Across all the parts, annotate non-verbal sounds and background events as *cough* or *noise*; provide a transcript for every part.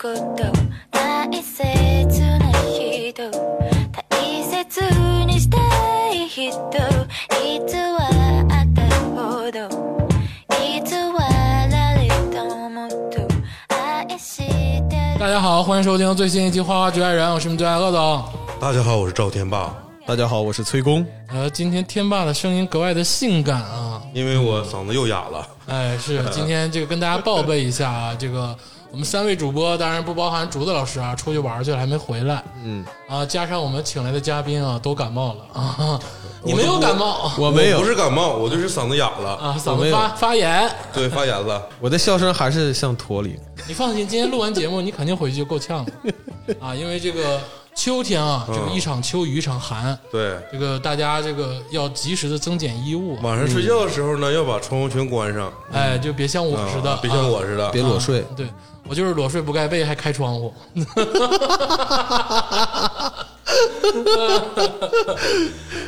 こと大切な人大切にしたい人いつはあったほどいつはられたもっと愛してる大家好，欢迎收听最新一期《花花局爱人》，我是你们最爱恶总。大家好，我是赵天霸。大家好，我是崔工。呃，今天天霸的声音格外的性感啊！因为我嗓子又哑了，哎，是今天这个跟大家报备一下啊，这个我们三位主播，当然不包含竹子老师啊，出去玩去了还没回来。嗯，啊，加上我们请来的嘉宾啊，都感冒了 *laughs* 啊。你没有感冒我没有不，是感冒，我就是嗓子哑了，啊？嗓我没子有发发炎？对，发炎了。我的笑声还是像驼铃。你放心，今天录完节目，你肯定回去就够呛了啊，因为这个秋天啊，这个一场秋雨一场寒，对，这个大家这个要及时的增减衣物啊，晚上睡觉的时候呢，要把窗户全关上，哎，就别像我啊似的，别像啊我似的，别裸睡，对我就是裸睡不盖被，还开窗户。 *laughs*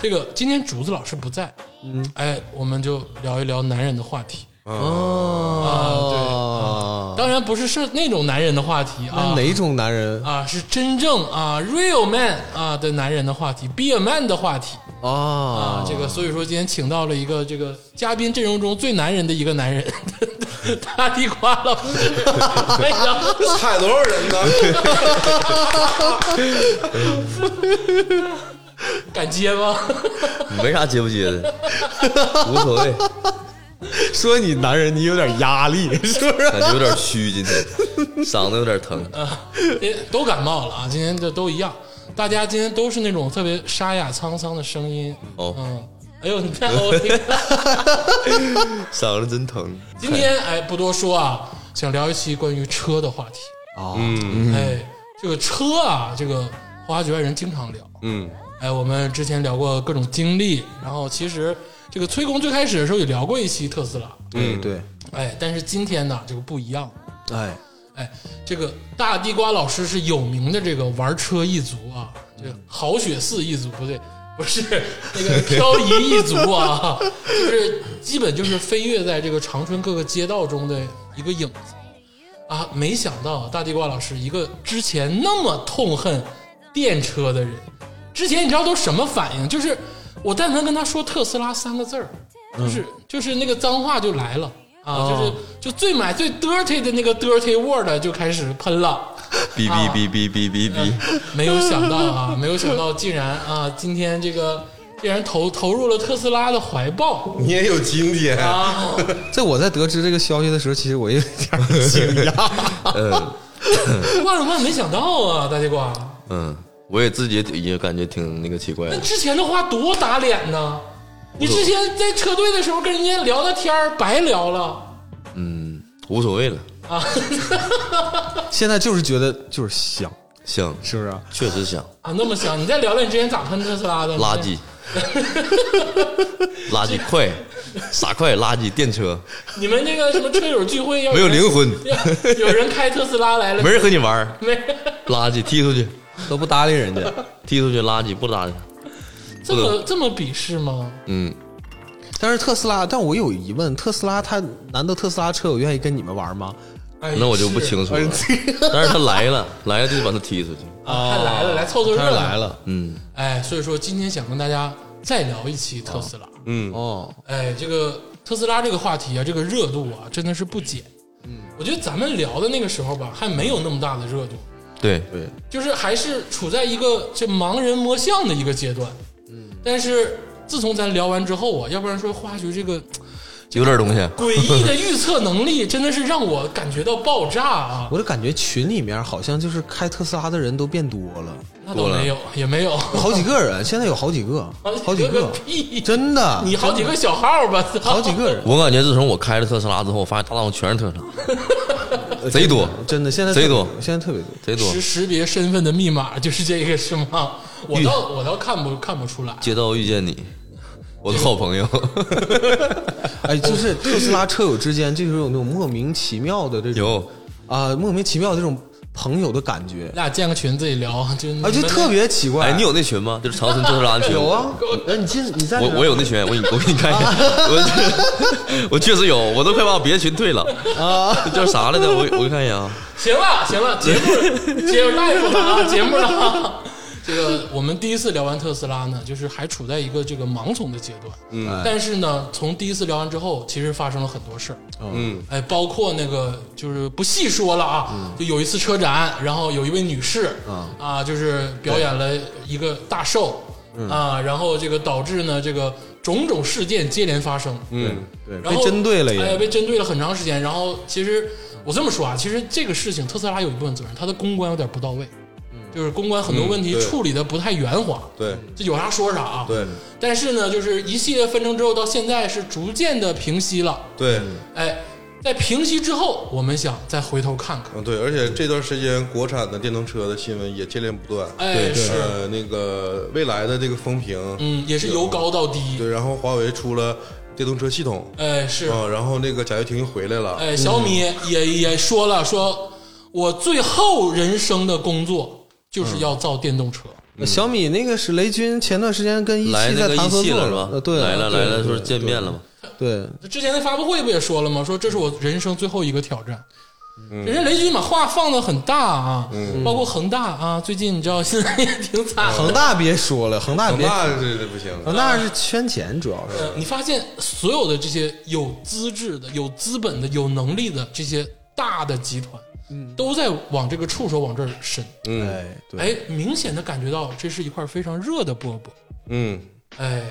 这个今天竹子老师不在，嗯，哎，我们就聊一聊男人的话题。哦，当然不是是那种男人的话题啊那，哪种男人啊是真正啊 real man 啊的男人的话题，be a man 的话题啊啊。这个所以说今天请到了一个这个嘉宾阵容中最男人的一个男人， *laughs* 大地瓜哎老师，欢迎。踩多少人呢？敢接吗？ *laughs* 没啥接不 *laughs* 接的，无所谓，说你男人，你有点压力，是不是？感觉有点虚，今天嗓子有点疼。别都感冒了啊！今天这都一样，大家今天都是那种特别沙哑沧桑的声音。哦嗯，哎呦，你太欧了！ *laughs* 嗓子真疼。今天哎，不多说啊，想聊一期关于车的话题。啊，嗯嗯哎，这个车啊，这个花花局外人经常聊。嗯，哎，我们之前聊过各种经历，然后其实这个崔工最开始的时候也聊过一期特斯拉。对嗯对，哎，但是今天呢，这个不一样。哎，哎，这个大地瓜老师是有名的这个玩车一族啊，这个豪雪寺一族不对，不是那个漂移一族啊，就是基本就是飞跃在这个长春各个街道中的一个影子啊。没想到大地瓜老师一个之前那么痛恨电车的人，之前你知道都什么反应？就是我但凡跟他说特斯拉三个字儿，就是、嗯就是那个脏话就来了啊，哦就是就最买最 dirty 的那个 dirty word 就开始喷了。哔哔哔哔哔哔哔，没有想到 *laughs* 啊，没有想到竟然啊，今天这个竟然投投入了特斯拉的怀抱你也有今天，啊！在我在得知这个消息的时候，其实我有点惊讶。嗯万万没想到啊，大西瓜，嗯，我也自己也感觉挺那个奇怪那的。之前的话多打脸呢！你之前在车队的时候跟人家聊那天儿白聊了嗯，无所谓了，啊 *laughs* 现在就是觉得就是香，香，是不是？确实香，啊，那么想你再聊聊你之前咋喷特斯拉的 *laughs* 垃圾，垃圾快，傻快，垃圾电车，你们这个什么车友聚会要没有人灵 *laughs* 魂， *laughs* 要有人开特斯拉来了没人和你玩儿，没？垃圾踢出去，都不搭理人家，踢出去，垃圾不搭理。这么这么鄙视吗？嗯，但是特斯拉，但我有疑问，特斯拉它难道特斯拉车友愿意跟你们玩吗？哎那我就不是 *laughs* 清楚了。但是他来了，来了就得把他踢出去。啊，他来了，来凑凑热他闹来了，嗯，哎，所以说今天想跟大家再聊一期特斯拉。嗯，哦，哎，这个特斯拉这个话题啊，这个热度啊，真的是不减。嗯，我觉得咱们聊的那个时候吧，还没有那么大的热度，对，对，就是还是处在一个这盲人摸象的一个阶段。嗯，但是自从咱聊完之后啊，要不然说花局这个有点东西。诡异的预测能力，真的是让我感觉到爆炸啊！我就感觉群里面好像就是开特斯拉的人都变多了，那倒没有，也没有，好几个人，现在有好几个，*laughs* 好几个个，屁！真的，你好几个小号 *laughs* 吧？好几个人，我感觉自从我开了特斯拉之后，我发现大道上全是特斯拉， *laughs* 贼多真的现在贼特别多现在特别多。贼多识，识别身份的密码就是这个是 *laughs* 吗？我倒我倒看不看不出来。街道遇见你，我的好朋 *laughs* 友，哎， *laughs* 就是特斯拉车友之间就是有那种莫名其妙的这种有啊，莫名其妙的这种朋友的感觉，俩建个群自己聊，就啊，就特别奇怪。哎，你有那群吗？就是长春特斯拉的群。有啊？哎，你进你在我里面我有那群，我给你我给你看一 *laughs* 看，我 *laughs* 我确实有，我都快把我别的群退了啊，叫啥来着？我我看一眼啊，行了行 *laughs* 了，节目节目赖不了啊，节目了啊。这个我们第一次聊完特斯拉呢，就是还处在一个这个盲从的阶段，嗯，但是呢，从第一次聊完之后，其实发生了很多事儿，哦嗯，哎，包括那个就是不细说了啊，嗯就有一次车展，然后有一位女士、啊，就是表演了一个大寿、嗯啊，然后这个导致呢这个种种事件接连发生，嗯，对然后被针对了哎，也，被针对了很长时间。然后其实我这么说啊，其实这个事情特斯拉有一部分责任，它的公关有点不到位，嗯就是公关很多问嗯题对处理的不太圆滑，对这有啥说啥啊。对但是呢，就是一系列纷争之后，到现在是逐渐的平息了。对，哎，在平息之后，我们想再回头看看。嗯对，而且这段时间国产的电动车的新闻也接连不断，哎，是，呃，那个未来的这个风评，嗯，也是由高到低。对，然后华为出了电动车系统哎，是，啊，嗯然后那个贾跃亭又回来了，哎，小米也也说了，说我最后人生的工作嗯就是要造电动车。小米那个是雷军前段时间跟一嗯来汽那在个谈一合汽作了是吧呃？对，来了来了，对说见面了嘛？对，之前的发布会不也说了吗？说这是我人生最后一个挑战。嗯人家雷军把话放的很大啊，包括恒大啊，最近你知道现在也挺惨嗯恒的。大别说了，恒大恒别，大这这不行，嗯恒大是圈钱主要是，呃你发现所有的这些有资质的、有资本的、有能力的这些大的集团，都在往这个触手往这儿伸。嗯哎，对，哎，明显的感觉到这是一块非常热的饽饽。嗯。哎，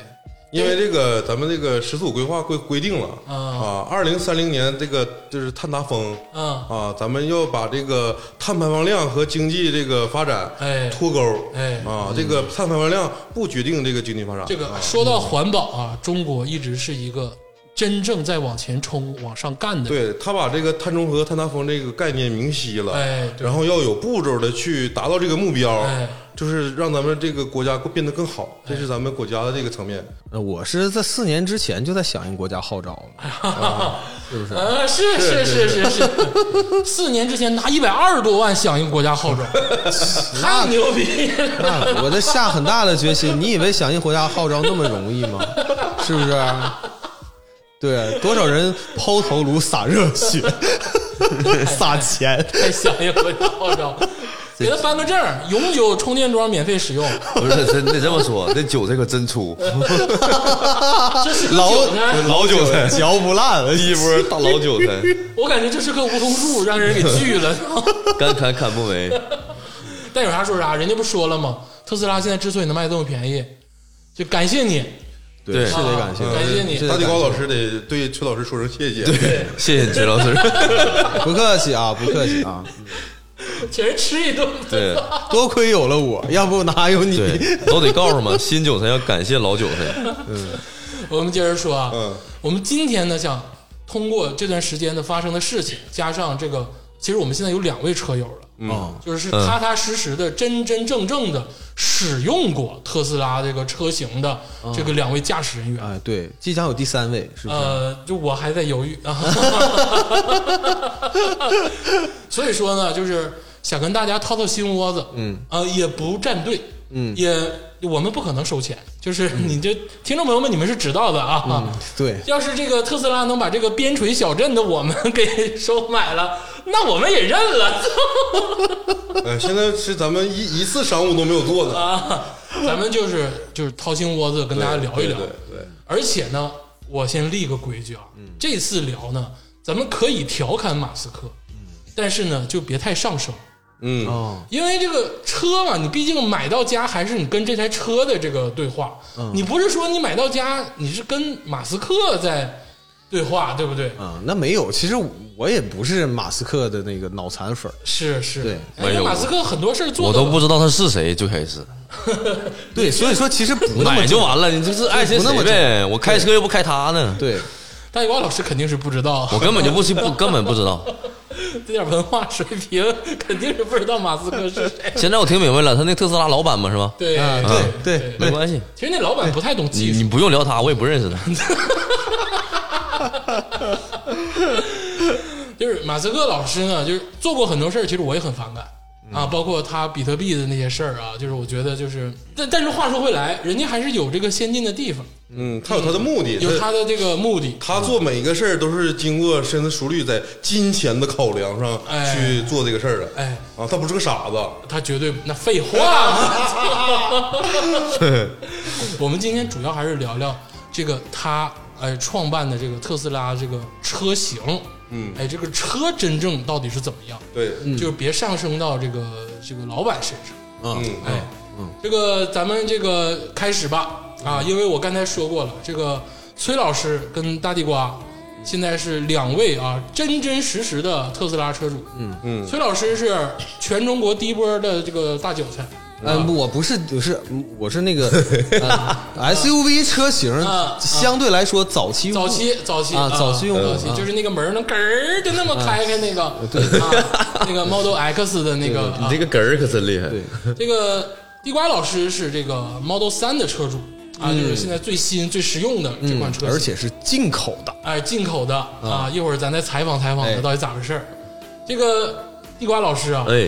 因为这个，咱们这个十四五规划规规定了啊啊，二零三零年这个就是碳达峰嗯，啊，咱们要把这个碳排放量和经济这个发展哎脱钩，哎啊，这个碳排放量不决定这个经济发展，这个啊说到环保啊，中国一直是一个真正在往前冲、往上干的对他把这个碳中和、碳达峰这个概念明晰了，哎对然后要有步骤的去达到这个目标，哎就是让咱们这个国家变得更好，这是咱们国家的这个层面，呃我是在四年之前就在响应国家号召了，啊，是是是是是，四年之前拿一百二十多万响应国家号召，太牛逼了！那我这下很大的决心。你以为响应国家号召那么容易吗？是不是？对，多少人抛头颅洒热血， *laughs* 撒钱，太响应国家号召，给他颁个证儿，永久充电桩免费使用。不是，真得这么说，这酒这可真出，这是个老韭菜， *laughs* 老韭 *laughs* 菜，嚼不烂。一波 *laughs* 大老韭菜，我感觉这是棵梧桐树，让人给锯了。干砍砍不 *laughs* 没，但有啥说啥，人家不说了吗？特斯拉现在之所以能卖这么便宜，就感谢你，对是得感谢啊感谢是你。的大地瓜老师得对崔老师说声谢谢， *laughs* 谢谢你崔老师，不客气啊，不客气啊，请人吃一顿， *laughs* 对多亏有了我，要不哪有你？对，都得告诉嘛，新韭菜要感谢老韭 *laughs* 菜，我们接着说啊，嗯我们今天呢想通过这段时间的发生的事情，加上这个，其实我们现在有两位车友了，嗯，就是踏踏实实的、真真正正的使用过特斯拉这个车型的这个两位驾驶人员。哎，对，即将有第三位，嗯是不是？呃，就我还在 *laughs* 犹豫啊，所以说呢，就是想跟大家掏掏心窝子，嗯，呃，也不站队，嗯，也我们不可能收钱，就是嗯你这、听众朋友们，你们是知道的啊，对，要是这个特斯拉能把这个边陲小镇的我们 *laughs* 给收买了，那我们也认了呃，现在是咱们一一次商务都没有做呢，啊！咱们就是就是掏心窝子跟大家 *laughs* 聊一聊。对对对而且呢，我先立个规矩啊，嗯这次聊呢，咱们可以调侃马斯克，嗯但是呢，就别太上升，嗯，哦，因为这个车嘛，你毕竟买到家还是你跟这台车的这个对话，嗯你不是说你买到家你是跟马斯克在对话，对不对？嗯啊、那没有，其实我也不是马斯克的那个脑残粉儿，是是，对哎没有马斯克很多事儿做我得都不知道他是谁，最开始对，所以说其实不那么买就完了，你这是爱谁不那么谁呗，我开车又不开他呢，对，大地瓜老师肯定是不知道，我根本就不是不根本不知道，这点文化水平 *laughs* 肯定是不知道马斯克是谁。现在我听明白了，他那特斯拉老板嘛是吧？ *laughs* 对、啊对对对没关系，其实那老板不太懂技你术，你不用聊他，我也不认识他，就是马斯克老师呢，就是做过很多事儿，其实我也很反感。啊，包括他比特币的那些事儿啊，就是我觉得就是，但但是话说回来，人家还是有这个先进的地方，嗯，他有他的目的，有他的这个目的。他做每一个事儿都是经过深思熟虑，在金钱的考量上哎去做这个事儿的。哎，啊，他不是个傻子。他绝对那废话嘛。 *laughs* 我们今天主要还是聊聊这个他呃创办的这个特斯拉这个车型，嗯哎，这个车真正到底是怎么样？对，嗯就是别上升到这个这个老板身上。嗯，哎，这个咱们这个开始吧嗯啊，因为我刚才说过了，这个崔老师跟大地瓜现在是两位啊真真实实的特斯拉车主。嗯嗯崔老师是全中国第一波的这个大韭菜。嗯，不我不是，我是我是 *laughs* 那个、呃 SUV 车型啊，相对来说早期用户早期，早期啊早期用户嗯早期啊就是那个门儿能咯儿就那么开开那个，啊，那个 Model X 的那个，你啊这个哏儿可真厉害，这个地瓜老师是这个 Model 三的车主啊，嗯就是现在最新最实用的这款车型，而且是进口的。哎，进口的啊，一会儿咱再采访采访哎他到底咋回事儿。这个地瓜老师啊，哎，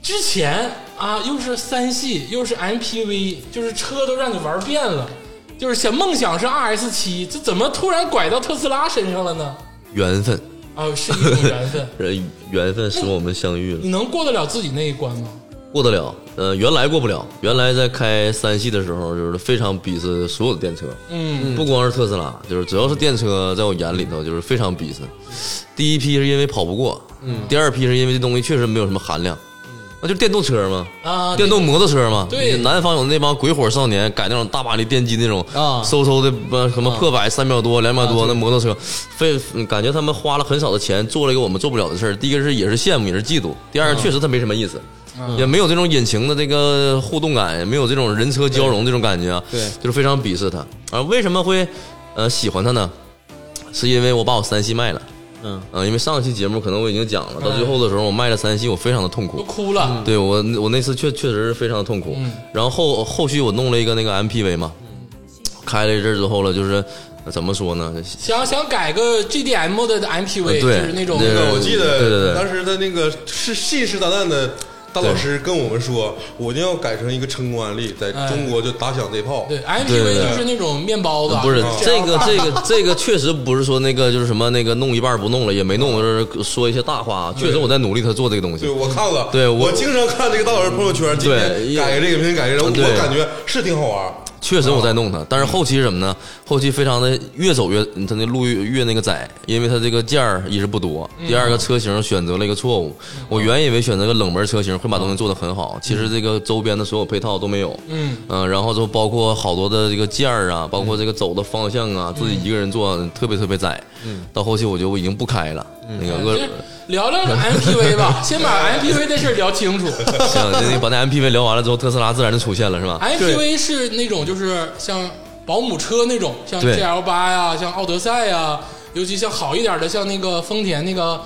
之前啊又是三系又是 MPV，就是车都让你玩遍了，就是想梦想是 RS 七，这怎么突然拐到特斯拉身上了呢？缘分，啊，是一种缘分。人缘分使我们相遇了你，能过得了自己那一关吗？过得了。呃，原来过不了，原来在开三系的时候，就是非常鄙视所有的电车，嗯，不光是特斯拉，就是只要是电车，在我眼里头就是非常鄙视。第一批是因为跑不过，第二批是因为这东西确实没有什么含量，那就是电动车嘛，啊，电动摩托车嘛，对南方有那帮鬼火少年改那种大马力电机那种，啊嗖嗖的呃什么破百三秒多、两秒多那摩托车，非嗯感觉他们花了很少的钱做了一个我们做不了的事儿。第一个是也是羡慕，也是嫉妒；第啊二个确实他没什么意思。也没有这种引擎的这个互动感，也没有这种人车交融这种感觉啊，对就是非常鄙视他。啊，为什么会呃喜欢他呢？是因为我把我三系卖了，嗯哎嗯，因为上期节目可能我已经讲了，到最后的时候我卖了三系，我非常的痛苦都，哭了。对我那，我那次确确实是非常痛苦。嗯然后后后续我弄了一个那个 MPV 嘛，开了一阵儿之后了，就是呃怎么说呢？想想改个 GDM 的 MPV，呃对就是那种那对，个我记对对对得当时他那个是信誓旦旦的。大老师跟我们说，我一定要改成一个成功案例，在哎中国就打响这炮。对 MPV 对对就是那种面包子，不是这样个这个这个确实不是说那个就是什么那个弄一半儿不弄了也没弄，就是说一些大话。啊确实我在努力他做这个东西对，。我看了，对我我经常看这个大老师朋友圈，今天对改个这个，明天改个这对个，我感觉是挺好玩。确实我在弄它，但是后期是什么呢？后期非常的越走越它那路越越那个窄，因为它这个件儿一是不多，第二个车型选择了一个错误。我原以为选择个冷门车型会把东西做得很好，其实这个周边的所有配套都没有。嗯嗯，然后就包括好多的这个件儿啊，包括这个走的方向啊，自己一个人做特别特别窄。嗯，到后期我就我已经不开了，那个恶这聊聊 *laughs* MPV 吧，先把 MPV 这事儿聊清楚。行，那你把那 MPV 聊完了之后，特斯拉自然就出现了，是吧？ MPV 是那种就是像保姆车那种，像对 GL 八呀，像奥德赛呀，尤其像好一点的，像那个丰田那个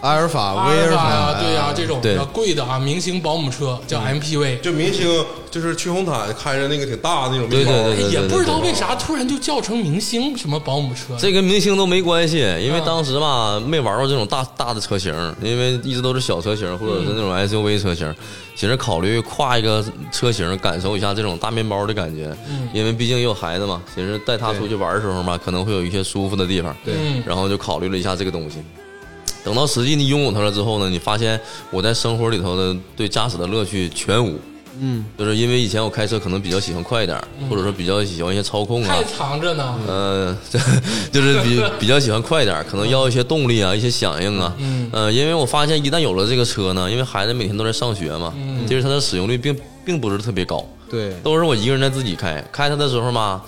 阿尔法、啊阿威尔尔法法呀，对呀，这种比对嗯较贵的啊，明星保姆车叫 MPV，就明星就是去红毯开着那个挺大的那种对面包，对对对也不知道为啥突然就叫成明星什么保姆车，这跟明星都没关系，因为当时吧没玩过这种大大的车型，因为一直都是小车型或者是那种 SUV 车型，其实考虑跨一个车型，感受一下这种大面包的感觉，因为毕竟也有孩子嘛，其实带他出去玩的时候嘛，可能会有一些舒服的地方，对嗯然后就考虑了一下这个东西。等到实际你拥有它了之后呢，你发现我在生活里头的对驾驶的乐趣全无。嗯，就是因为以前我开车可能比较喜欢快一点儿，或者说比较喜欢一些操控啊，太藏着呢。呃， *laughs* 这就是比比较喜欢快点儿，可能要一些动力啊，一些响应啊。嗯呃，因为我发现一旦有了这个车呢，因为孩子每天都在上学嘛，其实它的使用率并并不是特别高，对都是我一个人在自己开。开它的时候嘛，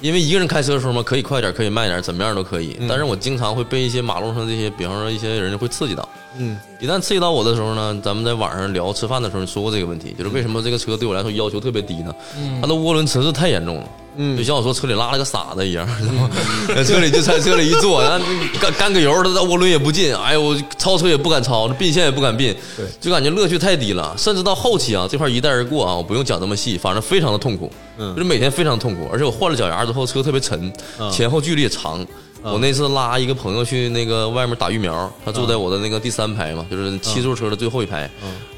因为一个人开车的时候嘛，可以快点儿，可以慢点儿，怎么样都可以。但是我经常会被一些马路上这些，比方说一些人会刺激到。嗯，一旦刺激到我的时候呢，咱们在晚上聊吃饭的时候，你说过这个问题，就是为什么这个车对我来说要求特别低呢？它的涡轮迟滞太严重了。嗯，就像我说车里拉了个傻子一样，知道吗在车里就在车里一坐，然后干干个油，它的涡轮也不进，哎呦，我超车也不敢超，并线也不敢并，就感觉乐趣太低了。甚至到后期啊，这块一带而过啊，我不用讲那么细，反正非常的痛苦，就是每天非常痛苦。而且我换了脚牙之后，车特别沉，前后距离也长，我那次拉一个朋友去那个外面打疫苗，他坐在嗯我的那个第三排嘛，就是七座车的最后一排。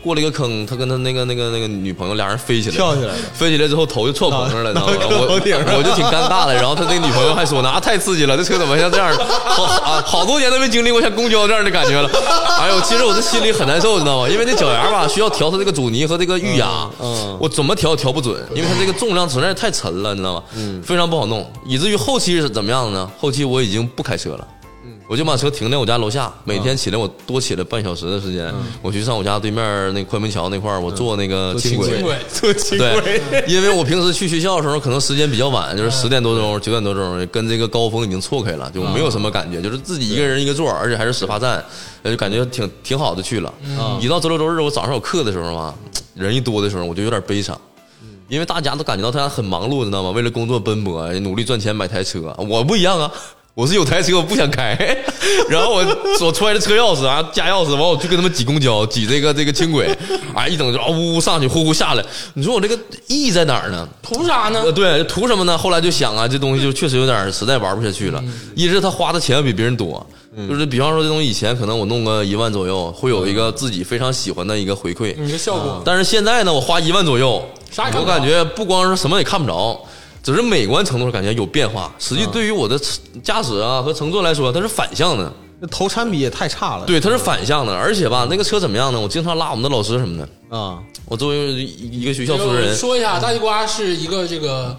过了一个坑，他跟他那个那个那个女朋友俩人飞起来，跳起来了飞起来之后头就撞棚上了，你知道吗？脑壳头顶我我就挺尴尬的。然后他那个女朋友还说呢，啊，太刺激了，这车怎么像这样？好啊，好多年都没经历过像公交这样的感觉了。哎呦，其实我这心里很难受，你知道吗？因为那脚丫吧需要调它这个阻尼和这个预压，嗯我怎么调也调不准，因为它这个重量实在是太沉了，你知道吗？非常不好弄，以至于后期是怎么样的呢？后期我已经不开车了。我就把车停在我家楼下，每天起来我多起来半小时的时间，我去上我家对面那快门桥那块儿，我坐那个轻轨，对，坐轻轨，对，因为我平时去学校的时候，可能时间比较晚，就是十点多钟、九点多钟，跟这个高峰已经错开了，就没有什么感觉，就是自己一个人一个座儿，而且还是始发站，呃就感觉挺挺好的去了。一到周六周日，我早上有课的时候嘛，人一多的时候，我就有点悲伤。因为大家都感觉到他很忙碌，你知道吗？为了工作奔波，努力赚钱买台车。我不一样啊，我是有台车，我不想开。然后我我揣着车钥匙啊，家钥匙，完我去跟他们挤公交，挤这个这个轻轨，哎，一整就啊呜呜上去，呼呼下来。你说我这个意义在哪儿呢？图啥呢呃，？对，图什么呢？后来就想啊，这东西就确实有点儿实在玩不下去了。一是他花的钱比别人多，就是比方说这东西以前可能我弄个一万左右，会有一个自己非常喜欢的一个回馈。你这效果，但是现在呢，我花一万左右，啥也看我不着感觉不光是什么也看不着，只是美观程度上感觉有变化。实嗯际对于我的驾驶啊和乘坐来说，它是反向的。那投产比也太差了。对，它是反向的。而且吧，那个车怎么样呢？我经常拉我们的老师什么的。啊，我作为一个学校这负责个人，说一下，大西瓜是一个这个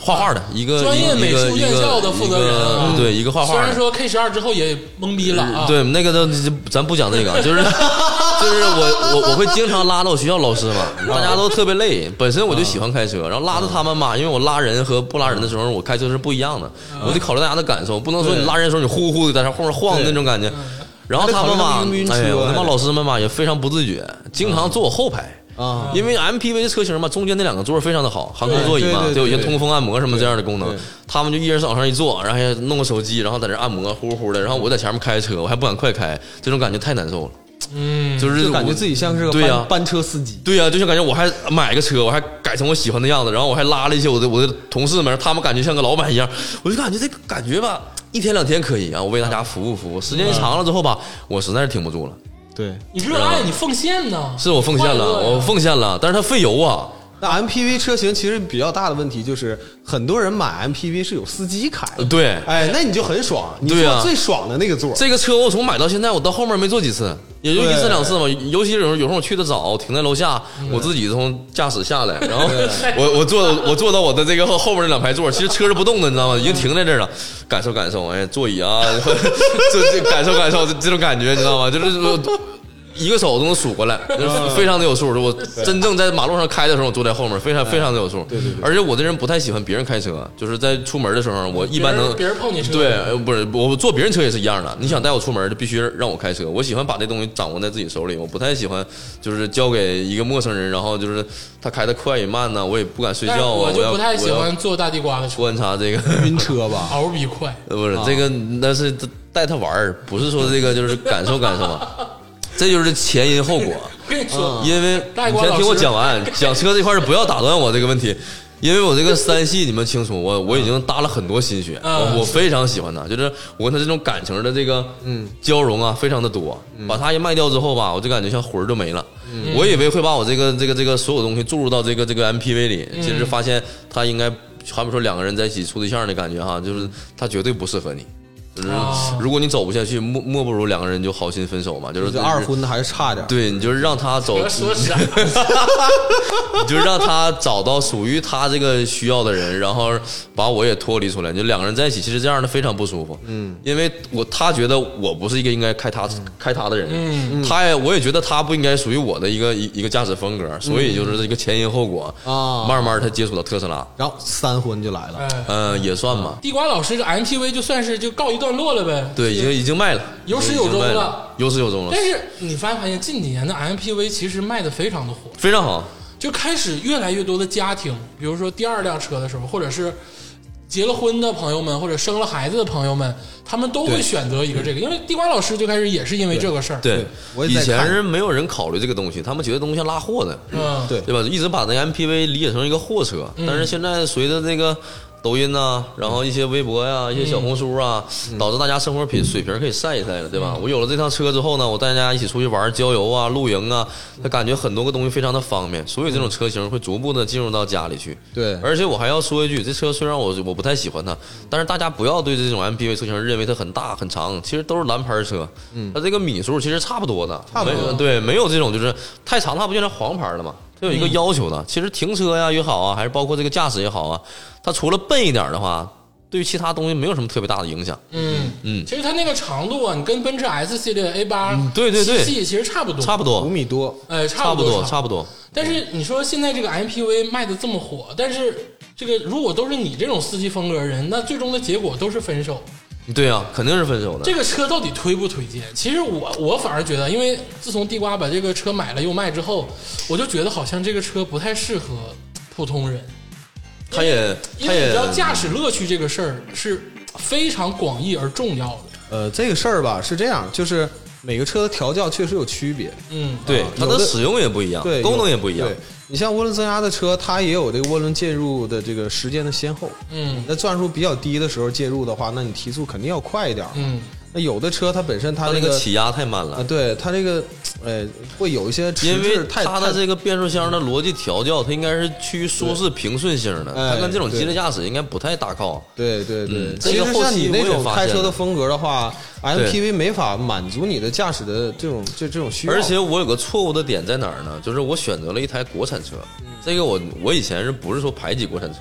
画画的呃一个专业美术院校的负责人啊一个一个对一个画画虽的。然说 K 十二之后也懵逼了啊，对，那个都咱不讲这个，就是就是我我我会经常拉着我学校老师嘛，大家都特别累，本身我就喜欢开车，然后拉着他们嘛，因为我拉人和不拉人的时候，我开车是不一样的，我得考虑大家的感受，不能说你拉人的时候你呼呼的在那后面晃的那种感觉。然后他们嘛还得考虑到晕，不晕哎车呀，我他妈还老师们嘛也非常不自觉，经常坐我后排。啊因为 MPV 的车型嘛，中间那两个座儿非常的好，航空座椅嘛，对对对就有一些对通风按摩什么这样的功能对对。他们就一人往上一坐，然后还弄个手机，然后在那按摩，呼呼的。然后我在前面开车，我还不敢快开，这种感觉太难受了。嗯，就是就感觉我自己像是个对呀、班班车司机。对呀、就像感觉我还买个车，我还改成我喜欢的样子，然后我还拉了一些我的我的同事们，他们感觉像个老板一样，我就感觉这个感觉吧，一天两天可以啊，我为大家服务服务。时间一长了之后吧，我实在是挺不住了，对，你热爱你奉献呢，是我奉献快乐了，呀我奉献了，但是它费油啊。那 MPV 车型其实比较大的问题就是，很多人买 MPV 是有司机开的，对哎，那你就很爽，你对啊坐最爽的那个座，这个车我从买到现在，我到后面没坐几次，也就一次对两次嘛。尤其有时候有时候我去的早，停在楼下，我自己从驾驶下来，然后 *laughs* 我我坐我坐到我的这个后后面那两排座，其实车是不动的，你知道吗？已经停在这儿了，感受感受，哎，座椅啊， *laughs* 这这感受感受这这种感觉，你知道吗？就是我。一个手都能数过来，就是非常的有数。我真正在马路上开的时候，我坐在后面，非常非常的有数。对对。而且我这人不太喜欢别人开车，就是在出门的时候，我一般能别人别人碰你车对，呃不是我坐别人车也是一样的。你想带我出门，就必须让我开车。我喜欢把这东西掌握在自己手里，我不太喜欢就是交给一个陌生人，然后就是他开的快与慢呢，我也不敢睡觉但是啊。我就要不太喜我欢要坐大地瓜的车，观 *laughs* 察这个。晕车吧？嗷比快。呃不是这个，那是带他玩儿，不是说这个就是感受感受啊。这就是前因后果。我跟你说，因为大嗯你瓜老师先听我讲 *laughs* 完，讲车这块儿不要打断我这个问题，因为我这个三系你们清楚，我我已经搭了很多心血，嗯我我非常喜欢它，就是我跟它这种感情的这个嗯交融啊，非常的多。嗯把它一卖掉之后吧，我就感觉像魂儿就没了。我以为会把我这个这个这个所有东西注入到这个这个 MPV 里，嗯其实发现它应该，好比说两个人在一起处对象的感觉哈，就是它绝对不适合你。就是哦如果你走不下去，莫莫不如两个人就好心分手嘛，就是这二婚的还是差点儿。对，你就是让他走，我说啥？你就让他找到属于他这个需要的人，然后把我也脱离出来。就两个人在一起，其实这样的非常不舒服。嗯，因为我他觉得我不是一个应该开他、开他的人，嗯，他也我也觉得他不应该属于我的一个一一个驾驶风格，所以就是这个前因后果啊慢慢他接触到特斯拉，然后三婚就来了，哎，嗯、也算吧。地瓜老师这 MTV 就算是就告一段落了呗。对，已经已经卖了，有始有终了已经卖，有始有终了，但是你发没发现近几年的 MPV 其实卖的非常的火，非常好。就开始越来越多的家庭，比如说第二辆车的时候，或者是结了婚的朋友们，或者生了孩子的朋友们，他们都会对选择一个这个，因为地瓜老师最开始也是因为这个事儿，，对我，也以在前看是没有人考虑这个东西，他们觉得东西像拉货的，嗯，对嗯对吧？一直把那 MPV 理解成一个货车，但是现在随着这个抖音呐、然后一些微博呀、一些小嗯红书啊，导致大家生活品水平可以晒一晒了，对吧？嗯我有了这趟车之后呢，我带大家一起出去玩、郊游啊、露营啊，他感觉很多个东西非常的方便，所以这种车型会逐步的进入到家里去。嗯对而且我还要说一句，这车虽然我我不太喜欢它，但是大家不要对这种 MPV 车型认为它很大很长，其实都是蓝牌车，它这个米数其实差不多的，差不多没有对，没有这种就是太长，它不就成黄牌了吗？它有一个要求的，其实停车呀也好啊，还是包括这个驾驶也好啊，它除了笨一点的话，对于其他东西没有什么特别大的影响。嗯嗯其实它那个长度啊，你跟奔驰 S 系列 A 八、对对对七系其实差不多，差不五多，米多，呃差差不不多，差差不多。但是你说现在这个 MPV 卖的这么火，但是这个如果都是你这种司机风格的人，那最终的结果都是分手。对啊，肯定是分手的这。个车到底推不推荐？其实我我反而觉得，因为自从地瓜把这个车买了又卖之后，我就觉得好像这个车不太适合普通人，它也，因它为你也知，道驾驶乐趣这个事儿是非常广义而重要的。呃，这个事儿吧是这样，就是每个车的调教确实有区别，嗯，对它有的的使用也不一样，对，啊功有能也不一样对。你像涡轮增压的车，它也有这个涡轮介入的这个时间的先后。嗯那转速比较低的时候介入的话，那你提速肯定要快一点。嗯，那有的车它本身它它这那个起压太慢了啊，。对它这个，呃，会有一些迟因为滞，太它太的这个变速箱的逻辑调教，它应该是趋于舒适平顺性的，哎它跟这种激烈驾驶应该不太搭靠。对对对，嗯其这实个后像期你那我种也发开现车的了风格的话，MPV 没法满足你的驾驶的这种这这种需要。而且我有个错误的点在哪儿呢？就是我选择了一台国产车，嗯这个我我以前是不是说排挤国产车，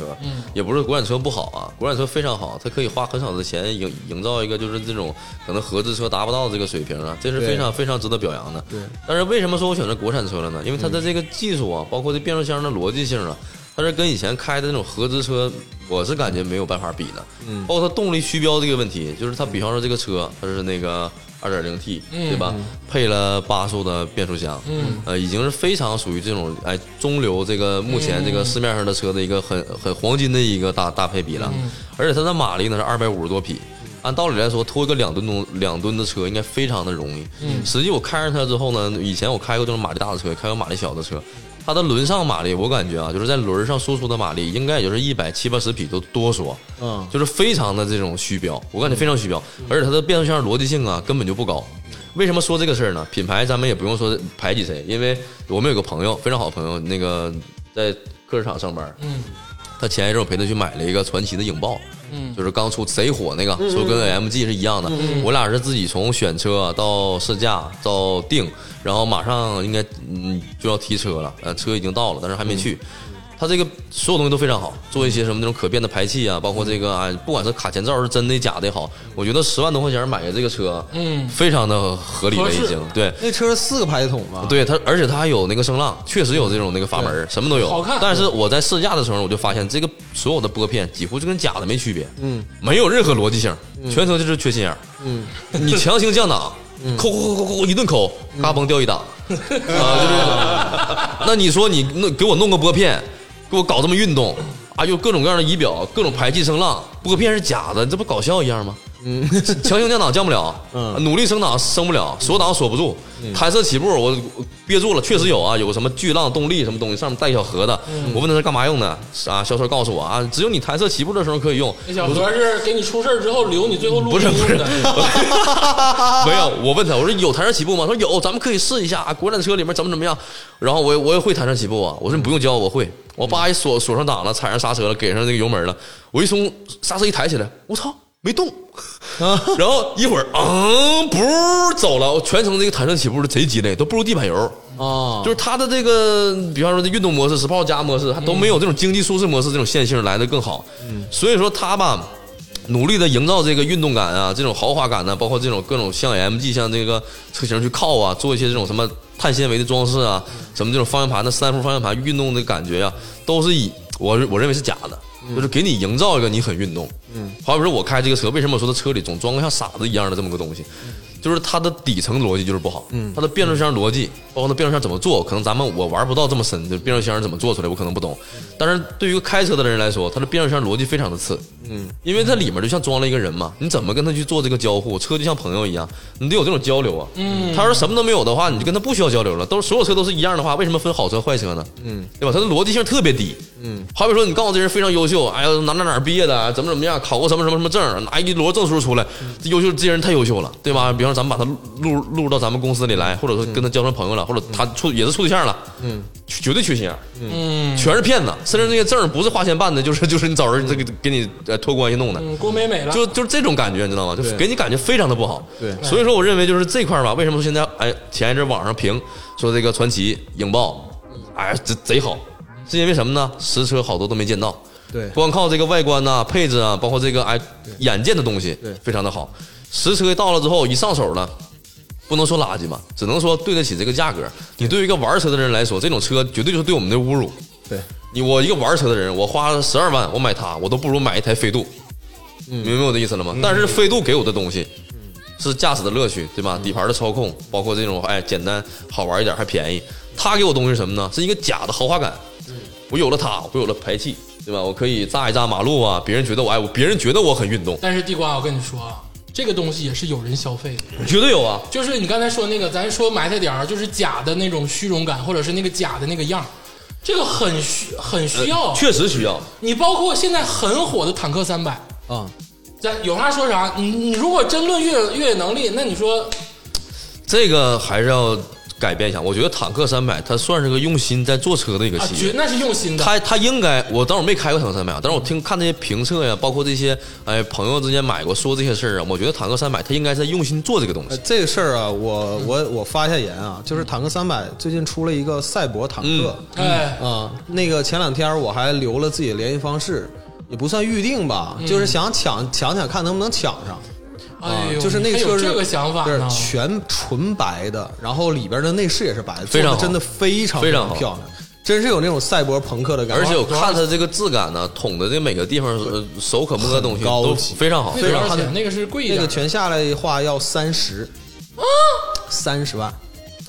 也不是国产车不好啊，国产车非常好，它可以花很少的钱营营造一个就是这种可能合资车达不到的这个水平啊，这是对非常非常值得表扬的。对但是为什么说我选择国产车了呢？因为它的这个技术啊，包括这变速箱的逻辑性啊，它是跟以前开的那种合资车，我是感觉没有办法比的。嗯，包括它动力虚标这个问题，就是它比方说这个车，它是那个二点零 T，对吧？配了八速的变速箱，嗯，呃，已经是非常属于这种哎中流这个目前这个市面上的车的一个很很黄金的一个搭搭配比了。而且它的马力呢是二百五十多匹。按道理来说，拖一个两吨东两吨的车应该非常的容易。嗯，实际我开上它之后呢，以前我开过这种马力大的车，开过马力小的车，它的轮上马力我感觉啊，就是在轮上输出的马力应该也就是一百七八十匹都多说，嗯就是非常的这种虚标，我感觉非常虚标，而且它的变速箱逻辑性啊根本就不高。为什么说这个事儿呢？品牌咱们也不用说排挤谁，因为我们有个朋友，非常好的朋友，那个在客车厂上班，嗯，他前一阵我陪他去买了一个传奇的影豹，嗯就是刚出贼火那个，说跟 AMG 是一样的。我俩是自己从选车到试驾到定，然后马上应该嗯就要提车了，呃，车已经到了，但是还嗯没去。它这个所有东西都非常好，做一些什么那种可变的排气啊，包括这个啊，不管是卡钳罩是真的假的也好，我觉得十万多块钱买个这个车，嗯非常的合理合了适已经。对，那车四个排气筒嘛，对它，而且它还有那个声浪，确实有这种那个阀门，什么都有。好看但是我在试驾的时候，我就发现这个所有的拨片几乎就跟假的没区别，嗯，没有任何逻辑性，全程就是缺心眼儿。嗯，你强行降档，嗯抠抠抠抠抠一顿抠，嘎嘣掉一档，哎啊， *laughs* 就是。那你说你弄给我弄个拨片，给我搞这么运动啊，又各种各样的仪表，各种排气声浪，拨片是假的，你这不搞笑一样吗？嗯，强行降档降不了，嗯努力升档升不了，锁档锁不住，弹射起步我我憋住了，确实有啊，有个什么巨浪动力什么东西，上面带一小盒子，我问他是干嘛用的啊，销售告诉我啊，只有你弹射起步的时候可以用，那小何是给你出事儿之后留你最后录不是音不用是，的，没有。我问他，我说有弹射起步吗？他说有，咱们可以试一下啊。国产车里面怎么怎么样？然后我也我也会弹射起步啊。我说你不用教，我会。我叭一锁锁上档了，踩上刹车了，给上那个油门了。我一松刹车一抬起来，我操，没动。然后一会儿，嗯，不走了。我全程这个弹射起步是贼鸡肋，都不如地板油。啊，就是它的这个，比方说这运动模式、Sport 加模式，它都没有这种经济舒适模式这种线性来的更好。所以说它吧，努力的营造这个运动感啊，这种豪华感呢、包括这种各种像 AMG 像这个车型去靠啊，做一些这种什么碳纤维的装饰啊，什么这种方向盘的三幅方向盘运动的感觉呀、啊都是以我我认为是假的。就是给你营造一个你很运动，嗯，好比说我开这个车，为什么我说它车里总装个像傻子一样的这么个东西？就是它的底层逻辑就是不好，嗯，它的变速箱逻辑，包括它变速箱怎么做，可能咱们我玩不到这么深，就是变速箱怎么做出来，我可能不懂。但是对于一个开车的人来说，它的变速箱逻辑非常的次，嗯，因为它里面就像装了一个人嘛，你怎么跟他去做这个交互？车就像朋友一样，你得有这种交流啊。嗯，他要是什么都没有的话，你就跟他不需要交流了。都是所有车都是一样的话，为什么分好车坏车呢？嗯，对吧？它的逻辑性特别低。嗯，好比说你告诉我这人非常优秀，哎呀哪哪哪毕业的，啊怎么怎么样，考过什么什么什么证，拿一摞证书出来，这优秀这人太优秀了，对吧？比方说咱们把他录录录到咱们公司里来，或者说跟他交成朋友了，或者他处也是处对象了，嗯，绝对缺心眼儿。嗯全是骗子，甚至那些证儿不是花钱办的，就是就是你找人这个给你呃托关系弄的，嗯，郭美美了，就就是这种感觉，你知道吗？就对给你感觉非常的不好。对所以说我认为就是这块儿吧，为什么现在哎前一阵网上评说这个传奇影豹，哎贼贼好，是因为什么呢？实车好多都没见到。对光靠这个外观呐、配置啊，包括这个哎眼见的东西对，非常的好。实车到了之后一上手了，不能说垃圾吧，只能说对得起这个价格。你对于一个玩车的人来说，这种车绝对就是对我们的侮辱。对，你我一个玩车的人，我花了十二万，我买它，我都不如买一台飞度，嗯明白我的意思了吗？但是飞度给我的东西。是驾驶的乐趣，对吧？嗯底盘的操控，包括这种哎简单好玩一点还便宜。它给我东西是什么呢？是一个假的豪华感。我有了它，我有了排气，对吧？我可以炸一炸马路啊！别人觉得我哎，我别人觉得我很运动，但是地瓜，我跟你说啊，这个东西也是有人消费的。绝对有啊！就是你刚才说那个，咱说埋汰点儿，就是假的那种虚荣感，或者是那个假的那个样儿，这个很需很需呃要。啊确实需要。你包括现在很火的坦克三百，啊，咱有啥说啥。你你如果真论越越野能力，那你说这个还是要改变一下。我觉得坦克三百它算是个用心在做车的一个啊，系绝列。那是用心的。它它应该，我当时我没开过坦克三百啊，但是我听看这些评测呀，包括这些哎朋友之间买过说这些事儿啊，我觉得坦克三百它应该在用心做这个东呃西。这个事儿啊，我我我发一下言啊，就是坦克三百最近出了一个赛博坦克，哎，嗯啊、那个前两天我还留了自己的联系方式，也不算预定吧，嗯就是想抢抢抢看能不能抢上。啊哎呦，就是那你个还车有是这个想法对呢，全纯白的，然后里边的内饰也是白的，非常好做的真的非常非常好漂亮，真是有那种赛博朋克的感觉，啊而且我看它这个质感呢，捅的这每个地方呃手可摸的东西很高都级非常好，那个非多常少好。钱？那个是贵一那点个的，全下来的话要三十啊，三十万。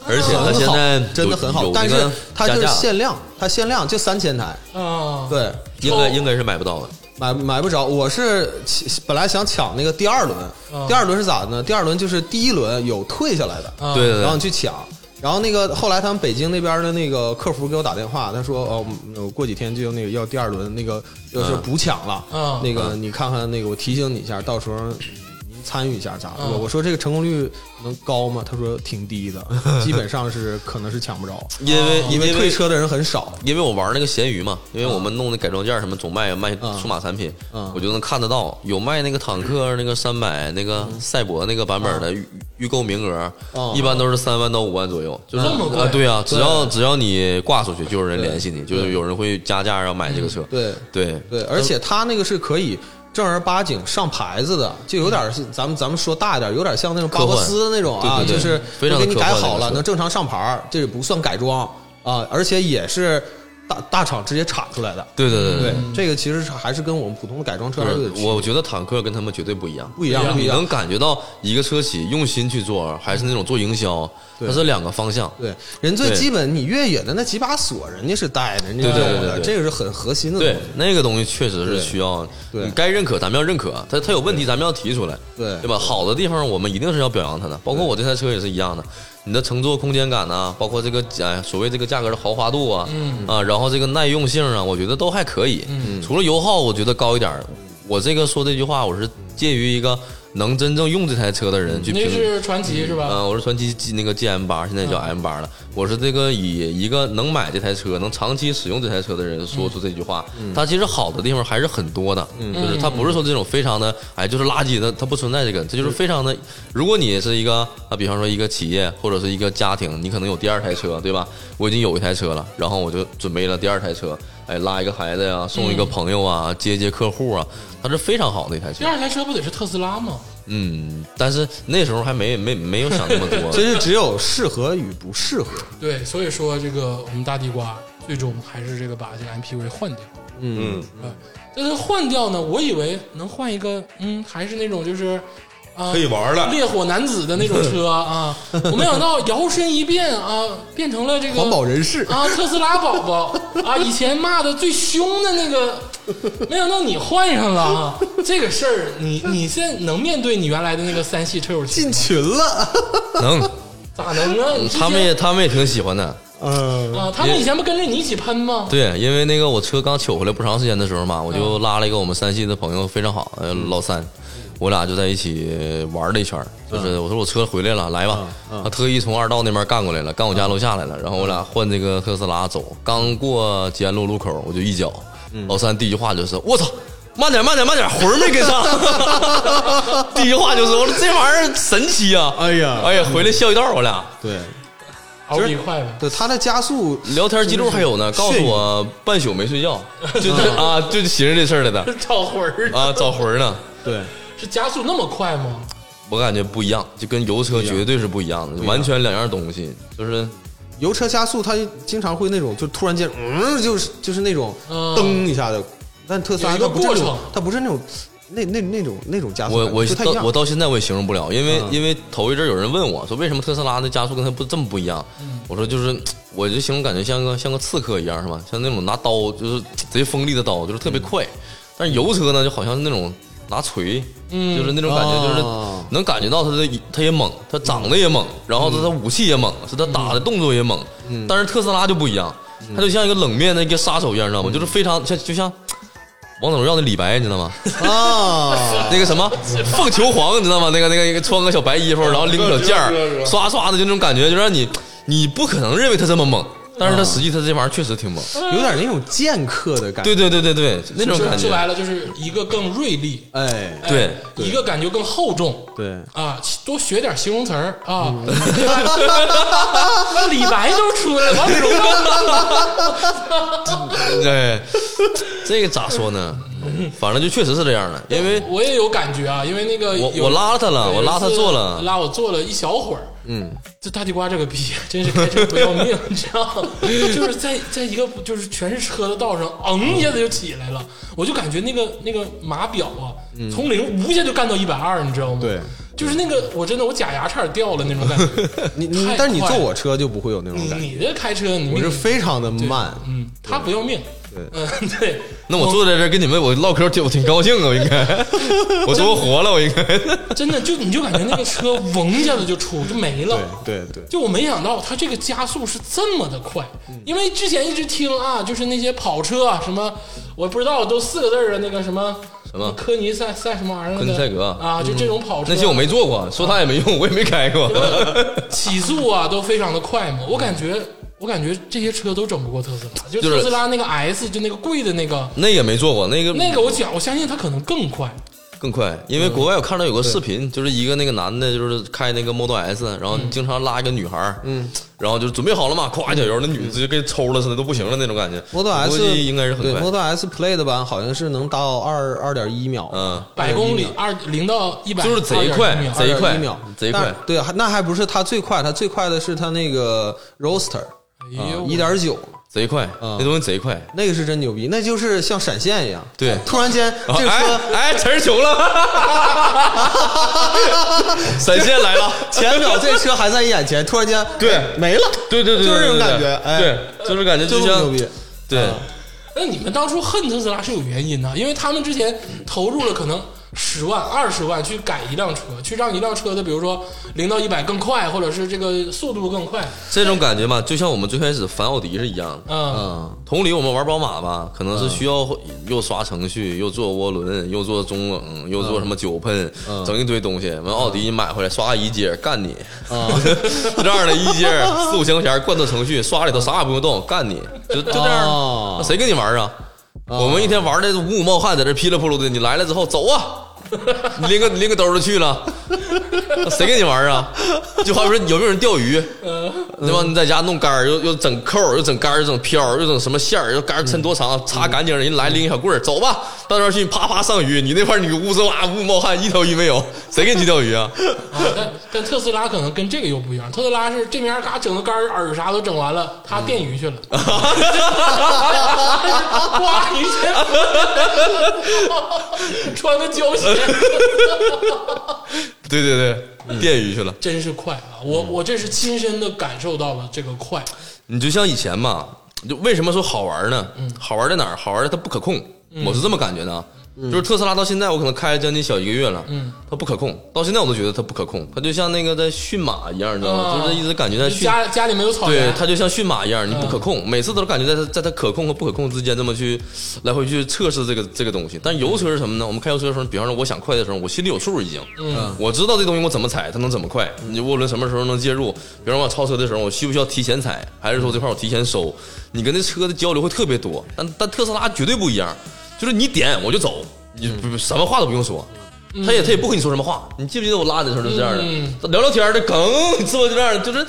而且它很现好在，真的很好，但是它它就是限量，它限量就三千台，啊，对，应该应该是买不到的。买买不着。我是起本来想抢那个第二轮嗯，第二轮是咋的呢？第二轮就是第一轮有退下来的，啊对对然对后你，去抢。然后那个后来他们北京那边的那个客服给我打电话，他说哦，嗯我过几天就那个要第二轮那个就是补抢了，啊嗯那个你看看那个我提醒你一下，到时候您参与一下咋的？嗯我我说这个成功率能高吗？他说挺低 *laughs* 的，基本上是可能是抢不着，因为啊因因为退为车的人很少。因为我玩那个闲鱼嘛，因为我们弄的改装件儿什么总卖卖嗯数码产品嗯，我就能看得到有卖那个坦克那个三百那个赛博那个版本的预预购名额嗯，一般都是三万到五万左右，就是这么贵啊对啊，只要只要你挂出去，就有人联系你，就是有人会加价要买这个车，嗯对对对，而且他那个是可以正儿八经上牌子的，就有点儿是咱们咱们说大一点儿，有点像那种巴嗯科幻博斯那种啊，对对对就是非常都给你科改幻的好那了，种能正常上牌儿，这也不算改装啊，而且也是大大厂直接产出来的。对对对，这个其实是还是跟我们普通的改装车还是嗯有对点，区别我觉得坦克跟他们绝对不一样，不一样，不一你样能。感觉到一个车企用心去做，还是那种做营销，对它是两个方向。对，人最对基本，你越野的那几把锁，人家是带的，人家对对对用的对对这个是很核心的东对西。，那个东西确实是需要，对你该认可咱们要认可，它它有问题咱们要提出来，对对吧？好的地方我们一定是要表扬它的，包括我这台车也是一样的，你的乘坐空间感呐、包括这个哎所谓这个价格的豪华度啊，嗯啊，然后这个耐用性啊，我觉得都还可以，除了油耗我觉得高一点儿，我这个说这句话我是介于一个能真正用这台车的嗯人去你评那是传奇是吧？嗯，我是传奇 G 那个 GM 八，现在叫 M 八了。我是这个以一个能买这台车、能长期使用这台车的人说出这句话。它其实好的地方还是很多的，就是它不是说这种非常的哎就是垃圾的，它不存在这个，这就是非常的。如果你是一个啊，比方说一个企业或者是一个家庭，你可能有第二台车，对吧？我已经有一台车了，然后我就准备了第二台车，哎，拉一个孩子呀、送一个朋友啊，接接客户啊，它是非常好的一台车第。二台车不得是特斯拉吗？嗯，但是那时候还没没没有想那么多。 *laughs* 真是只有适合与不适合。对，所以说这个我们大地瓜最终还是这个把这个 MPV 换掉。呃嗯，啊，但是换掉呢，我以为能换一个，嗯，还是那种就是啊可以玩了。烈火男子的那种车啊，我没想到摇身一变啊，变成了这个环保人士啊，特斯拉宝宝啊，以前骂的最凶的那个，没想到你换上了啊，这个事儿，你你现在能面对你原来的那个三系车友群吗？进 *laughs* 群了，能，咋能啊？你之前嗯他们也他们也挺喜欢的。嗯，啊，他们以前不跟着你一起喷吗？对，因为那个我车刚取回来不长时间的时候嘛，我就嗯拉了一个我们山西的朋友，非常好，呃，老三，我俩就在一起玩了一圈儿。就嗯是我说我车回来了，来吧，他特意从二道那边干过来了，干我家楼下来了，然后我嗯俩换这个特斯拉走，刚过吉安路路口，我就一脚，嗯老三第一句话就是我操。慢点，慢点，慢点，魂儿没跟上。 *laughs* 第一句话就是我说这玩意儿神奇啊！哎呀哎呀，回来笑一道儿，我俩。对，好比快 *laughs* 呗。对，他的加速 *laughs* 聊天记录还有呢，告诉我半宿没睡 *laughs* 觉，就这啊，就寻思这事儿来的找魂儿啊，找魂儿呢。对是加速那么快吗？我感觉不一样，就跟油车绝对是不一样的，完全两样东西。就是油车加速，它经常会那种就突然间，嗯，就是就是那种嗯噔一下的，但特斯有拉一个它不是那过程种，它不是那种那那那种那种加速我感，我不太一到样嗯我到现在我也形容不了，因为因为头一阵有人问我说为什么特斯拉的加速跟它不这么不一样，嗯我说就是我就形容感觉像个像个刺客一样是吧？像那种拿刀就是贼锋利的刀，就是嗯特别快。但是油车呢，就好像是那种拿锤，就是那种感觉，就是嗯哦嗯能感觉到他的他也猛，他长得也猛，然后他的武器也猛，是他打的动作也猛。但是特斯拉就不一样，嗯他就像一个冷面的一个杀手一样，你知道吗？就是非常像就像。王者荣耀的李白，你知道吗？啊， *laughs* 那个什么凤求凰，你知道吗？那个那个那个穿个小白衣服，然后拎个小剑儿知道知道知，道刷刷的就那种感觉，就让你你不可能认为他这么猛，但是啊他实际他这玩意儿确实挺猛。有点那种剑客的感觉，对对对对对，那种说感说白觉。了就是一个更锐利，哎，哎对对一个感觉更厚重，对，啊，多学点形容词儿啊。嗯 *laughs* 那李白都出来了，王者荣耀。对，哎这个咋说呢？反正就确实是这样的，因为我也有感觉啊，因为那个我有我拉他了，啊我拉他有一坐次了，拉我坐了一小会儿。嗯，这大地瓜这个逼真是开车不要命， *laughs* 你知道吗？就是在在一个就是全是车的道上，嗯一下子就起来了，我就感觉那个那个码表啊，从零无一下就干到一百二，你知道吗？对，就是那个我真的我假牙差点掉了那种感觉。你你太，但是你快坐了我车就不会有那种你感嗯觉，你这开车，你我命是里非常的慢，嗯，他不要命。对嗯，对，那我坐在这儿跟你们我唠嗑，挺我挺高兴啊，我应该，我说我活了，我应该。 *laughs* 真的就你就感觉那个车 *laughs* 嗡一下子就出就没了。对嗯对对，就我没想到它这个加速是这么的快，嗯因为之前一直听啊，就是那些跑车啊，什么我不知道都四个字儿的那个什么什么科尼赛赛什么玩意儿的，科尼赛格嗯啊，就这种跑车，那些我没坐过，说他也没用，我也没开过。 *laughs* 起速啊都非常的快嘛，我感觉。我感觉这些车都整不过特斯拉，就就是特斯拉那个 S，就那个贵的那个，那也没做过，那个那个我讲，我相信它可能更快。更快，因为嗯国外我看到有个视频，就是一个那个男的，就是开那个 Model S，然后嗯经常拉一个女孩，嗯，然后就准备好了嘛，咵一脚油，那女的直接跟抽了似的，都不行了那种感觉。 Model 我 S 估计应该是很对快， Model S Play 的版好像是能到二二点一秒，嗯，百公里二零到一百，就是贼快2.1秒贼快2.1秒，贼快但对，还那还不是它最快，它最快的是它那个 Roaster，哎呦啊一点九，贼快，嗯那东西贼快。那个是真牛逼，那就是像闪现一样。对突然间然后这个哎车哎，词儿穷 *laughs* 了，闪现来了， *laughs* 前秒这车还在眼前，突然间对哎没了， *laughs* 对对对，就是这种对感觉，哎，对，就是感觉就就这么牛像逼。嗯对，那你们当初恨特斯拉是有原因的，因为他们之前投入了可能十万、二十万去改一辆车，去让一辆车的，比如说零到一百更快，或者是这个速度更快。这种感觉嘛，就像我们最开始烦奥迪是一样的。嗯，嗯，同理，我们玩宝马吧，可能是需要又刷程嗯序，又做涡轮，又做中冷，又做什么酒喷，嗯整一堆东西。完奥迪买回来刷一阶干你，嗯 *laughs* 这样的一阶四五千块钱灌到程序，刷里头啥也不用动，干你就就这样，哦那谁跟你玩啊？我们一天玩的五五冒汗，在这噼里啪啦的，你来了之后走 *laughs* 啊，你拎个拎个兜就去了，谁跟你玩啊？就好比说有没有人钓鱼，对吧？你在家弄杆儿，又又整扣儿，又整杆儿，又整漂儿，又整什么线儿，又杆儿抻多长，擦干净了，人来拎一小棍儿，走吧，到那边去啪啪上鱼，你那块儿你乌吱哇乌冒汗，一条鱼没有，谁给你去钓鱼啊？ *laughs* 啊但但特斯拉可能跟这个又不一样，特斯拉是这面嘎整个杆儿饵啥都整完了，他电鱼去了， *laughs* 哇，鱼去，穿个胶鞋，对对对，嗯电鱼去了。真是快啊！我我这是亲身的感受到了这个快，你就像以前吧，就为什么说好玩呢？嗯好玩在哪儿？好玩在它不可控，我是这么感觉的啊。嗯就是特斯拉到现在，我可能开了将近小一个月了，它不可控，到现在我都觉得它不可控，它就像那个在驯马一样，你知道吗？啊就是一直感觉在驯，家家里没有草对原，，它就像驯马一样，你不可控，每次都感觉在它在它可控和不可控之间这么去来回去测试这个这个东西。但油车是什么呢？我们开油车的时候，比方说我想快的时候，我心里有数已经，嗯我知道这东西我怎么踩它能怎么快，你涡轮什么时候能介入？比方说我超车的时候，我需不需要提前踩，还是说这块我提前收？你跟那车的交流会特别多，但但特斯拉绝对不一样，就是你点我就走，你不什么话都不用说。他也他也不跟你说什么话，你记不记得我拉你的时候就是这样嗯的，聊聊天儿的梗，是不是这样的？就是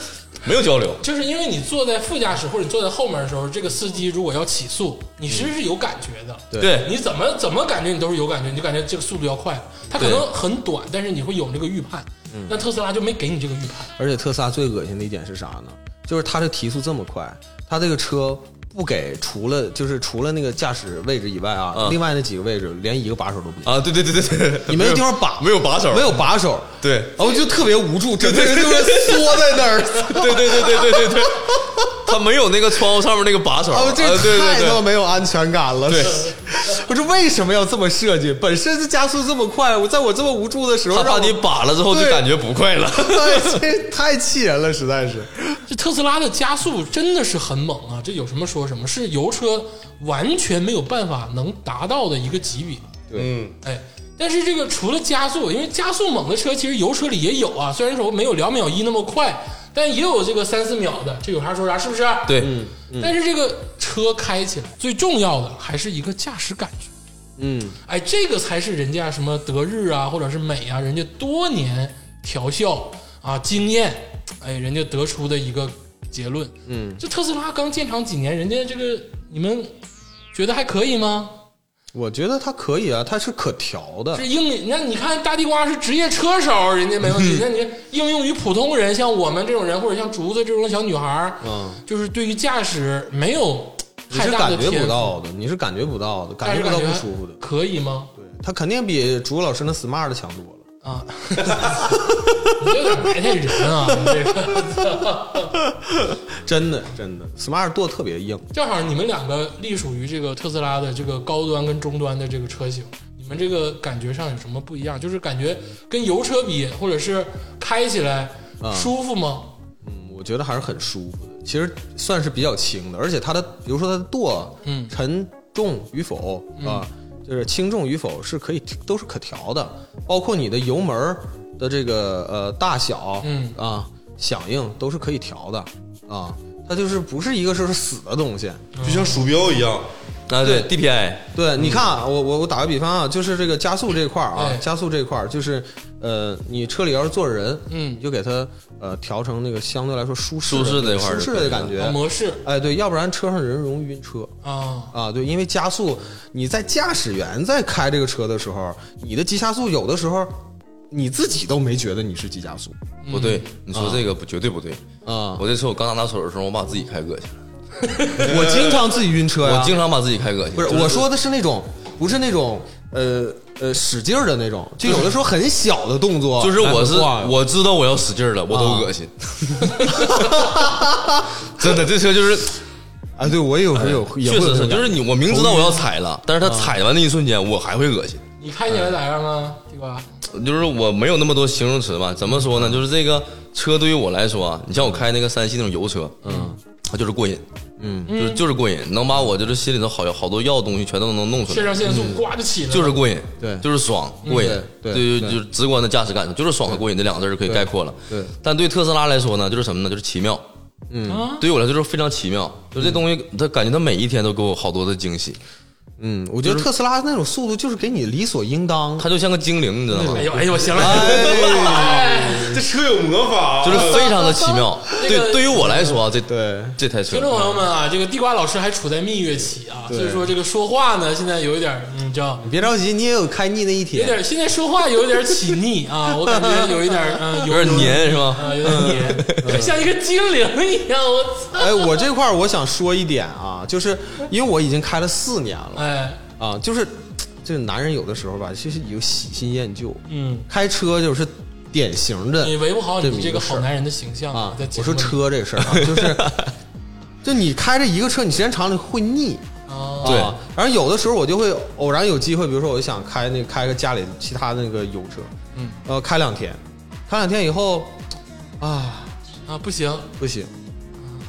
没有交流。就是因为你坐在副驾驶或者坐在后面的时候，这个司机如果要起速，你其实是有感觉的。对嗯对，你怎么怎么感觉你都是有感觉，你就感觉这个速度要快了。它可对嗯能很短，但是你会有这个预判。那特斯拉就没给你这个预判，而且特斯拉最恶心的一点是啥呢？就是它这提速这么快，它这个车不给除了就是除了那个驾驶位置以外啊，嗯另外那几个位置连一个把手都不给，啊，对对对对对，你没有地方把没有把手，没有把手，对然后就特别无助，整个人就是缩在那 *laughs* 儿。 *laughs* 对对对对对对对，他没有那个窗户上面那个把手，哦，这啊对太对他对，妈没有安全感了！对， *laughs* 我说为什么要这么设计？本身就加速这么快，我在我这么无助的时候他让把我，你把了之后就对感觉不快了， *laughs* 对，这太气人了，实在是。这特斯拉的加速真的是很猛啊！这有什么说什么，是油车完全没有办法能达到的一个级别。嗯，哎，但是这个除了加速，因为加速猛的车其实油车里也有啊，虽然说没有两秒一那么快，但也有这个三四秒的，这有啥说啥，是不是？啊对，嗯但是这个车开起来最重要的还是一个驾驶感觉。嗯，哎，这个才是人家什么德日啊，或者是美啊，人家多年调校啊经验，哎，人家得出的一个结论。嗯，这特斯拉刚建厂几年，人家这个你们觉得还可以吗？我觉得它可以啊，它是可调的是。应你看，你看大地瓜是职业车手，人家没 *laughs* 问题。那你应用于普通人，像我们这种人，或者像竹子这种小女孩儿，嗯，就是对于驾驶没有你太是大的感觉天不赋，到的，你是感觉不到的，但感是觉不到感觉不舒服的。可以吗？对，它肯定比竹老师那 smart 强多了。啊， *laughs* 你这有点埋汰人啊！你这个 *laughs* 真的，真的，smart 舵特别硬。正好你们两个隶属于这个特斯拉的这个高端跟中端的这个车型，你们这个感觉上有什么不一样？就是感觉跟油车比，或者是开起来啊舒服吗？嗯，我觉得还是很舒服的。其实算是比较轻的，而且它的，比如说它的舵，嗯沉重与否嗯啊，就是轻重与否是可以都是可调的，包括你的油门儿的这个呃大小，嗯啊响应都是可以调的啊。它就是不是一个就是死的东西。就像鼠标一样，啊对 DPI，对，你看啊，我我我打个比方啊，就是这个加速这块儿啊哎，加速这块儿就是，呃，你车里要是坐着人，嗯你就给它呃调成那个相对来说舒适舒适的那块儿就舒适可的以感觉，啊模式哎，对，要不然车上人容易晕车啊，啊。对，因为加速，你在驾驶员在开这个车的时候，你的急加速有的时候你自己都没觉得你是急加速不对，你说这个不绝对不对。嗯啊。我这次我刚拿到手的时候，我把自己开恶心了，我经常自己晕车呀，我经常把自己开恶心。啊不是就是我说的是那种，不是那种呃呃使劲儿的那种，就有的时候很小的动作，就是我是哎哇我知道我要使劲儿了，我啊都恶心。 *laughs* 真的，这车就是啊，对我也有时候有也哎确会有实这种是，就是感觉你我明知道我要踩了，但是啊他踩完那一瞬间，我还会恶心。你开起来嗯咋样啊？对吧？就是我没有那么多形容词吧？怎么说嗯呢？就是这个车对于我来说啊，你像我开那个山西那种油车，嗯，它就是过瘾，嗯，就是就是过瘾，能把我就是心里头好好多要的东西全都能弄出肾来，上腺嗯素呱就起来了，就是过瘾，啊对嗯就是爽，过瘾，对对，对就对就是直观的驾驶感受，就是爽和过瘾这两个字儿就可以概括了。对对嗯但对特斯拉来说呢，就是什么呢？就是奇妙。啊，对于我来说就是非常奇妙，就这东西，它感觉它每一天都给我好多的惊喜，嗯，我觉得特斯拉那种速度就是给你理所应当，它就像个精灵，你知道吗哎？呦哎呦，行了， *laughs* 哎这车有魔法，就是非常的奇哎妙。那个对，对于我来说啊，这对这台车听，众朋友们啊，这个地瓜老师还处在蜜月期啊，所以说这个说话呢，现在有一点儿，你知道，你别着急，你也有开腻那一有天。点儿现在说话有一点儿起腻啊，我感觉有一点儿，嗯，有点黏是吧？啊，有点黏，像一个精灵一样，我操，哎，我这块儿我想说一点啊，就是因为我已经开了四年了哎，啊，就是这男人有的时候吧，其实有喜新厌旧，嗯，开车就是典型的你维护好这你么一这个事好儿男人的形象啊在。节我目说里车这事儿啊，就是， *laughs* 就你开着一个车，你时间长了会腻。啊，对啊，然后有的时候我就会偶然有机会，比如说我就想开那开个家里其他那个油车，嗯，呃，开两天，开两天以后，啊，啊，不行，不行，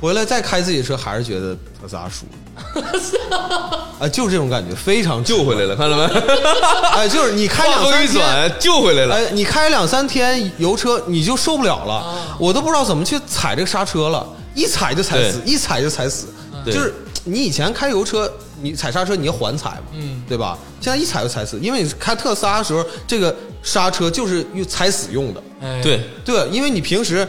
回来再开自己车还是觉得特斯拉 *laughs* 舒服，啊，就是这种感觉，非常救回来了，看 *laughs* 到没？ *laughs* 哎，就是你开话两锋三一天，转，救回来了。哎，你开两三天油车你就受不了了，啊我都不知道怎么去踩这个刹车了，一踩就踩死，对嗯一踩就踩死，对就是你以前开油车，你踩刹车你要缓踩嘛，嗯对吧？现在一踩就踩死，因为你开特斯拉的时候，这个刹车就是用踩死用的，哎，对，对，因为你平时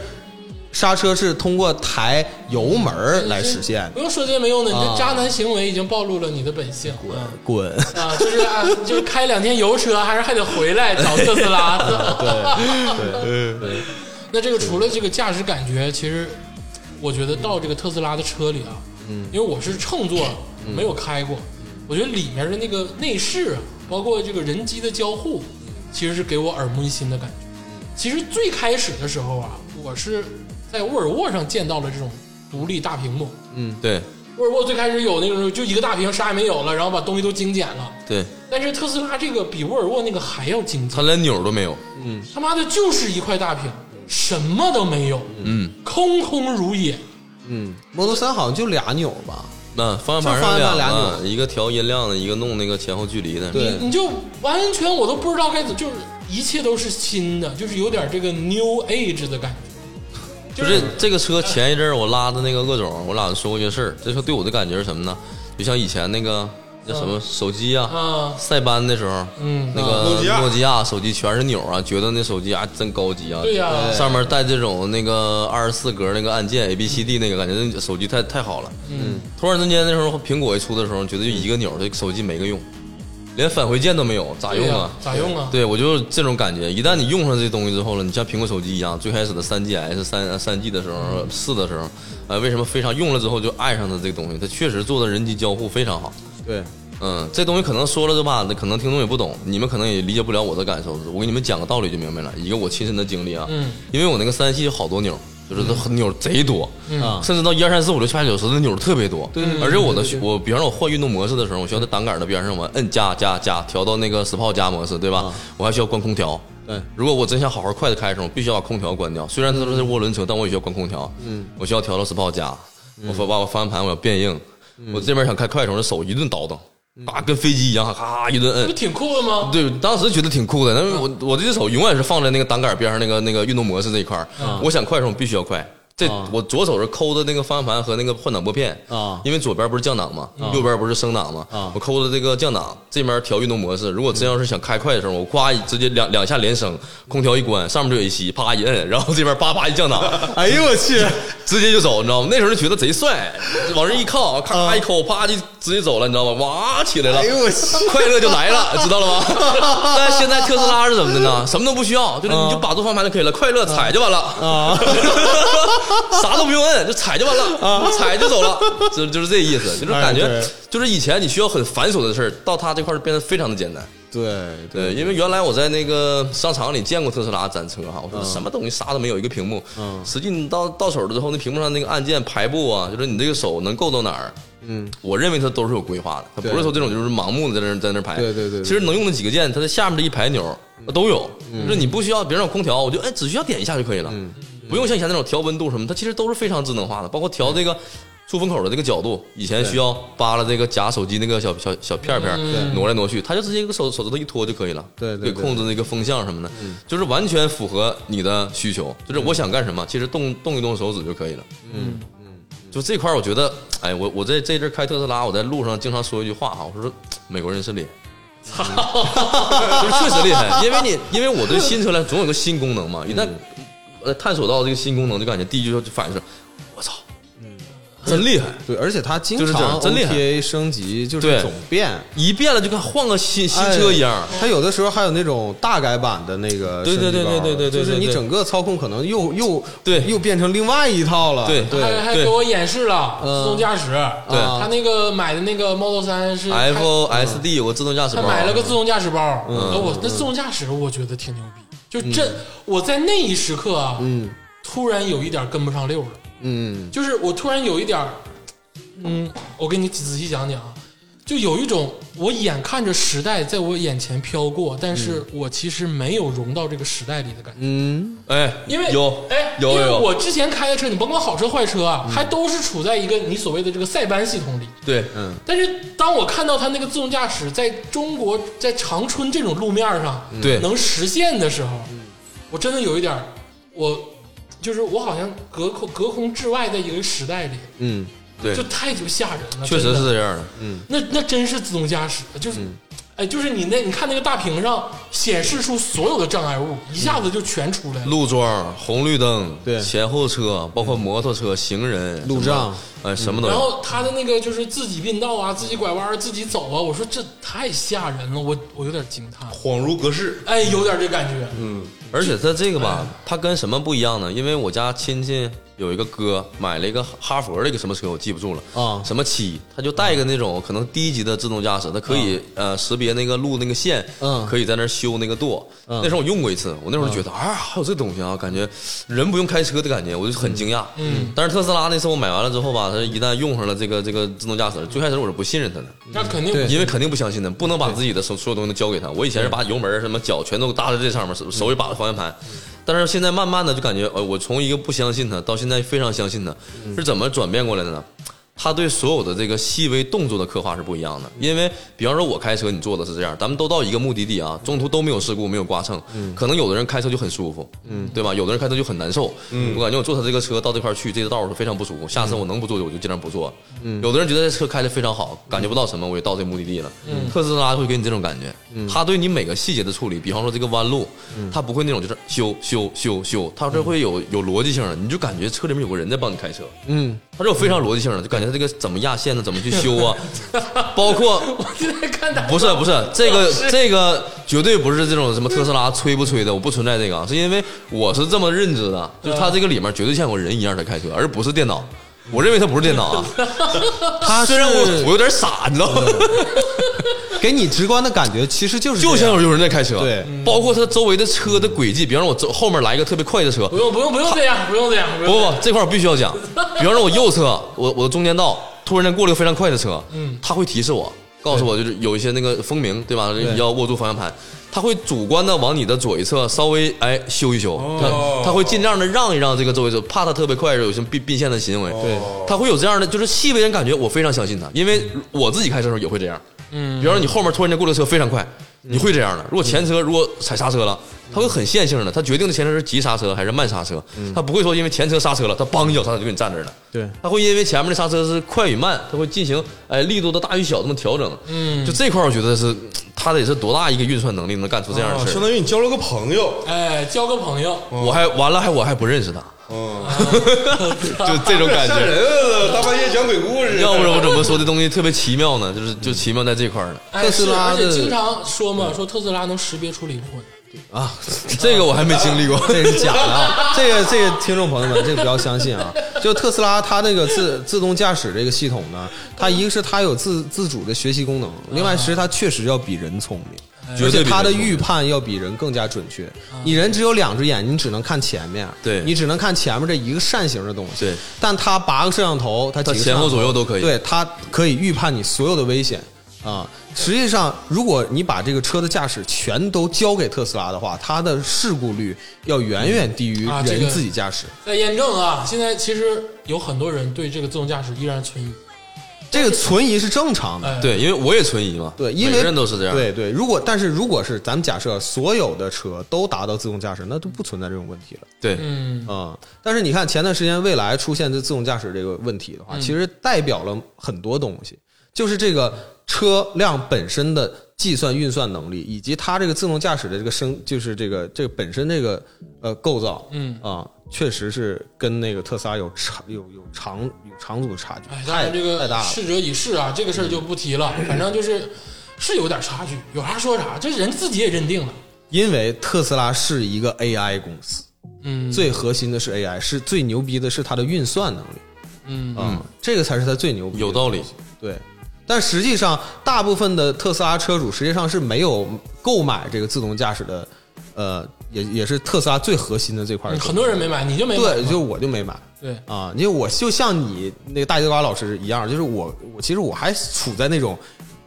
刹车是通过抬油门儿来实现不用说这些没用的，你这啊渣男行为已经暴露了你的本性。啊的，滚。啊，就是啊，就是开两天油车，还是还得回来找特斯拉。 *laughs* 对 *laughs* 对，那这个除了这个驾驶感觉，其实我觉得到这个特斯拉的车里啊，嗯，因为我是乘坐嗯没有开过，我觉得里面的那个内饰啊，包括这个人机的交互，其实是给我耳目一新的感觉。嗯其实最开始的时候啊，我是在沃尔沃上见到了这种独立大屏幕。对沃尔沃最开始有那种就一个大屏，啥也没有了，然后把东西都精简了。对，但是特斯拉这个比沃尔沃那个还要精简他，连钮儿都没有。他妈的就是一块大屏，什么都没有，嗯，空空如也。嗯，Model 三好像就俩钮儿 *laughs* 吧，那方向盘就方上向盘俩个，钮一个调音量的，一个弄那个前后距离的。对你就完全我都不知道该怎么，就是一切都是新的，就是有点这个 New Age 的感觉，就就是是这个车前一阵儿我拉的那个鄂总，我俩说过一个事儿。这车对我的感觉是什么呢？就像以前那个叫什么手机啊，啊，塞班的时候，嗯那个诺基亚诺基亚手机全是钮儿啊，觉得那手机啊真高级啊，对呀上面带这种那个二十四格那个按键 A B C D 那个感觉，那手机太太好了。嗯，突然之间那时候苹果一出的时候，觉得就一个钮儿，这手机没个用，连返回键都没有，咋对用呀啊？咋用啊？对，我就这种感觉。一旦你用上这东西之后了，你像苹果手机一样，最开始的三 GS、三三 G 的时嗯候、四的时候，呃，为什么非常用了之后就爱上它这个东西？它确实做的人机交互非常好。对，嗯，这东西可能说了的吧，那可能听众也不懂，你们可能也理解不了我的感受。我给你们讲个道理就明白了，一个我亲身的经历啊。嗯，因为我那个三系有好多钮，就是它嗯钮贼多，啊甚至到一二三四五六七八九十的钮特别多。对对对而且我的我，比方说我换运动模式的时候，我需要在档杆的边上我摁加加加，调到那个 Sport 加模式，对吧？我还需要关空调。啊对如果我真想好好快的开的时候，我必须要把空调关掉。虽然它都是涡轮车，但我也需要关空调。嗯，我需要调到 Sport 加，我嗯把把我方向盘我要变硬，我这边想开快的时候，手一顿倒腾，啊，跟飞机一样，咔一顿摁不。挺酷的吗？对，当时觉得挺酷的，但是我我这只手永远是放在那个挡杆边上那个那个运动模式这一块儿、嗯我想快的时候我必须要快。这、啊我左手是抠的那个方向盘和那个换挡拨片啊因为左边不是降档嘛，嗯右边不是升档嘛，啊我抠的这个降档，这边调运动模式。如果真要是想开快的时候，我呱一直接两两下连升，空调一关，上面就有一吸，啪一摁，然后这边叭叭一降档， *laughs* 哎呦我去，直接就走，你知道吗？那时候就觉得贼帅，往这一靠，咔啊一抠，啪就直接走了，你知道吗？哇起来了，哎呦我去。 *laughs* 快乐就来了，知道了吗？但现在特斯拉是怎么的呢？什么都不需要，就是你就把住方向盘就可以了，快乐踩就完了啊， *laughs* 啥都不用摁，就踩就完了啊，踩就走了，就就是这意思，就是感哎觉对就是以前你需要很繁琐的事儿，到它这块儿变得非常的简单。对对，因为原来我在那个商场里见过特斯拉展车哈，我说什么东西啥都没有，一个屏幕。嗯实际你到到手了之后，那屏幕上那个按键排布啊，就是你这个手能够到哪儿。嗯，我认为它都是有规划的，它不是说这种就是盲目的在那儿在那儿排。对对对对其实能用的几个键，它的下面的一排钮呃嗯都有，就是你不需要，比如说空调，我就哎只需要点一下就可以了，嗯不用像以前那种调温度什么，它其实都是非常智能化的，包括调这个。出风口的这个角度，以前需要扒拉这个夹手机那个小小小片片儿，挪来挪去，它就直接一个手手指头一拖就可以了。嗯对对对嗯可以控制那个风向什么的，就是完全符合你的需求。就是我想干什么，其实动动一动手指就可以了。嗯就这块儿，我觉得，哎，我我在这阵儿开特斯拉，我在路上经常说一句话哈，我说美国人是厉害， *laughs* 就是确实厉害，因为你因为我对新车来总有个新功能嘛，一旦呃探索到这个新功能，就感觉第一句就反应是，我操，嗯真厉害，对，而且它经就是这样常真厉害 OTA 升级，就对是总变。一变了就跟换个新新车一样哎，它有的时候还有那种大改版的那个对对对升级版对对对对就是对你对整个操控可能又又对又变成另外一套了。对还还给对我演示了嗯自动驾驶，啊对他那个买的那个 Model 三是 f o s d 有个自动驾驶哎他包，嗯呃买了个自动驾驶包，我那自动驾驶我觉得挺牛逼，就这，我在那一时刻啊，嗯，突然有一点跟不上溜了，嗯，就是我突然有一点儿，嗯，我给你仔细讲讲啊，就有一种我眼看着时代在我眼前飘过，但是嗯我其实没有融到这个时代里的感觉。哎，因为有哎，有嗯因为有有，我之前开的车，你甭管好车坏车啊，还都是处在一个你所谓的这个塞班系统里。对，但是当我看到它那个自动驾驶在中国在长春这种路面上，对能实现的时候，我真的有一点儿，我就是我好像隔空隔空至外的一个时代里，嗯，对就，太就吓人了，确实真的是嗯这样的。那那真是自动驾驶，就是，哎，就是你那你看那个大屏上显示出所有的障碍物，一下子就全出来了。路桩、红绿灯、对前后车，包括摩托车、行人、路障什么，哎，什么都然有。后他的那个就是自己并道啊，自己拐弯儿，自己走啊，我说这太吓人了，我我有点惊叹，嗯恍如隔世，哎，有点这感觉，而且它这个吧，它跟什么不一样呢？因为我家亲戚有一个哥买了一个哈佛的一个什么车，我记不住了啊什么七，他就带一个那种可能低级的自动驾驶，它可以呃识别那个路那个线，嗯可以在那儿修那个舵。那时候我用过一次，我那时候觉得啊，还有这东西啊，感觉人不用开车的感觉，我就很惊讶。嗯，但是特斯拉那次我买完了之后吧，它一旦用上了这个这个自动驾驶，最开始我是不信任它的。那肯定对因为肯定不相信的，不能把自己的所所有东西都交给他。我以前是把油门儿什么脚全都搭在这上面，手嗯手里把着方向盘，但是现在慢慢的就感觉，呃，我从一个不相信他到现在非常相信他，嗯是怎么转变过来的呢？他对所有的这个细微动作的刻画是不一样的，因为比方说我开车，你坐的是这样，咱们都到一个目的地啊，中途都没有事故，没有刮蹭，可能有的人开车就很舒服，嗯，对吧？有的人开车就很难受，嗯，我感觉我坐他这个车到这块儿去，这个道儿是非常不舒服，下次我能不坐就我就尽量不坐，嗯，有的人觉得这车开的非常好，感觉不到什么，我也到这目的地了，嗯，特斯拉会给你这种感觉，他对你每个细节的处理，比方说这个弯路，他不会那种就是修修修修，他这会有有逻辑性的，你就感觉车里面有个人在帮你开车，嗯，它这有非常逻辑性的，就感觉它这个怎么压线呢？怎么去修 *laughs* 啊？包括我现在看他不是不是这个这个绝对不是这种什么特斯拉吹不吹的，我不存在这个啊，是因为我是这么认知的，就是它这个里面绝对像有人一样在开车，而不是电脑。我认为它不是电脑 *laughs* 啊，它虽然我嗯是我有点傻，你知道吗？给你直观的感觉其实就是就这像样有人在开车，对，包括它周围的车的轨迹，比方说我走后面来一个特别快的车不，用不用不用这样，不用这样，不不用不这不样，，这块儿我必须要讲。比方说，我右侧，我我中间道突然间过了一个非常快的车，嗯他会提示我，告诉我就是有一些那个风鸣，对吧？要握住方向盘，他会主观的往你的左一侧稍微哎修一修，他他会尽量的让一让这个周围车，怕他特别快有些并并线的行为，对，他会有这样的就是细微的感觉，我非常相信他，因为我自己开车的时候也会这样。嗯，比方说你后面突然间过了车非常快，你会这样的。如果前车如果踩刹车了，它会很线性的，它决定的前车是急刹车还是慢刹车，它不会说因为前车刹车了，它梆一脚刹车就给你站这儿了。对它会因为前面的刹车是快与慢，它会进行哎力度的大与小这么调整。嗯，就这块儿我觉得是它得是多大一个运算能力能干出这样啊的事相儿。当于你交了个朋友，哎，交个朋友，我还完了还我还不认识他，嗯， *laughs* 就这种感吓觉。人啊！大半夜讲鬼故事，要不然我怎么说这东西特别奇妙呢？就是就奇妙在这块儿呢。哎，特斯是拉而且的经常说嘛，说特斯拉能识别出灵魂，啊，这个我还没经历过。这是假的啊！这个这个听众朋友们，这个不要相信啊！就特斯拉它那个自自动驾驶这个系统呢，它一个是它有自自主的学习功能，另外其实它确实要比人聪明，哎绝而对且比它的人聪明啊预判要比人更加准确。你人只有两只眼，你只能看前面，对你只能看前面这一个扇形的东西。对但它八个摄像头，它几个它前后摄像头左右都可以对，它可以预判你所有的危险。啊，实际上，如果你把这个车的驾驶全都交给特斯拉的话，它的事故率要远远低于啊这个人自己驾驶。在验证啊。现在其实有很多人对这个自动驾驶依然存疑，这个存疑是正常的，哎，，对，因为我也存疑嘛。对，嗯因每为个人都是这样。对对，如果但是如果是咱们假设所有的车都达到自动驾驶，那就不存在这种问题了。对嗯，啊、但是你看前段时间未来出现这自动驾驶这个问题嗯的话，其实代表了很多东西，就是这个车辆本身的计算运算能力，以及它这个自动驾驶的这个生，就是这个这个本身这个呃构造，嗯啊、确实是跟那个特斯拉有长有有长有长足的差距哎，，当太然这太个大了。逝者已逝啊，这个事儿就不提了，反正就是是有点差距，有啥说啥，这人自己也认定了，因为特斯拉是一个 AI 公司，嗯，最核心的是 AI，是最牛逼的是它的运算能力，嗯啊、这个才是它最牛逼的有道理。对，但实际上，大部分的特斯拉车主实际上是没有购买这个自动驾驶的呃，也也是特斯拉最核心的这块儿。嗯很多人没买，你就没买对，嘛就我就没买对啊，因为我就像你那个大地瓜老师一样，就是我我其实我还处在那种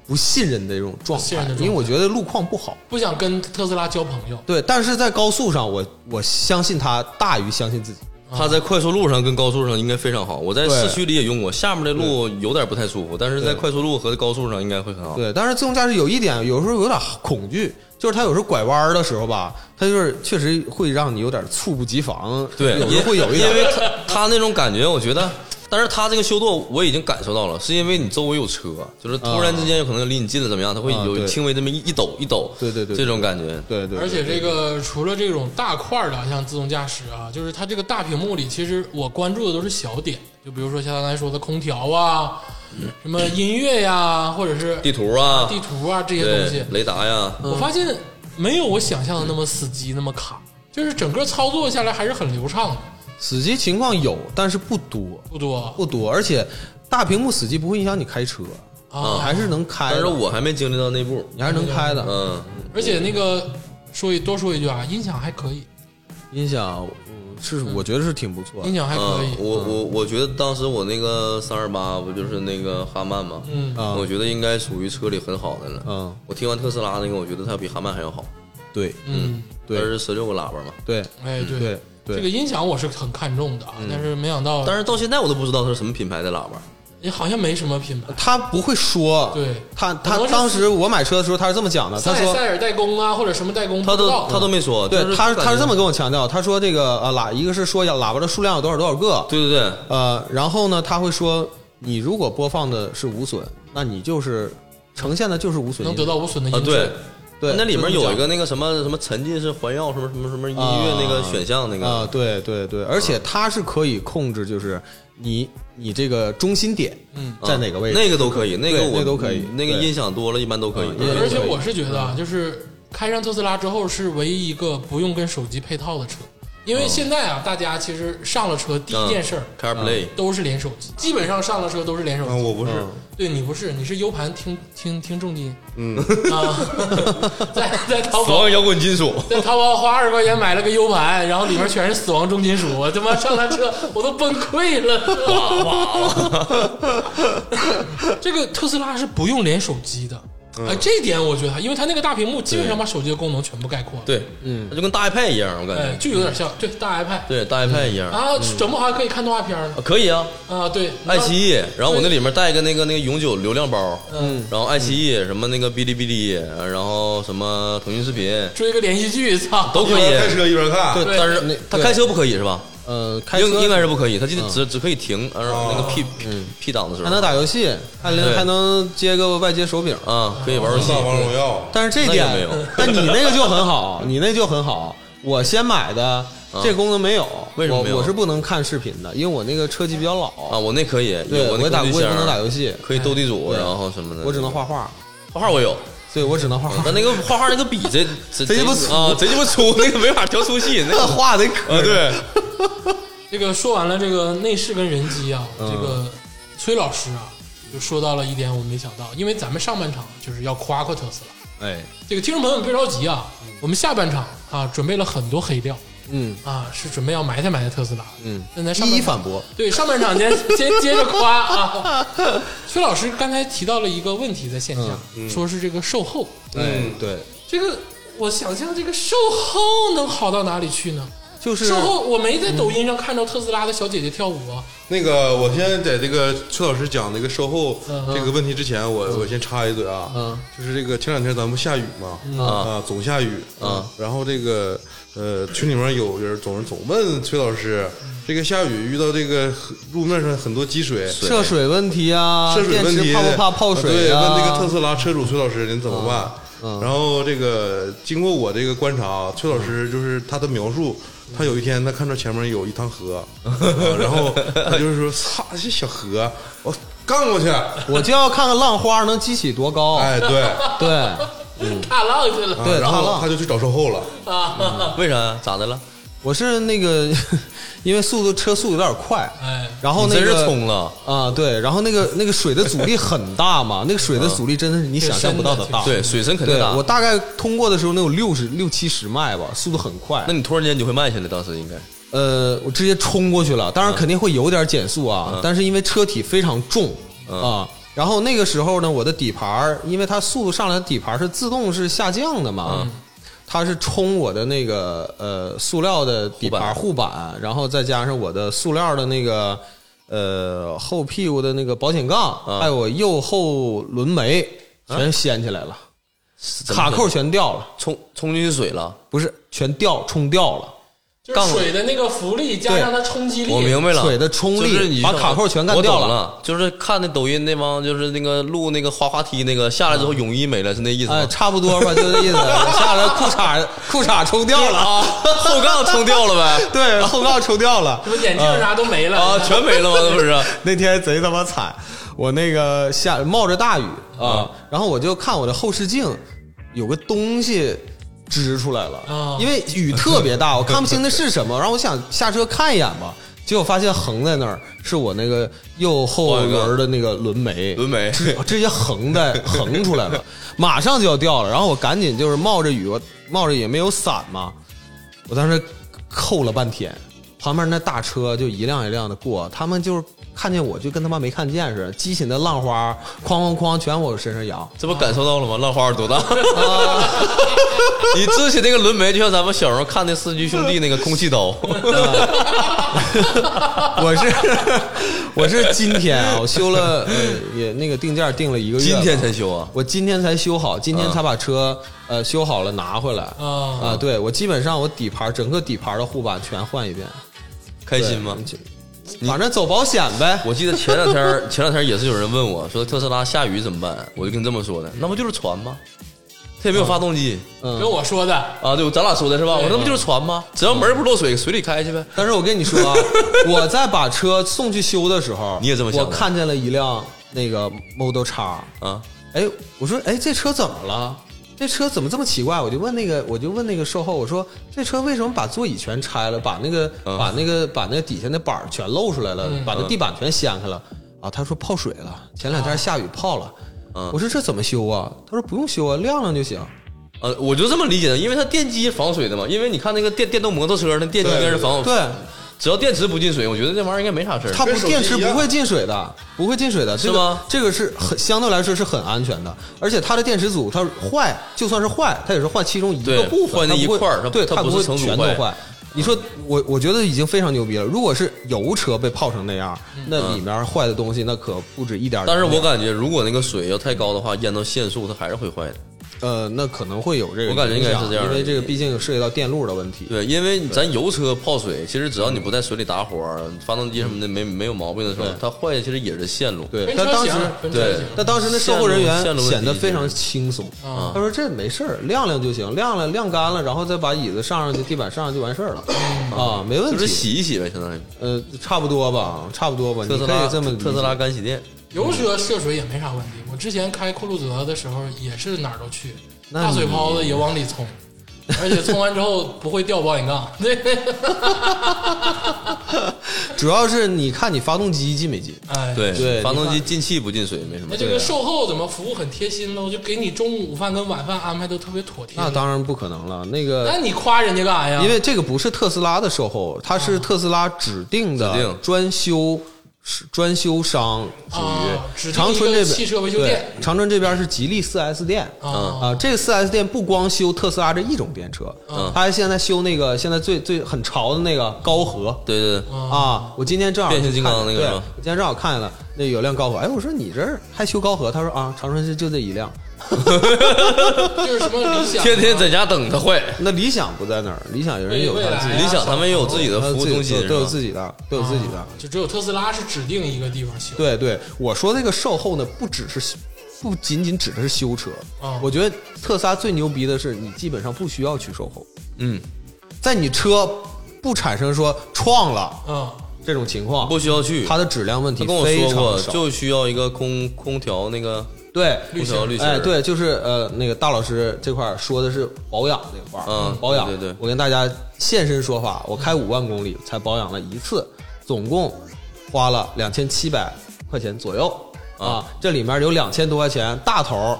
不信任的这种状信态任的，状态因为我觉得路况不好。不想跟特斯拉交朋友。对，但是在高速上，我我相信它大于相信自己。嗯它在快速路上跟高速上应该非常好。我在对市区里也用过，下面的路有点不太舒服，但是在对快速路和高速上应该会很好。对，但是自动驾驶有一点，有时候有点恐惧，就是它有时候拐弯儿的时候吧，它就是确实会让你有点猝不及防，对，有时因候会有一点因为它它那种感觉，我觉得，但是它这个修舵我已经感受到了，是因为你周围有车，就是突然之间有可能离你近了怎么样，它会啊有对轻微这么一抖一抖，对对对这种感觉。对对，而且这个除了这种大块儿的，像自动驾驶啊，就是它这个大屏幕里，其实我关注的都是小点，就比如说像刚才说的空调啊，什么音乐呀、或者是地图啊，地图啊这些东西嗯对，，雷达呀，我发现没有我想象的那么死机、那么卡，就是整个操作下来还是很流畅的，啊死机情况有，但是不多不多不多，而且大屏幕死机不会影响你开车，啊。还是能开但是的，我还没经历到那步。你还是能开的。嗯，而且那个说一多说一句啊，音响还可以，音响嗯是我觉得是挺不错的音响还可嗯啊以，我我我觉得当时我那个三二八不就是那个哈曼嘛，嗯啊，我觉得应该属于车里很好的了。嗯，我听完特斯拉那个，我觉得它比哈曼还要好。对嗯，它对是十六个喇叭嘛。对哎对嗯对这个对，嗯音响我是很看重的啊，但是没想到，但是到现在我都不知道它是什么品牌的喇叭。也好像没什么品牌。他不会说，对他可他能是当时我买车的时候他是这么讲的，他塞说塞尔代工啊，或者什么代工，啊他不都知道他都没说，就对是他感觉他是这么跟我强调，他说这个呃喇，一个是说喇叭的数量有多少多少个，对对对，呃，然后呢他会说，你如果播放的是无损，那你就是呈现的就是无损能音得质，到无损的啊音对质。，对，那里面就有是一这个样那个什么什么沉浸式环绕什么什么什么音啊乐那个选项那啊、个，对对对，而且它是可以控制，就是你你这个中心点嗯在哪个位置，那个都可以，那个对我嗯那都可以那个对音响多了一般都可以嗯。对而且啊我是觉得啊，就是开上特斯拉之后，是唯一一个不用跟手机配套的车，因为现在啊，大家其实上了车第一件事儿嗯啊 CarPlay 都是连手机，基本上上了车都是连手啊，嗯机。我不是，对你不是，你是 U 盘听听听重金，嗯啊， *laughs* 在在淘宝摇滚金属， *laughs* 在淘宝花二十块钱买了个 U 盘，然后里面全是死亡重金属，我他妈上他车我都崩溃了。哇哇！这个特斯拉是不用连手机的，嗯哎，这一点我觉得它，因为它那个大屏幕基本上把手机的功能全部概括了，，对，嗯，就跟大 iPad 一样，我感哎，觉，就有点像对大 iPad 对，大嗯 iPad 一样，啊啊，整不好还可以看动画片呢可以啊，啊，对，爱奇艺，然后我那里面带一个那个那个永久流量包，嗯，然后爱奇艺什么那个哔哩哔哩，呃然后什么腾讯视啊频追个连续剧，操，都一可边开以，车一边看，对但那是他开车不可以是吧？呃，开车嗯哦应应该是不可以，它就只只可以停，呃，那个 P P- P 档的时还能候打游戏，还能对还能接个外接手柄，啊，可以玩游戏大。王荣耀，但是这那点也没有，但你那个就很好，你那就很好。我先买的这功能没有，为什么我没有我是不能看视频的，因为我那个车机比较老，啊，我那可以，对有我也那打工具我也不箱能打游戏，可以斗地主，对然后什么的，我只能画画，画画，我有，所以我只能画画但。那个画画那个笔 *laughs* 贼贼贼鸡巴粗啊，贼鸡巴粗，那个没法调粗细，那 *laughs* 那个画得可啊 *laughs* 对，这个说完了这个内饰跟人机啊，嗯这个崔老师啊，就说到了一点我没想到，因为咱们上半场就是要夸夸特斯拉。哎，这个听众朋友们别着急啊，我们下半场啊准备了很多黑料嗯啊，是准备要埋汰埋汰特斯拉。嗯，那咱上一半一场反驳。对上半 *laughs* 场先先接着夸啊。崔老师刚才提到了一个问题在线下，嗯说是这个售后，哎，对，这个我想象这个售后能好到哪里去呢？就是啊售后我没在抖音上看着特斯拉的小姐姐跳舞啊，那个，我先在这个崔老师讲那个售后嗯嗯这个问题之前，我我先插一嘴啊，嗯就是这个前两天咱们不下雨嘛，啊，总下雨啊，然后这个呃群里面有人总总问崔老师，这个下雨遇到这个路面上很多积水。涉水问题啊，涉水问电池题怕不怕泡水对，啊？嗯问这个特斯拉车主崔老师您怎么办？然后这个经过我这个观察啊，崔老师就是他的描述，他有一天他看到前面有一 *laughs* 趟河，啊然后他就是说：“操，这小河，我干过去。” *laughs* 我就要看看浪花能激起多高。*laughs* 哎，对，对，踏浪去了嗯对嗯啊然踏后浪他就去找售后了。啊。为啥呀？咋的了？我是那个 *laughs* 因为速度车速有点快，哎，然后你那真个是冲了。啊，对，然后那个那个水的阻力很 *laughs* 大嘛，那个水的阻力真的是你想象不到的大。对，水深肯定啊对，大我。大概通过的时候能有六十六七十迈吧，速度很快。那你突然间你就会慢下来，当时应该呃，我直接冲过去了，当然肯定会有点减速啊，但是因为车体非常重啊、然后那个时候呢，我的底盘儿因为它速度上来，底盘儿是自动是下降的嘛，它是冲我的那个呃塑料的底盘儿护板，然后再加上我的塑料的那个呃后屁股的那个保险杠，还有我右后轮眉全掀起来了，卡扣全掉了，冲冲进去水了。不是全掉冲掉了。就是水的那个浮力加上它冲击力，我明白了，水的冲力就是你把卡扣全干我懂掉了了。就是看那抖音那帮，就是那个录那个滑滑梯那个下来之后泳衣没了，是那意思哎，吗？差不多吧，就 *laughs* 这意思。下来裤衩裤衩冲掉了 *laughs* 啊，后杠冲掉了 *laughs* 呗？对，后杠冲掉了呃什。么眼镜啥都没了啊，全没了吗？那不是？那天贼他妈惨，我那个下冒着大雨啊啊，然后我就看我的后视镜有个东西支出来了啊，因为雨特别 *laughs* 大，我看不清那是什么。然后我想下车看一眼吧，结果发现横在那儿是我那个右后轮的那个轮眉，轮眉直直接哦横在横出来了，马上就要掉了。然后我赶紧就是冒着雨，我冒着也没有伞嘛，我当时扣了半天，旁边那大车就一辆一辆的过，他们就是看见我就跟他妈没看见似的，激起那浪花哐哐哐全往我身上扬。 *laughs* 这不感受到了吗？浪花有多 *laughs* 大？你支起那个轮眉，就像咱们小时候看那四驱兄弟那个空气 *laughs* 刀，啊我是 *laughs* 我是今天啊，我修了呃也那个定价定了一个月，今天啊才。修啊。我今天才修好，今天才把车、呃修好了拿回来啊、啊对我基本上我底盘整个底盘的护板全换一遍，开心吗？对？反正走保险呗。 *laughs* 我记得前两天儿，前两天儿也是有人问我说特斯拉下雨怎么办，我就跟这么说的，那不就是船吗？它也没有发动机嗯跟我说的，啊，对，我咱俩说的是吧？我说那不就是船吗？只要门儿不漏水，水里开去呗。但是我跟你说 *laughs* 啊，我在把车送去修的时候，你也这么想我的看见了一辆那个 Model X，啊，哎，我说哎，这车怎么了？这车怎么这么奇怪？我就问那个，我就问那个售后，我说这车为什么把座椅全拆了，把那个、嗯把那个把那底下那板儿全露出来了，把那地板全掀开了啊？他说泡水了，前两天下雨泡了。啊嗯我说这怎么修啊？他说不用修啊，晾晾就行。呃，我就这么理解的，因为它电机防水的嘛，因为你看那个电电动摩托车那电机应该是防，对，只要电池不进水，我觉得这玩意儿应该没啥事儿。它不跟手机电池一不样会进水的，不会进水的，这是个吗这个是很相对来说是很安全的，而且它的电池组它坏，就算是坏，它也是坏其中一个对部分，换那它不会一块儿它对，它它不会是成组全都坏坏。你说我我觉得已经非常牛逼了。如果是油车被泡成那样，嗯那里面坏的东西那可不止一点儿。但是我感觉，如果那个水要太高的话，淹到限速，它还是会坏的。呃，那可能会有这个影响，我感觉应该是这样的嗯因为这个毕竟涉及到电路的问题。对，因为咱油车泡水，其实只要你不在水里打火儿，发动机什么的没没有毛病的时候嗯对，它坏的其实也是线路。对，跟但车当时型跟车对型但当时那售后人线员路线路问题显得非常轻松，啊他说这没事儿，晾晾就行，晾了晾干了，然后再把椅子上上去，地板上上就完事儿了啊，没问嗯就是题。洗一洗呗，相当于呃，差不多吧，差不多吧，特你斯可以拉这么理解特斯拉干洗店，油车涉水也没啥问题。我之前开库路泽的时候也是哪儿都去，那大嘴泡子也往里 *laughs* 冲，而且冲完之后不会掉保险杠。 *laughs* 对，主要是你看你发动机进没进，哎，对对啊发动你机进气不进水没什么那。这对个售后怎么服务很贴心呢？我就给你中午午饭跟晚饭安排都特别妥帖。那当然不可能了。那那个，你夸人家干啥呀？因为这个不是特斯拉的售后，它是特斯拉指定啊指的定专修专修商，属啊于指定长春一这个边汽车维修对店长春这边是吉利 4S 店啊哦啊，这个 4S 店不光修特斯拉这一种电车，嗯它还现在修那个现在最最很潮的那个高和。对对，啊！我今天正哦好变形金刚看见那个对是我吧今天正好看见了，那有辆高和，哎，我说你这儿还修高和？他说啊，长春市就这一辆，就是什么理 *laughs* 想啊，天天在家等它坏。那理想不在那儿，理想有人有未他来自啊己，理想他们也有自己的他服务自己中心都，都是吧有哦自己的，都有自己的。啊就只有特斯拉是指定一个地方修。对对，我说这个售后呢，不只是不仅仅指的是修车啊，我觉得特斯拉最牛逼的是，你基本上不需要去售后，嗯，在你车不产生说撞了嗯，这种情况，不需要去。它的质量问他题跟我非说常过，少。就需要一个空空调那个对，空调滤芯儿哎，对，就是呃，那个大老师这块儿说的是保养这块儿，嗯保养，对对对我跟大家现身说法，我开五万公里才保养了一次，总共花了两千七百块钱左右啊啊，这里面有两千多块钱大头儿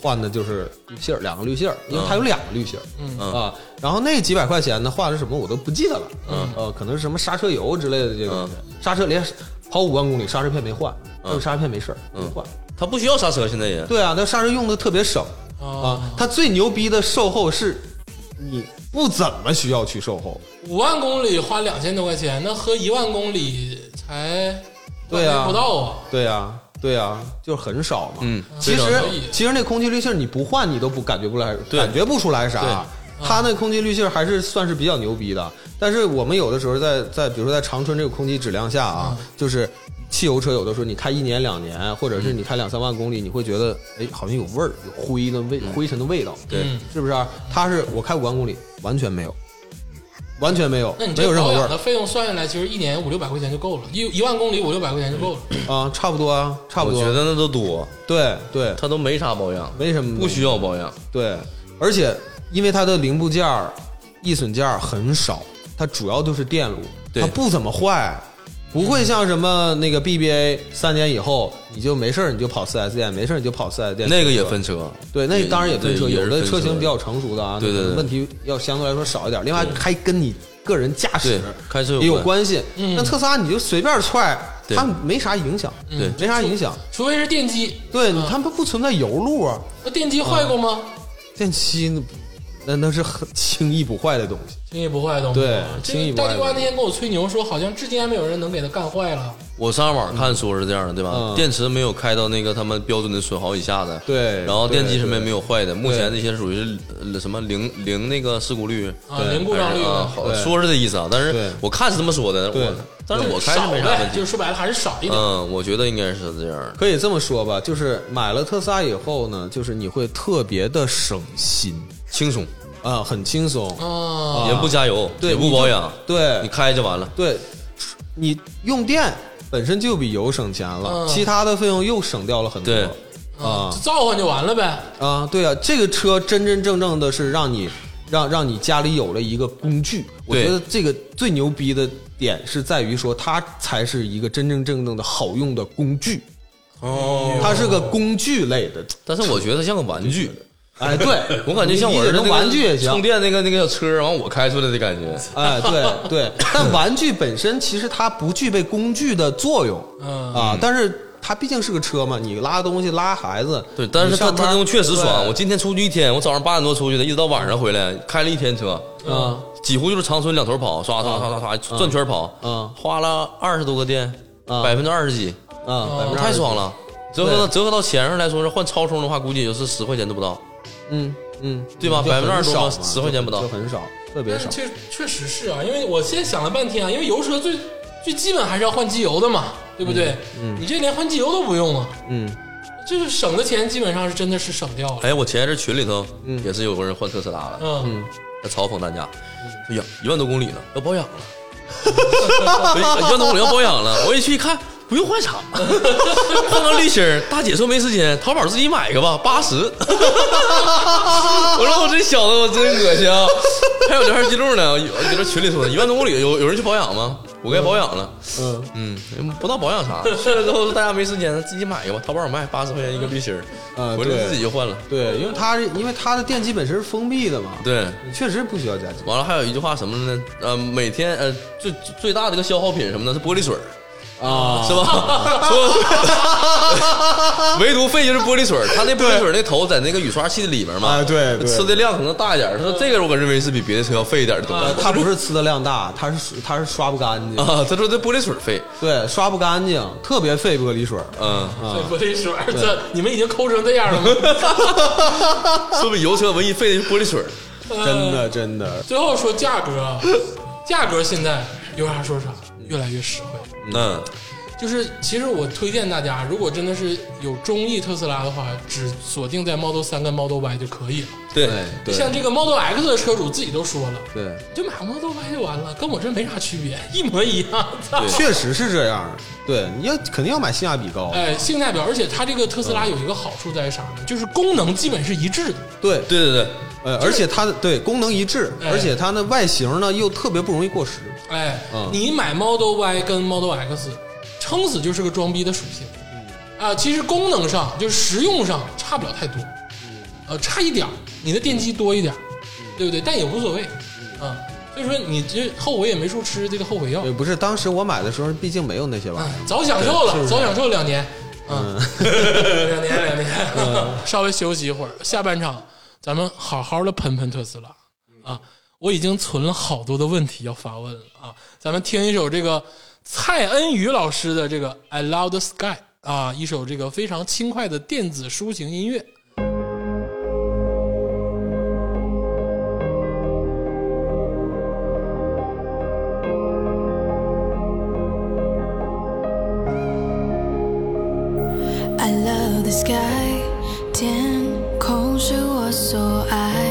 换的就是滤芯儿，两个滤芯儿，因为它有两个滤芯儿，啊嗯啊，然后那几百块钱呢花的是什么我都不记得了，嗯呃，可能是什么刹车油之类的这个嗯，刹车连跑五万公里刹车片没换，嗯用刹车片没事儿没嗯换。他不需要刹车，现在也对啊，那刹车用的特别省哦啊。它最牛逼的售后是，你不怎么需要去售后。五万公里花两千多块钱，那合一万公里才对半啊年不到啊，对啊，对啊，就是很少嘛。嗯其非实常可以其实那空气滤芯你不换你都不感觉不来，对感觉不出来对啥嗯啊。它那空气滤芯还是算是比较牛逼的，但是我们有的时候在在比如说在长春这个空气质量下啊，嗯就是汽油车有的时候你开一年两年，或者是嗯你开两三万公里，你会觉得哎好像有味儿，有灰的味灰尘的味道。对嗯是不是、它是我开五万公里，完全没有，完全没有那你，没这有任何保味养儿的费用算下来，其实一年五六百块钱就够了，一一万公里五六百块钱就够了。啊，差不多啊，差不我多。觉得那都多，对对，他都没啥保养，没什么，不需要保养。对，而且因为它的零部件儿、易损件儿很少，它主要都是电路，对它不怎么坏，不会像什么那个 BBA 三年以后你就没事儿你就跑四 S 店，没事儿你就跑四 S 店，那个也分车，对，那当然也分车，对也有是的分车型车比较成熟的啊，对对对问题要相对来说少一点。另外还跟你个人驾驶对开车有也有关关系。嗯那特斯拉你就随便踹，对它没啥影响，对没啥影响。除非是电机，对，嗯它们不存在油路啊，那电机坏过吗？嗯电机那那那是很轻易不坏的东西。轻易不坏的东西对啊。这轻易个不坏大的地瓜那天跟我吹牛说，好像至今还没有人能给它干坏了。我上网看说是这样的，对吧嗯？电池没有开到那个他们标准的损耗以下的，对然后电对机上面对没有坏的，目前这些属于是呃什么零零那个事故率啊零故障率啊，好说是这意思啊，但对是我看是这么说的，对我但是我开是少没啥呗问，就题是。说白了还是少一点。嗯，我觉得应该是这样的。可以这么说吧，就是买了特斯拉以后呢，就是你会特别的省心轻松，啊、很轻松。啊，也不加油，对也不保养，对，你开就完了。对，你用电本身就比油省钱了，嗯其他的费用又省掉了很多。对啊就造化就完了呗。啊，对啊，这个车真真正正的是让你让让你家里有了一个工具。我对觉得这个最牛逼的点是在于说，它才是一个真真正正的好用的工具，哦，它是个工具类的。但是我觉得像个玩具，哎，对 *laughs* 我感觉像我你儿子那理解成个玩具也充行。电那个那个小车，然后我开出来的感觉。哎，对 *laughs* 对，但玩具本身其实它不具备工具的作用。嗯啊，但是它毕竟是个车嘛，你拉东西拉孩子，对，但是它它它用确实爽。我我今天出去一天，我早上八点多出去的，一直到晚上回来，开了一天车，嗯，几乎就是长春两头跑，刷刷刷刷刷转圈跑，嗯花了二十多个电，嗯百分之二十几，啊，百分之哦太爽了，了。折合到对折合到钱上来说，是换超充的话，估计也就是十块钱都不到，嗯嗯，对吧？就百很分之二十少多，嘛十块钱不到就。很少，特别但是少。确确实是啊，因为我现在想了半天啊，因为油车最最基本还是要换机油的嘛，对不对？你这连换机油都不用啊，嗯，就是省的钱基本上是真的是省掉了。哎，我前一阵群里头嗯也是有个人换特斯拉了，嗯，他嘲讽大家，嗯哎呀，一万多公里了，要保养了，对一万多公里要保养了。我一去一看，不用换啥， *laughs* 换个滤芯儿。大姐说没时间，淘宝自己买一个吧，八十。我说我这小子，我真恶心啊！还有聊天记录呢，有有在群里说的，一万多公里有有人去保养吗？我该保养了，嗯嗯，不知道保养 *laughs* 啥。去了之后大家没时间，自己买一个吧，淘宝上卖八十块钱一个滤芯啊儿，回来对自己就换了。对，因为它因为它的电机本身是封闭的嘛，，对，确实不需要加机。完了还有一句话什么呢？呃，每天呃最最最大的一个消耗品什么呢？是玻璃水儿啊是吧？说 *laughs* 唯独费就是玻璃水儿，它那玻璃水儿那头在那个雨刷器里面嘛，啊对对吃的量可能大一点儿。他说这个我认为是比别的车要费一点儿的东呃西它不是呲的量大，它是它是刷不干净，啊。他说这玻璃水儿费，对，刷不干净，特别费玻璃水儿。嗯，这啊玻璃水，这你们已经抠成这样了吗？ *laughs* 说比油车唯一费的是玻璃水儿。真的真的，最后说价格啊，价格现在有啥说啥，越来越实惠。嗯，就是其实我推荐大家，如果真的是有中意特斯拉的话，只锁定在 Model 3跟 Model Y 就可以了。对对像这个 Model X 的车主自己都说了，对，你就买个 Model Y 就完了，跟我这没啥区别，一模一样。啊操确实是这样的。对，你要肯定要买性价比高。 *laughs* 哎，性价比，而且它这个特斯拉有一个好处在于啥呢？就是功能基本是一致的。对，对对对，呃，而且它的对功能一致，哎而且它的外形呢又特别不容易过时。哎，嗯你买 Model Y 跟 Model X，撑死就是个装逼的属性。啊，其实功能上就是实用上差不了太多，呃，差一点儿你的电机多一点儿，对不对？但也无所谓，啊，所以说你这后悔也没处吃这个后悔药也，呃不是，当时我买的时候毕竟没有那些玩啊嗯意儿。，早享受了，早享受两年，啊， *laughs* 两年两年， *laughs* 稍微休息一会儿，下半场咱们好好的喷喷特斯拉啊！我已经存了好多的问题要发问了啊！咱们听一首这个蔡恩宇老师的这个《I Love the Sky》啊，一首这个非常轻快的电子抒情音乐。 I love the sky，天空是我所爱。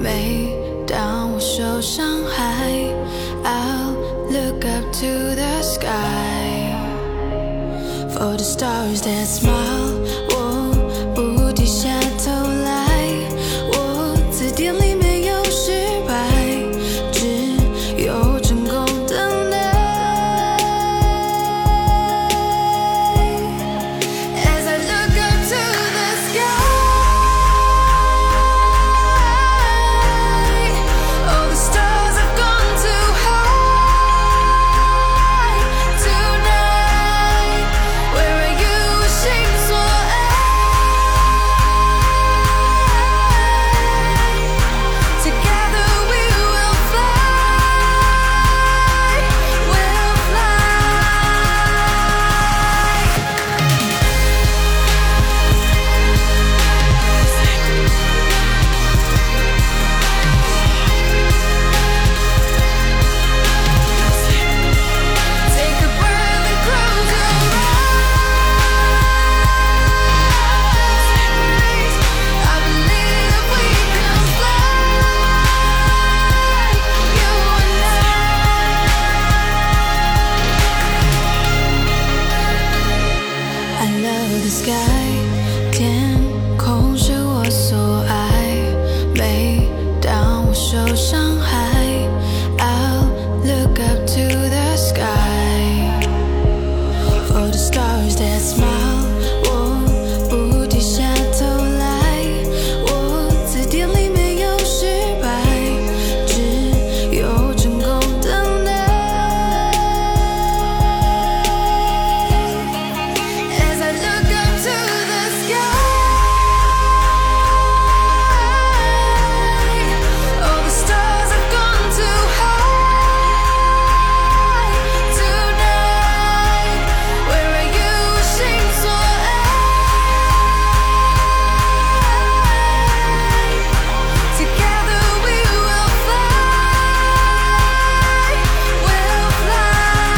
每当我受伤害，I'll look up to the sky for the stars that smile。我不低下头来，我字典里没有失败，只有成功等待。As I look up to the sky, all the stars have gone too high tonight. Where are you, shapes will Together we will fly, will fly. Take a breath and close your eyes. I believe we can fly, you and I. I love the sky，天空是我所爱。每当我受伤害，I'll look up to the sky for the stars that smile。我不低下头来，我字典里没有失败，只有成功等待。As I look up to the sky, all the stars have gone too high tonight. Where are you, shapes will Together we will fly, will fly.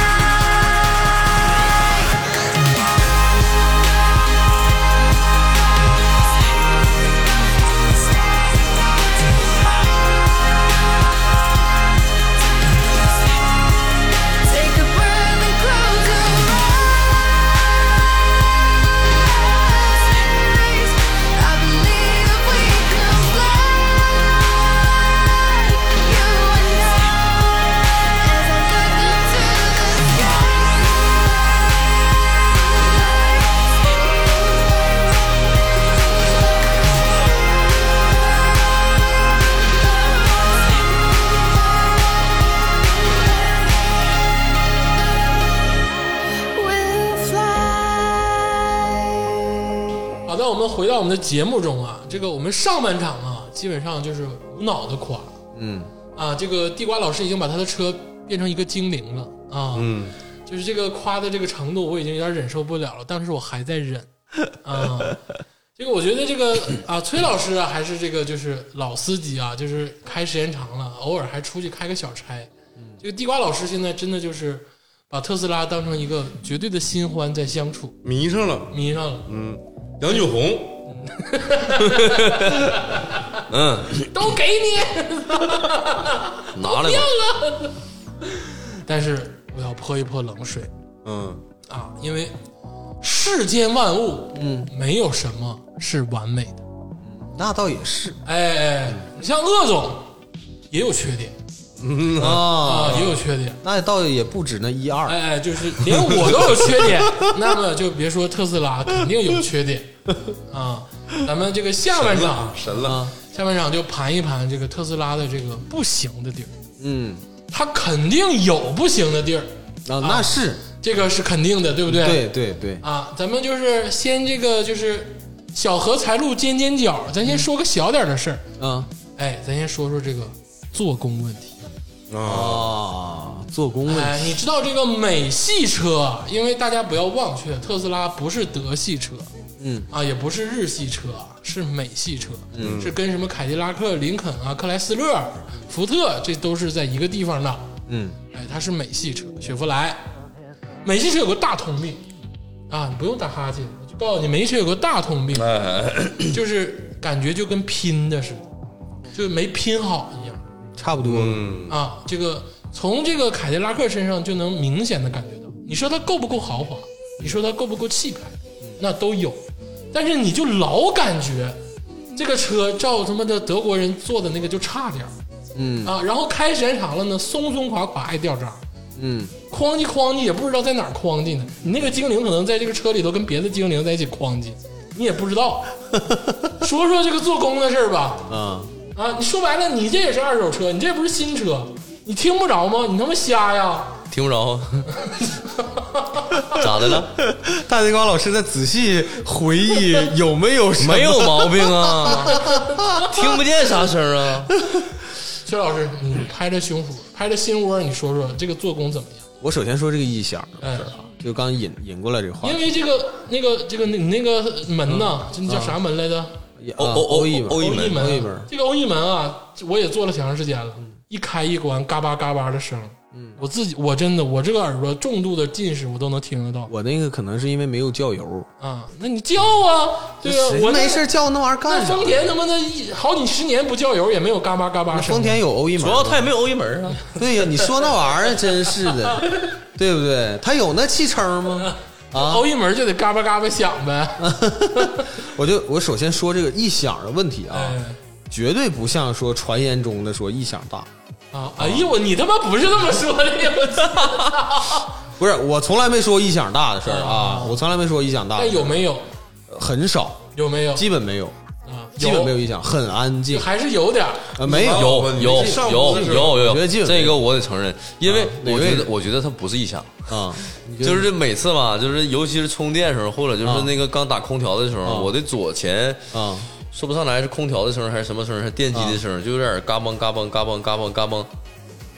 Take a breath and close your eyes. I believe we can fly, you and I. As I look up to the sky, we'll fly. 好的，我们回到我们的节目中啊，这个我们上半场啊，基本上就是无脑的夸，嗯，啊，这个地瓜老师已经把他的车变成一个精灵了啊，嗯，就是这个夸的这个程度，我已经有点忍受不了了，但是我还在忍啊。这个我觉得这个啊，崔老师啊，还是这个就是老司机啊，就是开时间长了，偶尔还出去开个小差。这个地瓜老师现在真的就是把特斯拉当成一个绝对的新欢在相处，迷上了。迷上了，杨九红，都给你。拿来吧，但是我要泼一泼冷水嗯，啊，因为世间万物，嗯，没有什么是完美的。那倒也是哎哎，你像鄂总也有缺点啊，嗯啊，也有缺点。那倒也不止那一二。哎哎，就是连我都有缺 *laughs* 点，那么就别说特斯拉肯定有缺点啊。咱们这个下半场神了，下半场就盘一盘这个特斯拉的这个不行的地儿，嗯，它肯定有不行的地儿，啊，那是这个是肯定的，对不对？对对对，啊，咱们就是先这个就是小荷才露尖尖角，咱先说个小点儿的事儿。嗯哎，咱先说说这个做工问题。啊，啊，做工问哎，题你知道这个美系车啊，因为大家不要忘却，特斯拉不是德系车，嗯啊，也不是日系车啊，是美系车，嗯，是跟什么凯迪拉克、林肯啊、克莱斯勒、福特，这都是在一个地方的。嗯，哎，它是美系车，雪佛兰。美系车有个大通病啊，你不用打哈欠，我就告诉你，美系车有个大通病，哎就是感觉就跟拼的似的，就没拼好一样。差不多。嗯，啊，这个从这个凯迪拉克身上就能明显的感觉到，你说它够不够豪华，你说它够不够气派，那都有，但是你就老感觉这个车照他妈的德国人做的那个就差点儿嗯啊，然后开时间长了呢，松松垮垮爱掉渣，嗯，哐叽哐叽也不知道在哪儿哐叽呢，你那个精灵可能在这个车里头跟别的精灵在一起哐叽，你也不知 *laughs* 道。说说这个做工的事儿吧，啊，啊，你说白了，你这也是二手车，你这不是新车，你听不着吗？你他妈瞎呀！ *laughs* 听不着，咋的了？ *laughs* 大地瓜老师在仔细回忆 *laughs* 有没有什么 *laughs* 没有毛病 *laughs* 啊，听不见啥声儿啊，薛老师，你拍着胸脯，拍着心窝，你说说这个做工怎么样？我首先说这个异响，哎，就刚引引过来这个话因题，为这个那个这个你那个门呐，这叫啥门来着？哦欧啊欧欧一欧门一门，门欧欧一一门这个欧一门啊，我也做了挺长时间了，一开一关，嘎巴嘎巴的声，我自己我真的我这个耳朵重度的近视，我都能听得到我那个可能是因为没有叫油，啊。那你叫啊，对啊，我谁那没事叫那玩意儿那干啥？丰田他妈的一好几十年不叫油，也没有嘎巴嘎巴声。 *laughs* 丰田有欧一门主吗，要他也没有欧一门啊，对呀，你说那玩意儿真是 *laughs* 的，对不对？他有那气撑吗？啊，熬一门就得嘎巴嘎巴响呗。 *laughs* 我就我首先说这个异响的问题啊，哎绝对不像说传言中的说异响大，啊，哎呦我你他妈不是这么说的，我操！ *laughs* 不是我从来没说异响大的事儿啊，我从来没说异响大那的事儿，哎有没有？很少，有没有？基本没有，啊，基本没有异响，很安静，还是有点儿呃，没有，哎有有啊你上有次是有我觉有得基有，本没这有个我得承认，因为哪我觉位得我觉得他不是异响，啊，就是这每次吧，就是尤其是充电时候，或者就是那个刚打空调的时啊候，我的左前啊，说不上来是空调的声儿还是什么声儿，还是电机的声儿，就有点嘎嘣嘎嘣嘎嘣嘎嘣嘎嘣，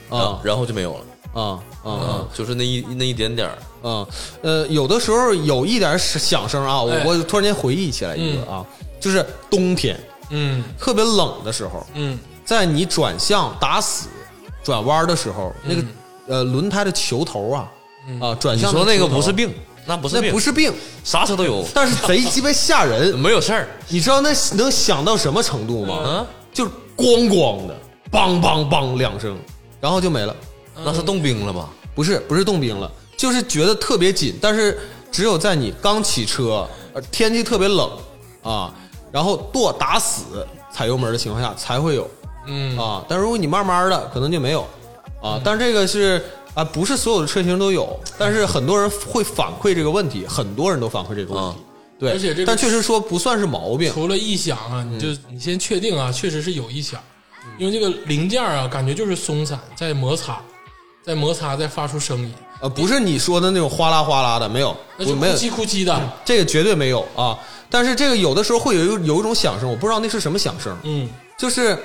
然后啊然后就没有了，啊啊啊嗯，就是那一那一点点儿，啊，呃，有的时候有一点响声啊，我哎我突然间回忆起来一个啊，就是冬天嗯特别冷的时候，嗯在你转向打死转弯的时候，嗯那个呃轮胎的球头啊啊转你向的说那个球头不是，病，那不是那病，不是病，啥车都有，但是贼鸡巴 *laughs* 吓人，没有事儿，你知道那能响到什么程度吗？嗯，就是咣咣的，梆梆梆两声，然后就没了。那是冻冰了吧？不是不是冻冰了，就是觉得特别紧，但是只有在你刚起车，呃天气特别冷啊，然后跺打死踩油门的情况下才会有嗯啊。但如果你慢慢的，可能就没有啊。但这个是啊，不是所有的车型都有，但是很多人会反馈这个问题，很多人都反馈这个问题。对，嗯而且这个但确实说不算是毛病，除了异响啊，嗯你就你先确定啊，确实是有异响，因为这个零件啊，感觉就是松散，在摩擦，在摩擦，在发出声音，呃，不是你说的那种哗啦哗啦的，没有，那就我哭没有，唧哭唧的，这个绝对没有啊。但是这个有的时候会有一有一种响声，我不知道那是什么响声，嗯就是，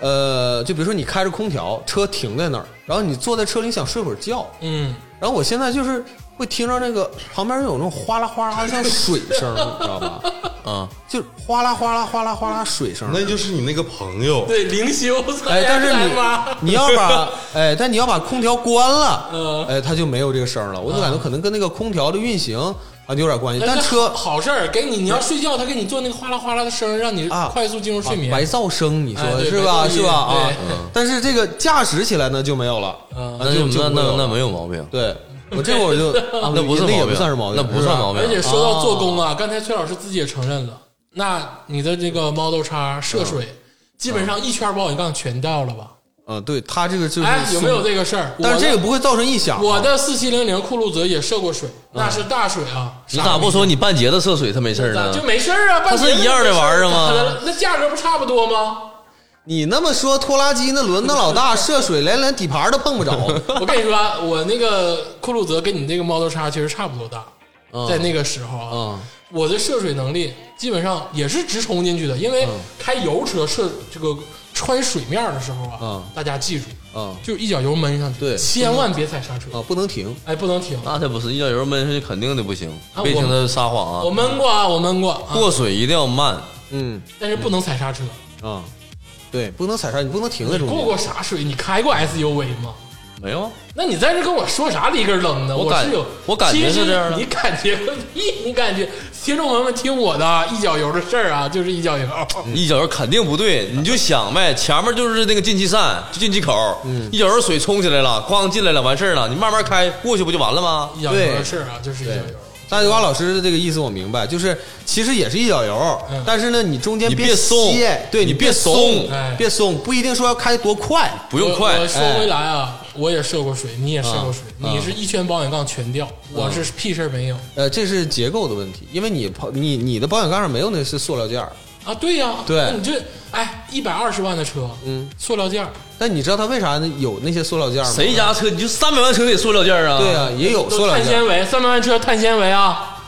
呃，就比如说你开着空调，车停在那儿，然后你坐在车里想睡会儿觉，嗯，然后 *laughs* 我现在就是会听着那个旁边有那种哗啦哗啦像水声，你知道吧？啊，就哗啦哗啦哗啦哗啦水声。那就是你那个 *laughs* 朋友，对灵修，哎，*laughs* 但是你妈，你要 *laughs* 把哎，但你要把空调关了嗯，哎，它就没有这个声了。我就感觉可能跟那个空调的运行啊有点关系，但车好事儿，给你你要睡觉，他给你做那个哗啦哗啦的声儿，让你啊快速进入睡眠。白噪声，你说哎对是白吧？噪音是吧？啊对，但是这个驾驶起来呢就没有了，嗯啊那就那没有那那了没有毛病，对我这会儿 *laughs* 就啊那不是那也毛不病，算是毛病，那不算毛病。病而。且说到哦做工啊，刚才崔老师自己也承认了，那你的这个 Model 叉涉水，基本上一圈保险杠全掉了吧？嗯，对，它这个就是哎，有没有松？这个事儿？但是这个嗯我不会造成异响啊。的我的四七零零酷路泽也涉过水，那是大水啊！你咋不说你半截的涉水它没事儿咋呢就？没事儿啊？它是一样的玩意儿吗咋的了那价格不差不多吗？你那么说，拖拉机那轮子老大，涉水连连底盘都 *laughs* 碰不着。我跟你说啊，我那个酷路泽跟你这个 Model 叉其实差不多大，嗯在那个时候啊，我的涉水能力基本上也是直冲进去的，因嗯为开油车涉这个穿水面的时候啊嗯，大家记住，嗯就一脚油闷上去，对千万别踩刹车，嗯啊，不能停。哎，不能停。那才不是，一脚油闷上去肯定的不行啊，别我听他撒谎我啊！闷过啊，我闷过，啊过水一定要慢，嗯但是不能踩刹车。啊，对，不能踩刹，你不能停在你中过间。过啥水？你开过 SUV 吗？没有啊？那你在这跟我说啥里根儿楞的？我我感是有，我感觉是这样其的实你感觉个屁！你感觉听众朋友们听我的啊，一脚油的事儿啊，就是一脚油。 *laughs* 一脚油肯定不对，你就想呗，前面就是那个进气扇，就进气口，一脚油水冲起来了，咣进来了，完事儿了，你慢慢开过去不就完了吗？一脚油的事儿啊，就是一脚油。大西瓜老师的这个意思我明白，就是其实也是一脚油嗯，但是呢，你中间你别别松歇对你别别松松哎，别松，不一定说要开多快。哎嗯不用我快哎我，说回来啊，我也涉过水，你也涉过水，你是一圈保险杠全掉，我是屁事儿没有呃，这是结构的问题，因为你跑你你的保险杠上没有那是塑料件儿，啊。对呀，对那你这哎，一百二十万的车，嗯，塑料件儿但你知道它为啥有那些塑料件儿吗？谁家车你就三百万车得塑料件儿啊？对啊，也有塑都料碳件儿，纤维，三百万车碳纤维啊，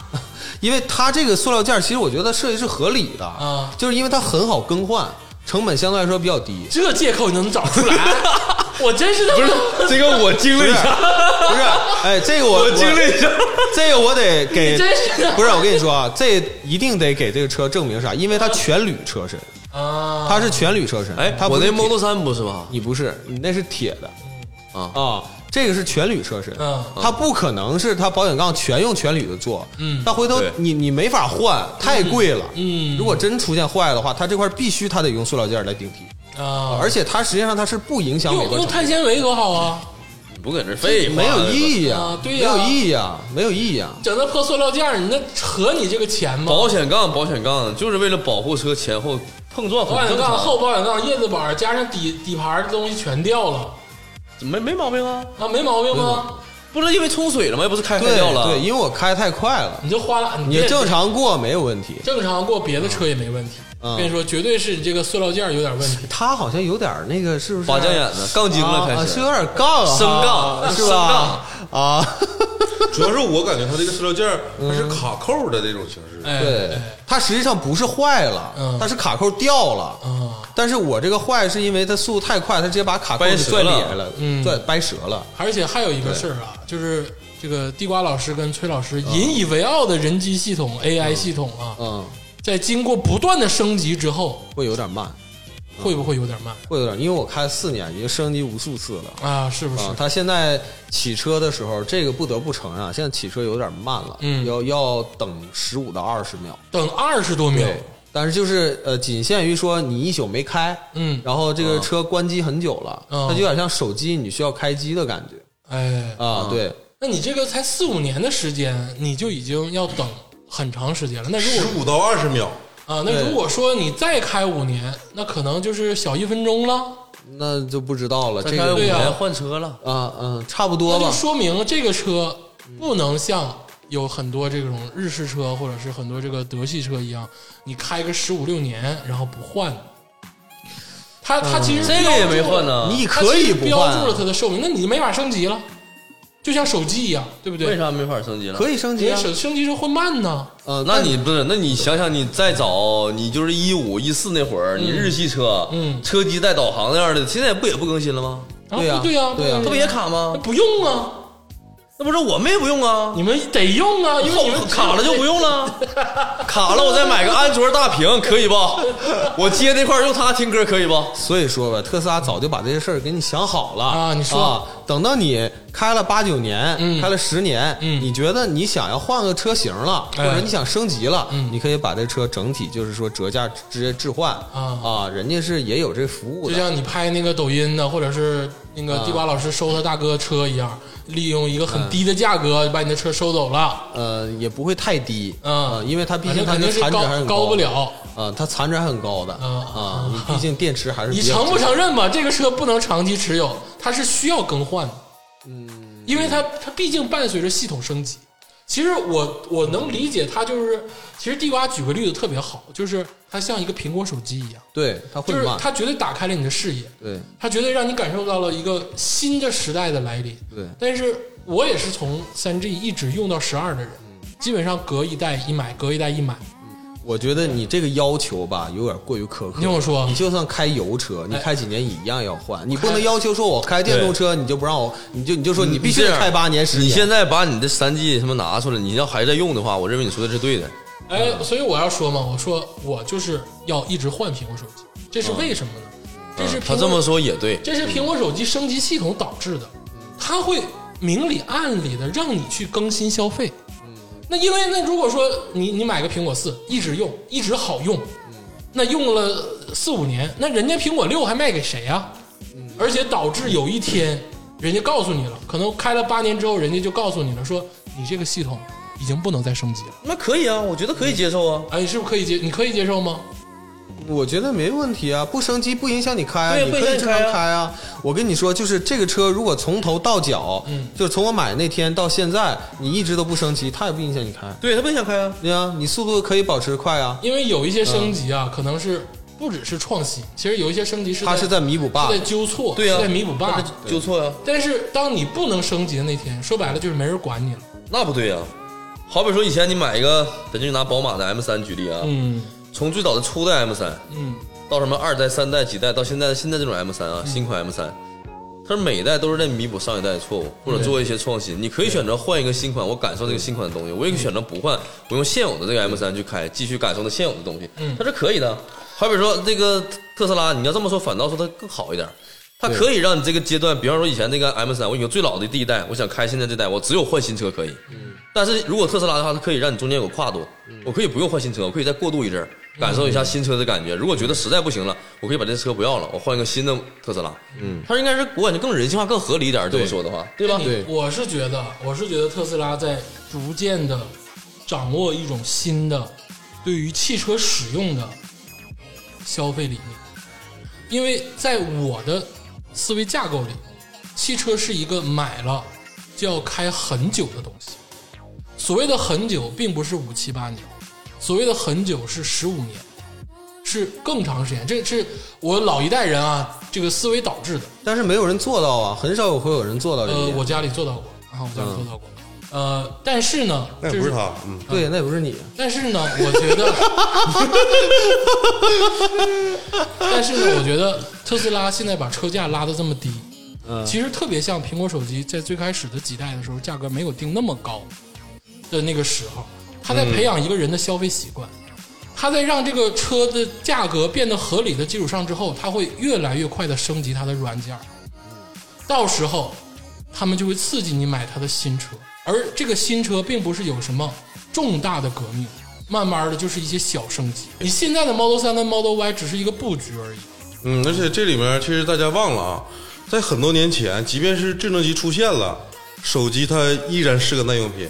因为它这个塑料件儿其实我觉得设计是合理的，啊就是因为它很好更换，成本相对来说比较低。这借口你能找出来？ *laughs* 我真是他妈 *laughs* 这个我经历一下，不是，哎，这个我我经历一下，这个我得 *laughs* 给你真是的，不是我跟你说啊，这一定得给这个车证明啥，因为它全铝车身，啊！它是全铝车身。哎，它我不那是铁 Model 三不是吧？你不是，你那是铁的啊啊，这个是全铝车身，嗯它不可能是它保险杠全用全铝的做，嗯它回头对你你没法换，太贵了，嗯如果真出现坏的话，它这块必须它得用塑料件来顶替，啊，而且它实际上它是不影响美用观用程度，碳纤维多好啊，你不搁这废话，没有意义啊对没呀有意义啊，没有意义啊，整那破塑料件儿，你那扯你这个钱吗？保险杠，保险杠就是为了保护车前后碰撞，保险很正杠、常，后保险杠、叶子板加上底底盘的东西全掉了没没毛病啊，啊，没毛病吗？不是因为冲水了吗？又不是开对开掉了，对，因为我开太快了，你就花了，你别正常过没有问题。正常过别的车也没问题。嗯我跟你说，绝对是你这个塑料件儿有点问题。他好像有点儿那个，是不是拔将眼呢，杠精了啊开啊始是有，点杠啊，升杠是吧？啊，主要是我感觉它这个塑料件儿它嗯是卡扣的这种形式，哎，对，它实际上不是坏了嗯，它是卡扣掉了。啊，但是我这个坏是因为它速度太快，它直接把卡扣给掰折拽了裂了，嗯拽掰折了。而且还有一个事儿啊，就是这个地瓜老师跟崔老师引以为傲的人机系统、AI 系统啊，嗯，在经过不断的升级之后，会有点慢，会不会有点慢会有点，因为我开四年，已经升级无数次了。啊？是不是啊，？他现在起车的时候，这个不得不承认，啊，现在起车有点慢了，嗯要要等十五到二十秒。等二十多秒，对，但是就是呃，仅限于说你一宿没开，嗯然后这个车关机很久了，嗯它就有点像手机你需要开机的感觉哎，啊。对，那你这个才四五年的时间，你就已经要等很长时间了。那十如果五到二十秒，啊，那如果说你再开五年，那可能就是小一分钟了。那就不知道了。这开五个对呀年换车了。啊嗯，差不那多就吧。说明这个车不能像有很多这种日式车或者是很多这个德系车一样，你开个十五六年然后不换。它它其实嗯这个也没换呢，呢，你它可其以实不标换注了啊，它的寿命，那你就没法升级了，就像手机一样，对不对？为啥没法升级了？可以升你级啊。手升级是会慢呢。嗯，那但你不是？那你想想，你再早，你就是一五一四那会儿，你日系车，嗯车机带导航那样的，现在不也不更新了吗？啊对呀对呀、对呀不它不也卡那吗？不用啊，那不是我妹不用啊，你们得用啊，因为你们卡了 *laughs* 就不用了，卡了我再买个安卓大屏可 *laughs* 以不？我接那块儿用它听歌可以不？所以说吧，特斯拉早就把这些事儿给你想好了啊你说等到你开了八九年，嗯开了十年，嗯你觉得你想要换个车型了，哎嗯或者你想升级了，你可以把这车整体就是说折价直接置换啊人家是也有这服务就的。嗯像你拍那个抖音的，或者是那个地瓜老师收他大哥车一样，利用一个很低的价格把你的车收走了，呃，也不会太低，嗯呃因为它毕反竟正它肯定的是残值高还是很高高不的，了。呃，它残值还很高的，啊啊，你毕竟电池还是 *laughs* 你比较承不值承认吧？这个车不能长期持有，它是需要更换的。嗯，因为它它毕竟伴随着系统升级。其实我我能理解，它就是其实地瓜举个例子特别好，就是它像一个苹果手机一样，对，它会就是慢，它绝对打开了你的视野，对它绝对让你感受到了一个新的时代的来临。对但是我也是从三 G 一直用到十二的人，嗯基本上隔一代一买，隔一代一买。我觉得你这个要求吧，有点过于苛刻。你听我说你就算开油车，你哎开几年一样要换，你不能要求说我开电动车你就不让我，你就你就说你必须这得样开八年十年。嗯啊你现在把你的三 G 他妈拿出来，你要还在用的话，我认为你说的是对的。嗯哎，所以我要说嘛，我说我就是要一直换苹果手机，这是为什么呢？这是嗯他苹这么果，说也对，这是苹果手机升级系统导致的，它会明里暗里的让你去更新消费。那因为那如果说你你买个苹果四一直用一直好用，那用了四五年，那人家苹果六还卖给谁呀、而且导致有一天人家告诉你了，可能开了八年之后，人家就告诉你了，说你这个系统已经不能再升级了。那可以啊，我觉得可以接受啊。哎，你是不是可以接？你可以接受吗？我觉得没问题啊，不升级不影响你开啊，对你不可影响以你正开啊常开啊。我跟你说，就是这个车如果从头到脚，嗯就是从我买那天到现在，你一直都不升级，它也不影响你开。对他不想开啊，对啊，你速度可以保持快啊，因为有一些升级啊，可能是不只是创新，其实有一些升级是嗯它是在弥补 bug 是在。纠错，对啊，是在弥补 bug 那。纠错呀、但是当你不能升级的那天，说白了就是没人管你了。那不对呀、好比说以前你买一个，咱就拿宝马的 M 三举例啊，嗯从最早的初代 M 三嗯，到什么二代、三代、几代，到现在的现在这种 M 三啊，新款 M 三，它每一代都是在弥补上一代的错误，或者做一些创新。你可以选择换一个新款，我感受这个新款的东西；我也可以选择不换，我用现有的这个 M 三去开，继续感受那现有的东西，它是可以的。好比说这个特斯拉，你要这么说，反倒说它更好一点。它可以让你这个阶段，比方说以前那个 M 三，我有最老的第一代，我想开现在这代，我只有换新车可以。但是如果特斯拉的话，它可以让你中间有个跨度，我可以不用换新车，我可以再过渡一阵儿，感受一下新车的感觉。如果觉得实在不行了，我可以把这车不要了，我换一个新的特斯拉。嗯，它应该是我感觉更人性化、更合理一点儿。这么说的话，对吧？哎你我是觉得，我是觉得特斯拉在逐渐的掌握一种新的对于汽车使用的消费理念，因为在我的思维架构里，汽车是一个买了就要开很久的东西。所谓的很久，并不是五七八年，所谓的很久是十五年，是更长时间。这是我老一代人啊，这个思维导致的。但是没有人做到啊，很少有会有人做到这一呃，点。嗯我家里做到过，啊，我家里做到过。呃，但是呢，那也就不是是他，嗯，对，那也不是你。但是呢，我觉得， *laughs* 但是呢，我觉得特斯拉现在把车价拉得这么低，嗯其实特别像苹果手机在最开始的几代的时候，价格没有定那么高的那个时候，嗯它在培养一个人的消费习惯。它在让这个车的价格变得合理的基础上之后，它会越来越快的升级它的软件儿，到时候他们就会刺激你买他的新车，而这个新车并不是有什么重大的革命，慢慢的就是一些小升级。你现在的 Model 3跟 Model Y 只是一个布局而已。嗯，而且这里面其实大家忘了啊，在很多年前，即便是智能机出现了，手机它依然是个耐用品。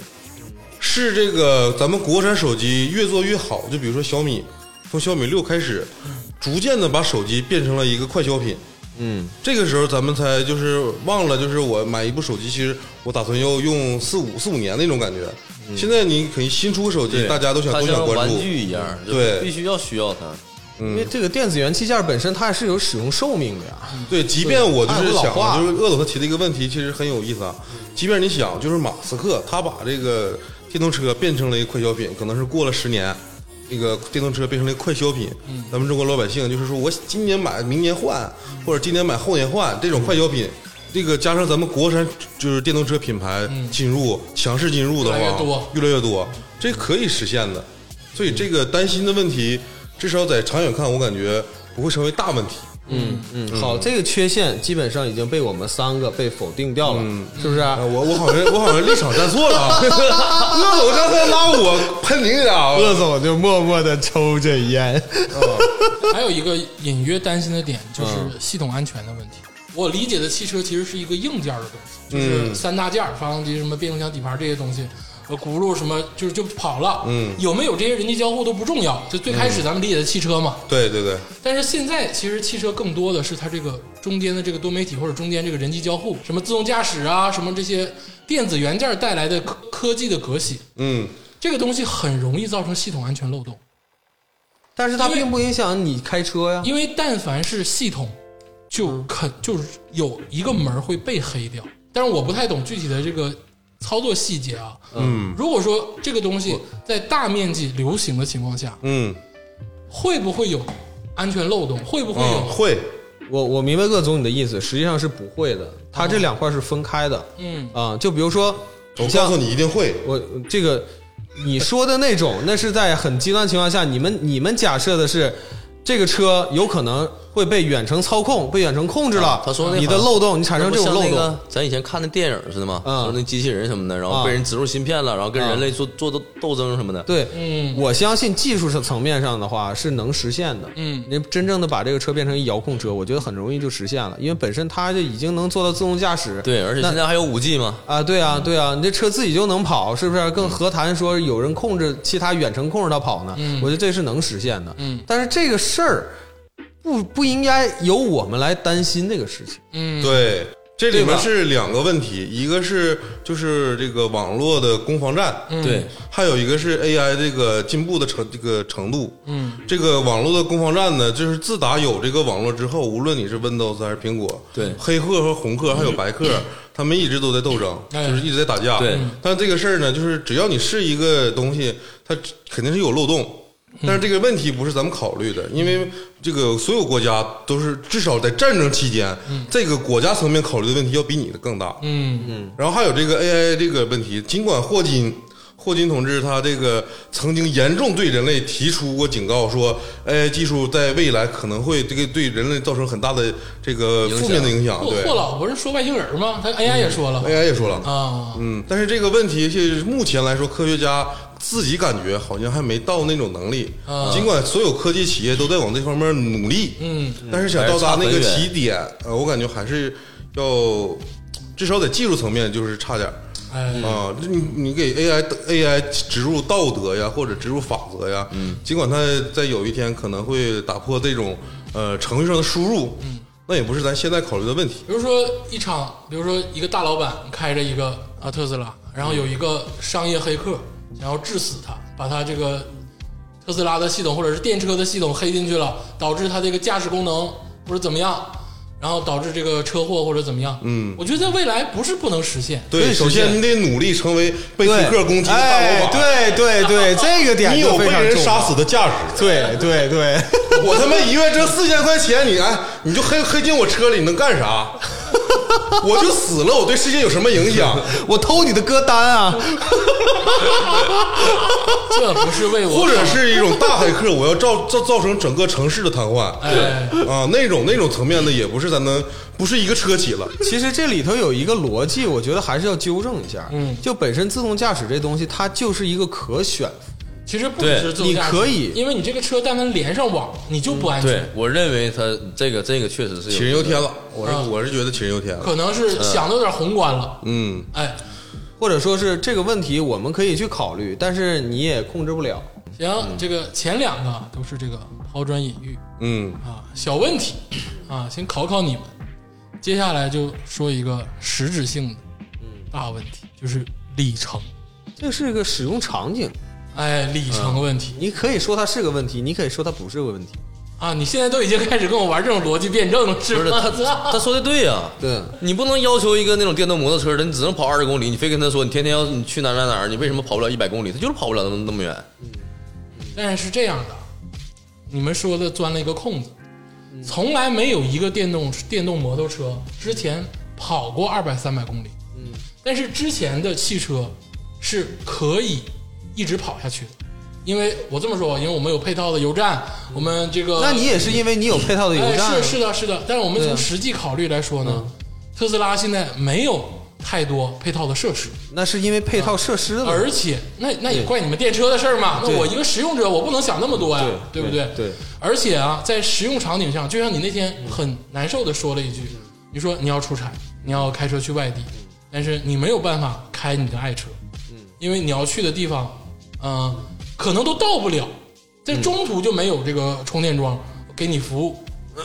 是这个咱们国产手机越做越好，就比如说小米，从小米六开始，逐渐的把手机变成了一个快消品。嗯，这个时候咱们才就是忘了，就是我买一部手机，其实我打算要用四五四五年那种感觉。嗯现在你可以新出个手机，大家都想它都想像关玩注。具一样，就对必须要需要它。因为这个电子元器件本身它也是有使用寿命的呀。对，即便我就哎按是我老想话，就是鄂总他提的一个问题，其实很有意思啊。即便你想，就是马斯克他把这个电动车变成了一个快消品，可能是过了十年，那个电动车变成了一个快消品。嗯咱们中国老百姓就是说我今年买，明年换，或者今年买后年换这种快消品，那个加上咱们国产就是电动车品牌进入、强势进入的话，嗯越来越多越来越多这可以实现的。所以这个担心的问题，至少在长远看，我感觉不会成为大问题。嗯，好，这个缺陷基本上已经被我们三个被否定掉了，嗯是不是、啊，我我好 *laughs* 像我好像立场站错了 *laughs* 啊！鄂总刚才拉我喷你俩，啊鄂总就默默的抽着烟，还有一个隐约担心的点就是系统安全的问题。我理解的汽车其实是一个硬件的东西，就是三大件儿，发动机、什么变速箱、底盘这些东西，呃，轱辘什么就是就跑了。嗯有没有这些人机交互都不重要，就最开始咱们理解的汽车嘛。 *laughs* 对对对，但是现在其实汽车更多的是它这个中间的这个多媒体或者中间这个人机交互，什么自动驾驶啊，什么这些电子元件带来的科科技的革新，嗯，这个东西很容易造成系统安全漏洞。 *laughs* 但是它因为并不影响你开车呀。因为但凡是系统，就肯就是有一个门儿会被黑掉。但是我不太懂具体的这个操作细节啊。嗯，如果说这个东西在大面积流行的情况下，嗯，会不会有安全漏洞？会不会啊，有？会，我我明白鄂总你的意思，实际上是不会的，它这两块是分开的。嗯啊、就比如说，我告像诉你一定会。我这个你说的那种，那是在很极端情况下，你们你们假设的是这个车有可能会被远程操控，被远程控制了。啊他说那你好的像漏洞，你产生这种漏那洞，不像那个咱以前看的电影似的嘛，嗯说那机器人什么的，然后被人植入芯片了，然后跟嗯人类做做斗斗争什么的。对，嗯我相信技术层面上的话是能实现的。嗯你真正的把这个车变成一遥控车，我觉得很容易就实现了，因为本身它就已经能做到自动驾驶。对，而且那现在还有五 G 嘛，啊，对啊，对啊，你这车自己就能跑，是不是？更何谈说有人控制其他远程控制它跑呢？嗯我觉得这是能实现的。嗯但是这个事儿不不应该由我们来担心这个事情。嗯，对，这里对面吧是两个问题，一个是就是这个网络的攻防战，对，还有一个是 AI 这个进步的程这个程度。嗯，这个网络的攻防战呢，就是自打有这个网络之后，无论你是 Windows 还是苹果，对黑客和红客还有白客，他们一直都在斗争，哎就是一直在打架。对，但这个事儿呢，就是只要你是一个东西，它肯定是有漏洞。但是这个问题不是咱们考虑的，因为这个所有国家都是至少在战争期间，这个国家层面考虑的问题要比你的更大。嗯嗯然后还有这个 AI 这个问题，尽管霍金霍金同志他这个曾经严重对人类提出过警告说，AI 技术在未来可能会这个对人类造成很大的这个负面的影响。霍啊对嗯霍老不是说外星人吗？他 AI 也说了，AI 也说了，啊，嗯，但是这个问题是目前来说，科学家自己感觉好像还没到那种能力。啊尽管所有科技企业都在往这方面努力，嗯，但是想到达那个起点，呃，我感觉还是要至少在技术层面就是差点儿。哎，嗯啊，就你你给 AI AI 植入道德呀，或者植入法则呀，嗯尽管它在有一天可能会打破这种呃程序上的输入，嗯那也不是咱现在考虑的问题。比如说一场，比如说一个大老板开着一个啊特斯拉，然后有一个商业黑客想要致死他，把他这个特斯拉的系统或者是电车的系统黑进去了，导致他这个驾驶功能或者怎么样，然后导致这个车祸或者怎么样。嗯，我觉得在未来不是不能实现。对，首先你得努力成为被黑客攻击的大老板。哎对对对，这个点你有就被非常人重杀要死的价值。 *laughs* 对对 *laughs* 对，我他妈一月挣四千块钱，你哎，你就黑黑进我车里，你能 *laughs* 干啥？我就死了，我对世界有什么影 *laughs* 响？我偷你的歌单啊！这不是为我，或者是一种大黑客，我要造造造成整个城市的瘫痪。哎，啊，那种那种层面的也不是咱能不是一个车企了。其实这里头有一个逻辑，我觉得还是要纠正一下。嗯就本身自动驾驶这东西，它就是一个可选其实不只是自动驾驶对你可以因为你这个车但凡连上网，你就不安全对。，我认为他这个这个确实是有杞人忧天了，我是、啊我是觉得杞人忧天了。可能是想的有点宏观了，嗯，哎，或者说是这个问题我们可以去考虑，但是你也控制不了。行，这个前两个都是这个抛砖引玉，嗯，啊，小问题啊，先考考你们。接下来就说一个实质性的嗯大问题，就是里程。这是一个使用场景，哎，里程问题你可以说它是个问题，你可以说它不是个问题。啊！你现在都已经开始跟我玩这种逻辑辩证了，是不是吧？ *laughs* 他他说的对啊呀、对，你不能要求一个那种电动摩托车的，你只能跑二十公里，你非跟他说你天天要你去哪儿哪儿哪儿，你为什么跑不了一百公里？他就是跑不了那么那么远。但是是这样的，你们说嗯的钻了一个空子，从来没有一个电动电动摩托车之前跑过二百三百公里，嗯，但是之前的汽车是可以一直跑下去的，因为我这么说吧，因为我们有配套的油站，我们这个那你也是因为你有配套的油站啊哎、是是的，是的。但是我们对啊嗯从实际考虑来说呢，特斯拉现在没有太多配套的设施，那是因为配套设施的问 *laughs* 题而且那那也怪你们电车的事儿嘛。那我一个使用者，我不能想那么多呀，对对不对？对对而且啊，在实用场景上，就像你那天很难受的说了一句，你说你要出差，你要开车去外地，但是你没有办法开你的爱车，嗯，因为你要去的地方，嗯、可能都到不了，在中途就没有这个充电桩给你服务。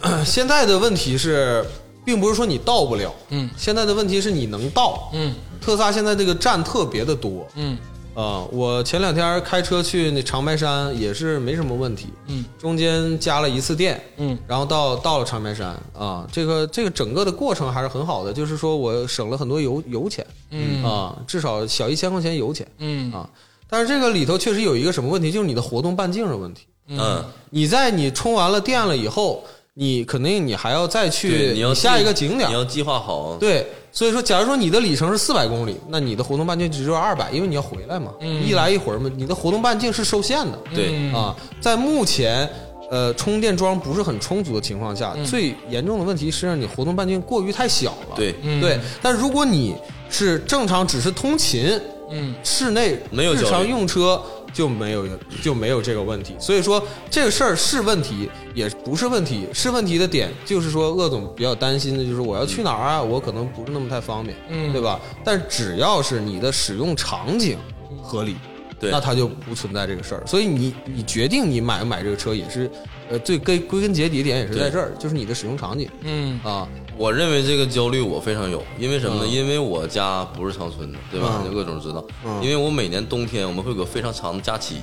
啊现在的问题是，并不是说你到不了，嗯现在的问题是你能到。嗯特斯拉现在这个站特别的多，嗯啊、我前两天开车去那长白山也是没什么问题，嗯中间加了一次电，嗯然后到到了长白山啊，这个这个整个的过程还是很好的，就是说我省了很多油油钱，嗯啊，至少小一千块钱油钱嗯啊。但是这个里头确实有一个什么问题，就是你的活动半径的问题。嗯，你在你充完了电了以后，你肯定你还要再去对，你要下计一个景点你，要计划好，对，所以说，假如说你的里程是四百公里，那你的活动半径只有二百，因为你要回来嘛，一来一回嘛，你的活动半径是受限的。嗯对啊，在目前呃充电桩不是很充足的情况下，最严重的问题是让你活动半径过于太小了。对对，但如果你是正常只是通勤，嗯室内没有日焦虑常用车就没有就没有这个问题。所以说这个事儿是问题，也不是问题。是问题的点就是说，鄂总比较担心的就是我要去哪儿啊，我可能不是那么太方便，嗯对吧？但只要是你的使用场景合理。对那它就不存在这个事儿，所以你你决定你买不买这个车也是，呃，最归归根结底点也是在对这儿，就是你的使用场景嗯啊，我认为这个焦虑我非常有，因为什么呢？因为我家不是长春的，对吧？各种知道，因为我每年冬天我们会有个非常长的假期。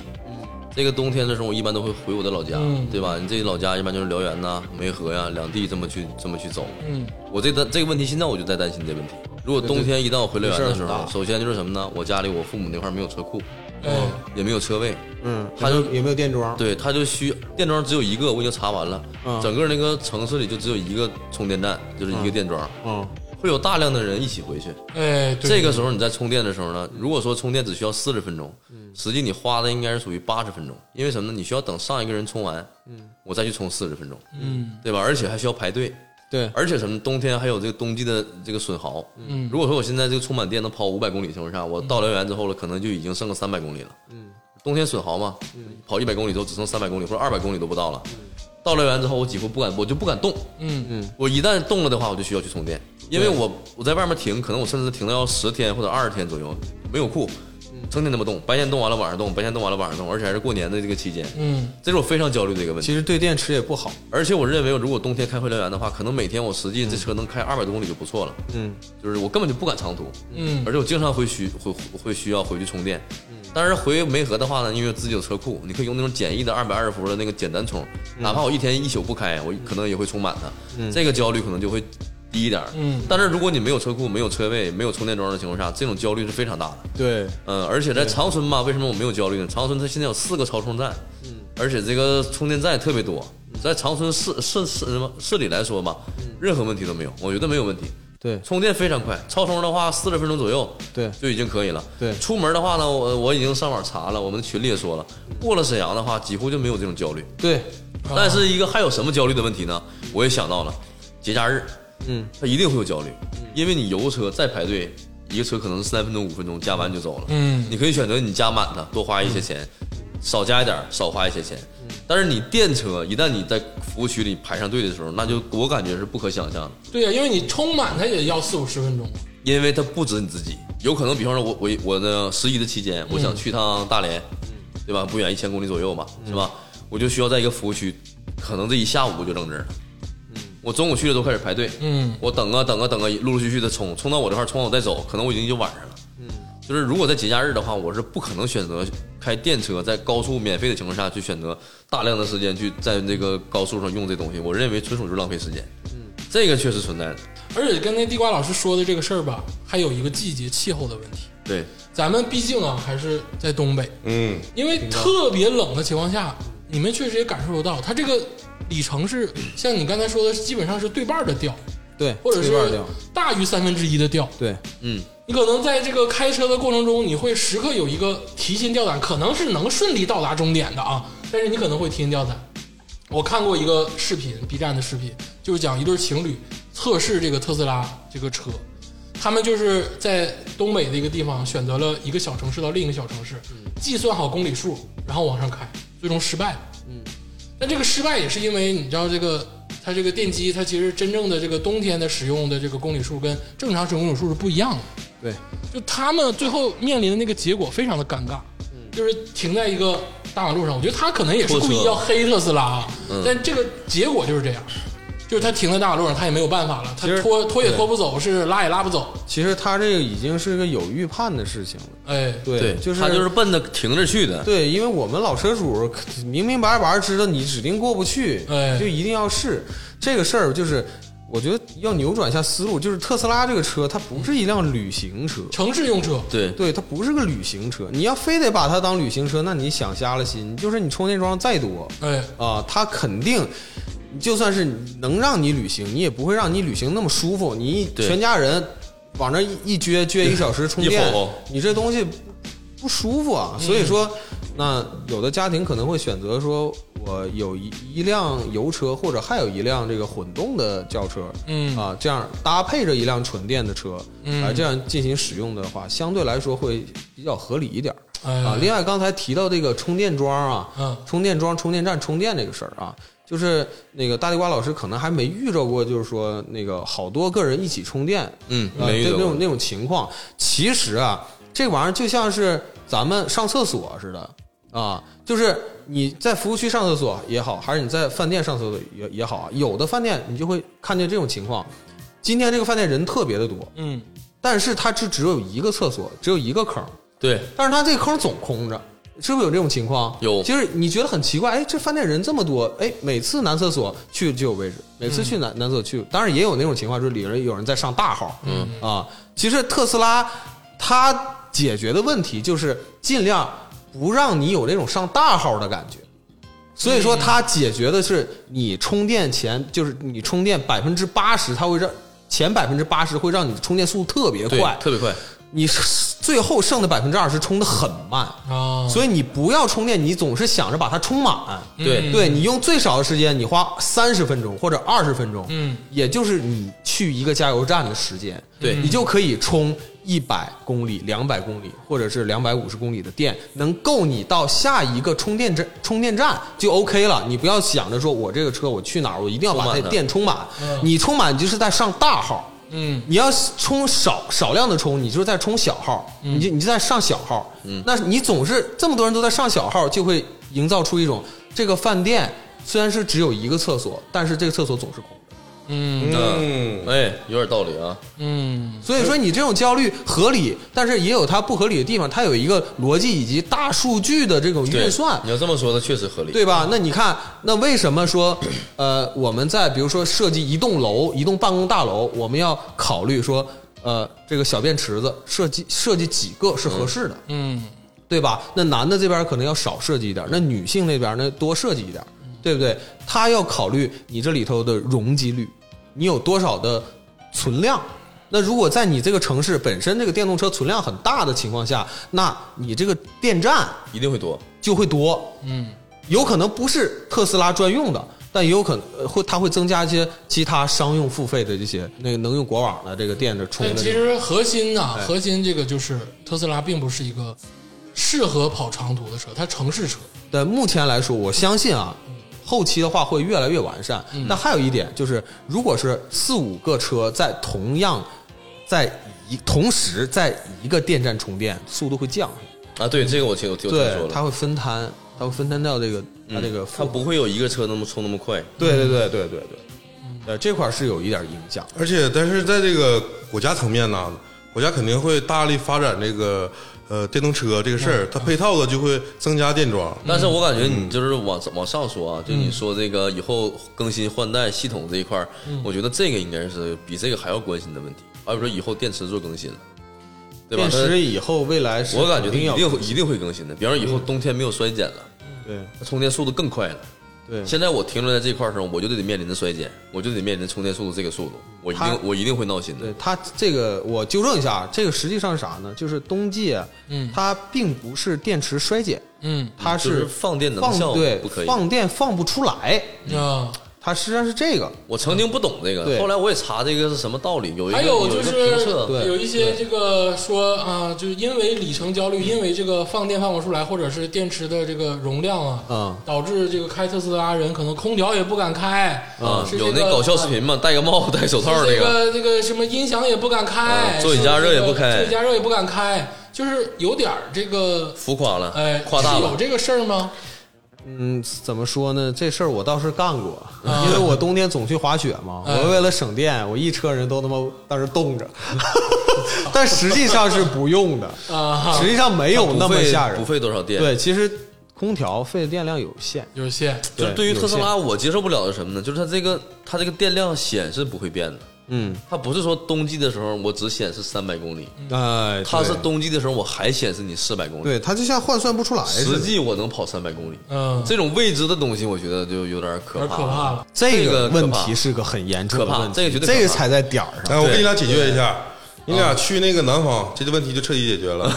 这个冬天的时候，我一般都会回我的老家，嗯对吧？你这老家一般就是辽源呐、梅河呀、两地这么去这么去走。嗯我这个这个问题，现在我就在担心这问题。如果冬天一旦我回辽源的时这事儿很候，大首先就是什么呢？我家里我父母那块儿没有车库，哎也没有车位，嗯，它就有没有电桩？对，它就需电桩只有一个，我已经查完了，嗯整个那个城市里就只有一个充电站，就是一个电桩，嗯，会有大量的人一起回去。哎，对这个时候你在充电的时候呢，如果说充电只需要四十分钟，嗯实际你花的应该是属于八十分钟，因为什么呢？你需要等上一个人充完，嗯我再去充四十分钟，嗯对吧？而且还需要排队，对，而且什么？冬天还有这个冬季的这个损耗。嗯如果说我现在这个充满电能跑五百公里的情况下，我到辽源之后了，可能就已经剩个三百公里了。嗯，冬天损耗嘛，嗯跑一百公里之后只剩三百公里或者二百公里都不到了。到辽源之后，我几乎不敢，我就不敢动。嗯我一旦动了的话，我就需要去充电，因为我我在外面停，可能我甚至停到要十天或者二十天左右，没有库，嗯成天那么动，白天动完了晚上动，白天动完了晚上动，而且还是过年的这个期间，嗯这是我非常焦虑的一个问题。其实对电池也不好，而且我认为，如果冬天开回辽源的话，可能每天我实际这车能开二百多公里就不错了。嗯，就是我根本就不敢长途，嗯而且我经常会需会会需要回去充电。但是回梅河的话呢，因为自己有车库，你可以用那种简易的二百二十伏的那个简单充，嗯哪怕我一天一宿不开，我可能也会充满它。这个焦虑可能就会低一点。嗯但是如果你没有车库、没有车位、没有充电桩的情况下，这种焦虑是非常大的。对，嗯，而且在长春吧，为什么我没有焦虑呢？长春它现在有四个超充站，嗯，而且这个充电站也特别多。嗯在长春市市市什么市里来说吧，任何问题都没有，我觉得没有问题。对充电非常快，超充的话四十分钟左右，对就已经可以了。对出门的话呢，我我已经上网查了，我们群里也说了，过了沈阳的话，几乎就没有这种焦虑。对，但是一个还有什么焦虑的问题呢？我也想到了，节假日，嗯，他一定会有焦虑，因为你油车再排队，一个车可能三分钟五分钟加完就走了，嗯你可以选择你加满它，多花一些钱，少加一点儿，少花一些钱。但是你电车一旦你在服务区里排上队的时候，那就我感觉是不可想象的，对呀、因为你充满它也要四五十分钟。因为它不止你自己，有可能比方说我我我的十一的期间，我想去趟大连，对吧？不远一千公里左右嘛，是吧？我就需要在一个服务区，可能这一下午我就扔这儿了。我中午去了都开始排队，嗯我等啊等啊等啊，陆陆续续的冲，冲到我这块儿，冲完我再走，可能我已经就晚上了。就是如果在节假日的话，我是不可能选择开电车，在高速免费的情况下去选择大量的时间去在那个高速上用这东西，我认为纯属就是浪费时间。这个确实存在的。而且跟那地瓜老师说的这个事儿吧，还有一个季节气候的问题。对，咱们毕竟啊还是在东北，嗯，因为特别冷的情况下，你们确实也感受得到，它这个里程是像你刚才说的，基本上是对半儿的掉。对或者一半儿是掉大于三分之一的掉。对，嗯你可能在这个开车的过程中，你会时刻有一个提心吊胆，可能是能顺利到达终点的啊，但是你可能会提心吊胆。我看过一个视频，B 站的视频，就是讲一对情侣测试这个特斯拉这个车，他们就是在东北的一个地方选择了一个小城市到另一个小城市，计算好公里数，然后往上开，最终失败了。那这个失败也是因为你知道这个它这个电机，它其实真正的这个冬天的使用的这个公里数跟正常使用公里数是不一样的。对，就他们最后面临的那个结果非常的尴尬，嗯就是停在一个大马路上。我觉得他可能也是拖车故意要黑特斯拉啊，嗯但这个结果就是这样，就是他停在大马路上，他也没有办法了，他其实拖拖也对拖不走，是拉也拉不走。其实他这个已经是个有预判的事情了。哎，对，就是他就是奔着停着去的。对，因为我们老车主明明白白知道你指定过不去，哎就一定要试这个事儿。就是我觉得要扭转一下思路，就是特斯拉这个车它不是一辆旅行车，城市用车，对对，它不是个旅行车。你要非得把它当旅行车，那你想瞎了心。就是你充电桩再多哎，啊、它肯定。就算是能让你旅行，你也不会让你旅行那么舒服。你一对全家人往那一一撅撅一小时充一电吼，你这东西不不舒服啊。所以说，那有的家庭可能会选择说，我有一一辆油车，或者还有一辆这个混动的轿车，嗯啊，这样搭配着一辆纯电的车，嗯来这样进行使用的话，相对来说会比较合理一点儿。哎嗯啊，另外刚才提到这个充电桩啊，嗯充电桩、充电站、充电这个事儿啊，就是那个大地瓜老师可能还没遇着过，就是说那个好多个人一起充电，嗯，啊没遇就到那过种。那种情况。其实啊，这玩意儿就像是咱们上厕所似的啊，就是你在服务区上厕所也好，还是你在饭店上厕所也也好，啊有的饭店你就会看见这种情况。今天这个饭店人特别的多，嗯，但是它就只有一个厕所，只有一个坑，对，但是它这个坑总空着。是不是有这种情况？有其实你觉得很奇怪，哎，这饭店人这么多，哎，每次男厕所去就有位置，每次去嗯男、男厕所去，当然也有那种情况，就是里边有人在上大号，嗯啊，其实特斯拉它解决的问题就是尽量不让你有那种上大号的感觉，所以说嗯它解决的是你充电前，就是你充电百分之八十，它会让前百分之八十会让你的充电速度特别对快，特别快。你是最后剩的百分之二十充的很慢啊所以你不要充电，你总是想着把它充满。嗯对对你用最少的时间，你花三十分钟或者二十分钟，嗯，也就是你去一个加油站的时间，对你就可以充一百公里、两百公里或者是两百五十公里的电，能够你到下一个充电站充电站就 OK 了。你不要想着说我这个车我去哪儿，我一定要把充它满了电充满。你充满你就是在上大号，嗯，你要充少少量的充，你就是在充小号，嗯你就你就在上小号，嗯那你总是这么多人都在上小号，就会营造出一种这个饭店虽然是只有一个厕所，但是这个厕所总是空的。嗯，哎，有点道理啊。嗯，所以说你这种焦虑合理，但是也有它不合理的地方，它有一个逻辑以及大数据的这种对运算，你要这么说，它确实合理。对吧？那你看，那为什么说，呃，我们在比如说设计一栋楼、一栋办公大楼，我们要考虑说，呃，这个小便池子设计设计几个是合适的，嗯，对吧？那男的这边可能要少设计一点，那女性那边呢多设计一点，对不对？他要考虑你这里头的容积率，你有多少的存量。那如果在你这个城市本身这个电动车存量很大的情况下，那你这个电站一定会多。就会多，嗯，有可能不是特斯拉专用的，但也有可能呃会它会增加一些其他商用付费的这些那个能用国网的这个电的充但的其这种，实核心呐、哎核心这个就是特斯拉并不是一个适合跑长途的车，它城市车。但目前来说，我相信啊，嗯后期的话会越来越完善。那还有一点就是，如果是四五个车在同样在一同时在一个电站充电，速度会降，啊，对，这个我听我听我听对说，它了。嗯会分摊，它会分摊掉这个它这个负它不嗯会有一个车那么冲那么快。对对对对对对，嗯呃，这块儿是有一点影响。而且，但是在这个国家层面呢，国家肯定会大力发展这个呃电动车这个事儿，它配套的就会增加电桩。但是我感觉嗯你就是往往上说啊，就你说这个以后更新换代系统这一块儿，嗯我觉得这个应该是比这个还要关心的问题。而比如说以后电池做更新，对吧？电池以后未来是我感觉它肯定一要嗯定会一定会更新的。比方说以后冬天没有衰减了，对它充电速度更快了。对现在我停留在这块儿上，我就得面临着衰减，我就得面临着充电速度这个速度，我一它定我一定会闹心的对。它这个，我纠正一下，啊这个实际上是啥呢？就是冬季，啊嗯它并不是电池衰减，嗯它就是放电能放效对不可以。放电放不出来，啊，它实际上是这个。我曾经不懂这个，对后来我也查这个是什么道理，有一个还有就一个是评测，对有一些这个说啊，就是因为里程焦虑，因为这个放电放不出来，或者是电池的这个容量啊，嗯导致这个开特斯拉人可能空调也不敢开啊，是有这那个搞笑视频嘛，戴个帽戴手套是那这个，个这个什么音响也不敢开，啊座椅加热也不开座椅加热也不敢开，就是有点儿这个浮夸了，哎，夸大是有了。这个事儿吗？嗯，怎么说呢？这事儿我倒是干过，啊因为我冬天总去滑雪嘛。嗯我为了省电，我一车人都他妈在那儿冻着， *laughs* 但实际上是不用的，啊，实际上没有那不么费吓人不。费多少电。，对，其实空调费的电量有限，有限，就是对于有限特斯拉，我接受不了的是什么呢？就是它这个它这个电量显示不会变的，嗯，它不是说冬季的时候我只显示三百公里，哎，它是对冬季的时候我还显示你四百公里，对，它就像换算不出来似实的。际我能跑三百公里。嗯，这种未知的东西，我觉得就有点有可点怕。可怕了。这这个个可怕问题是个很严重的可怕问题，这个绝对可怕这个踩在点儿上。哎，我给你俩解决一下，你俩去那个南方，这个问题就彻底解决了。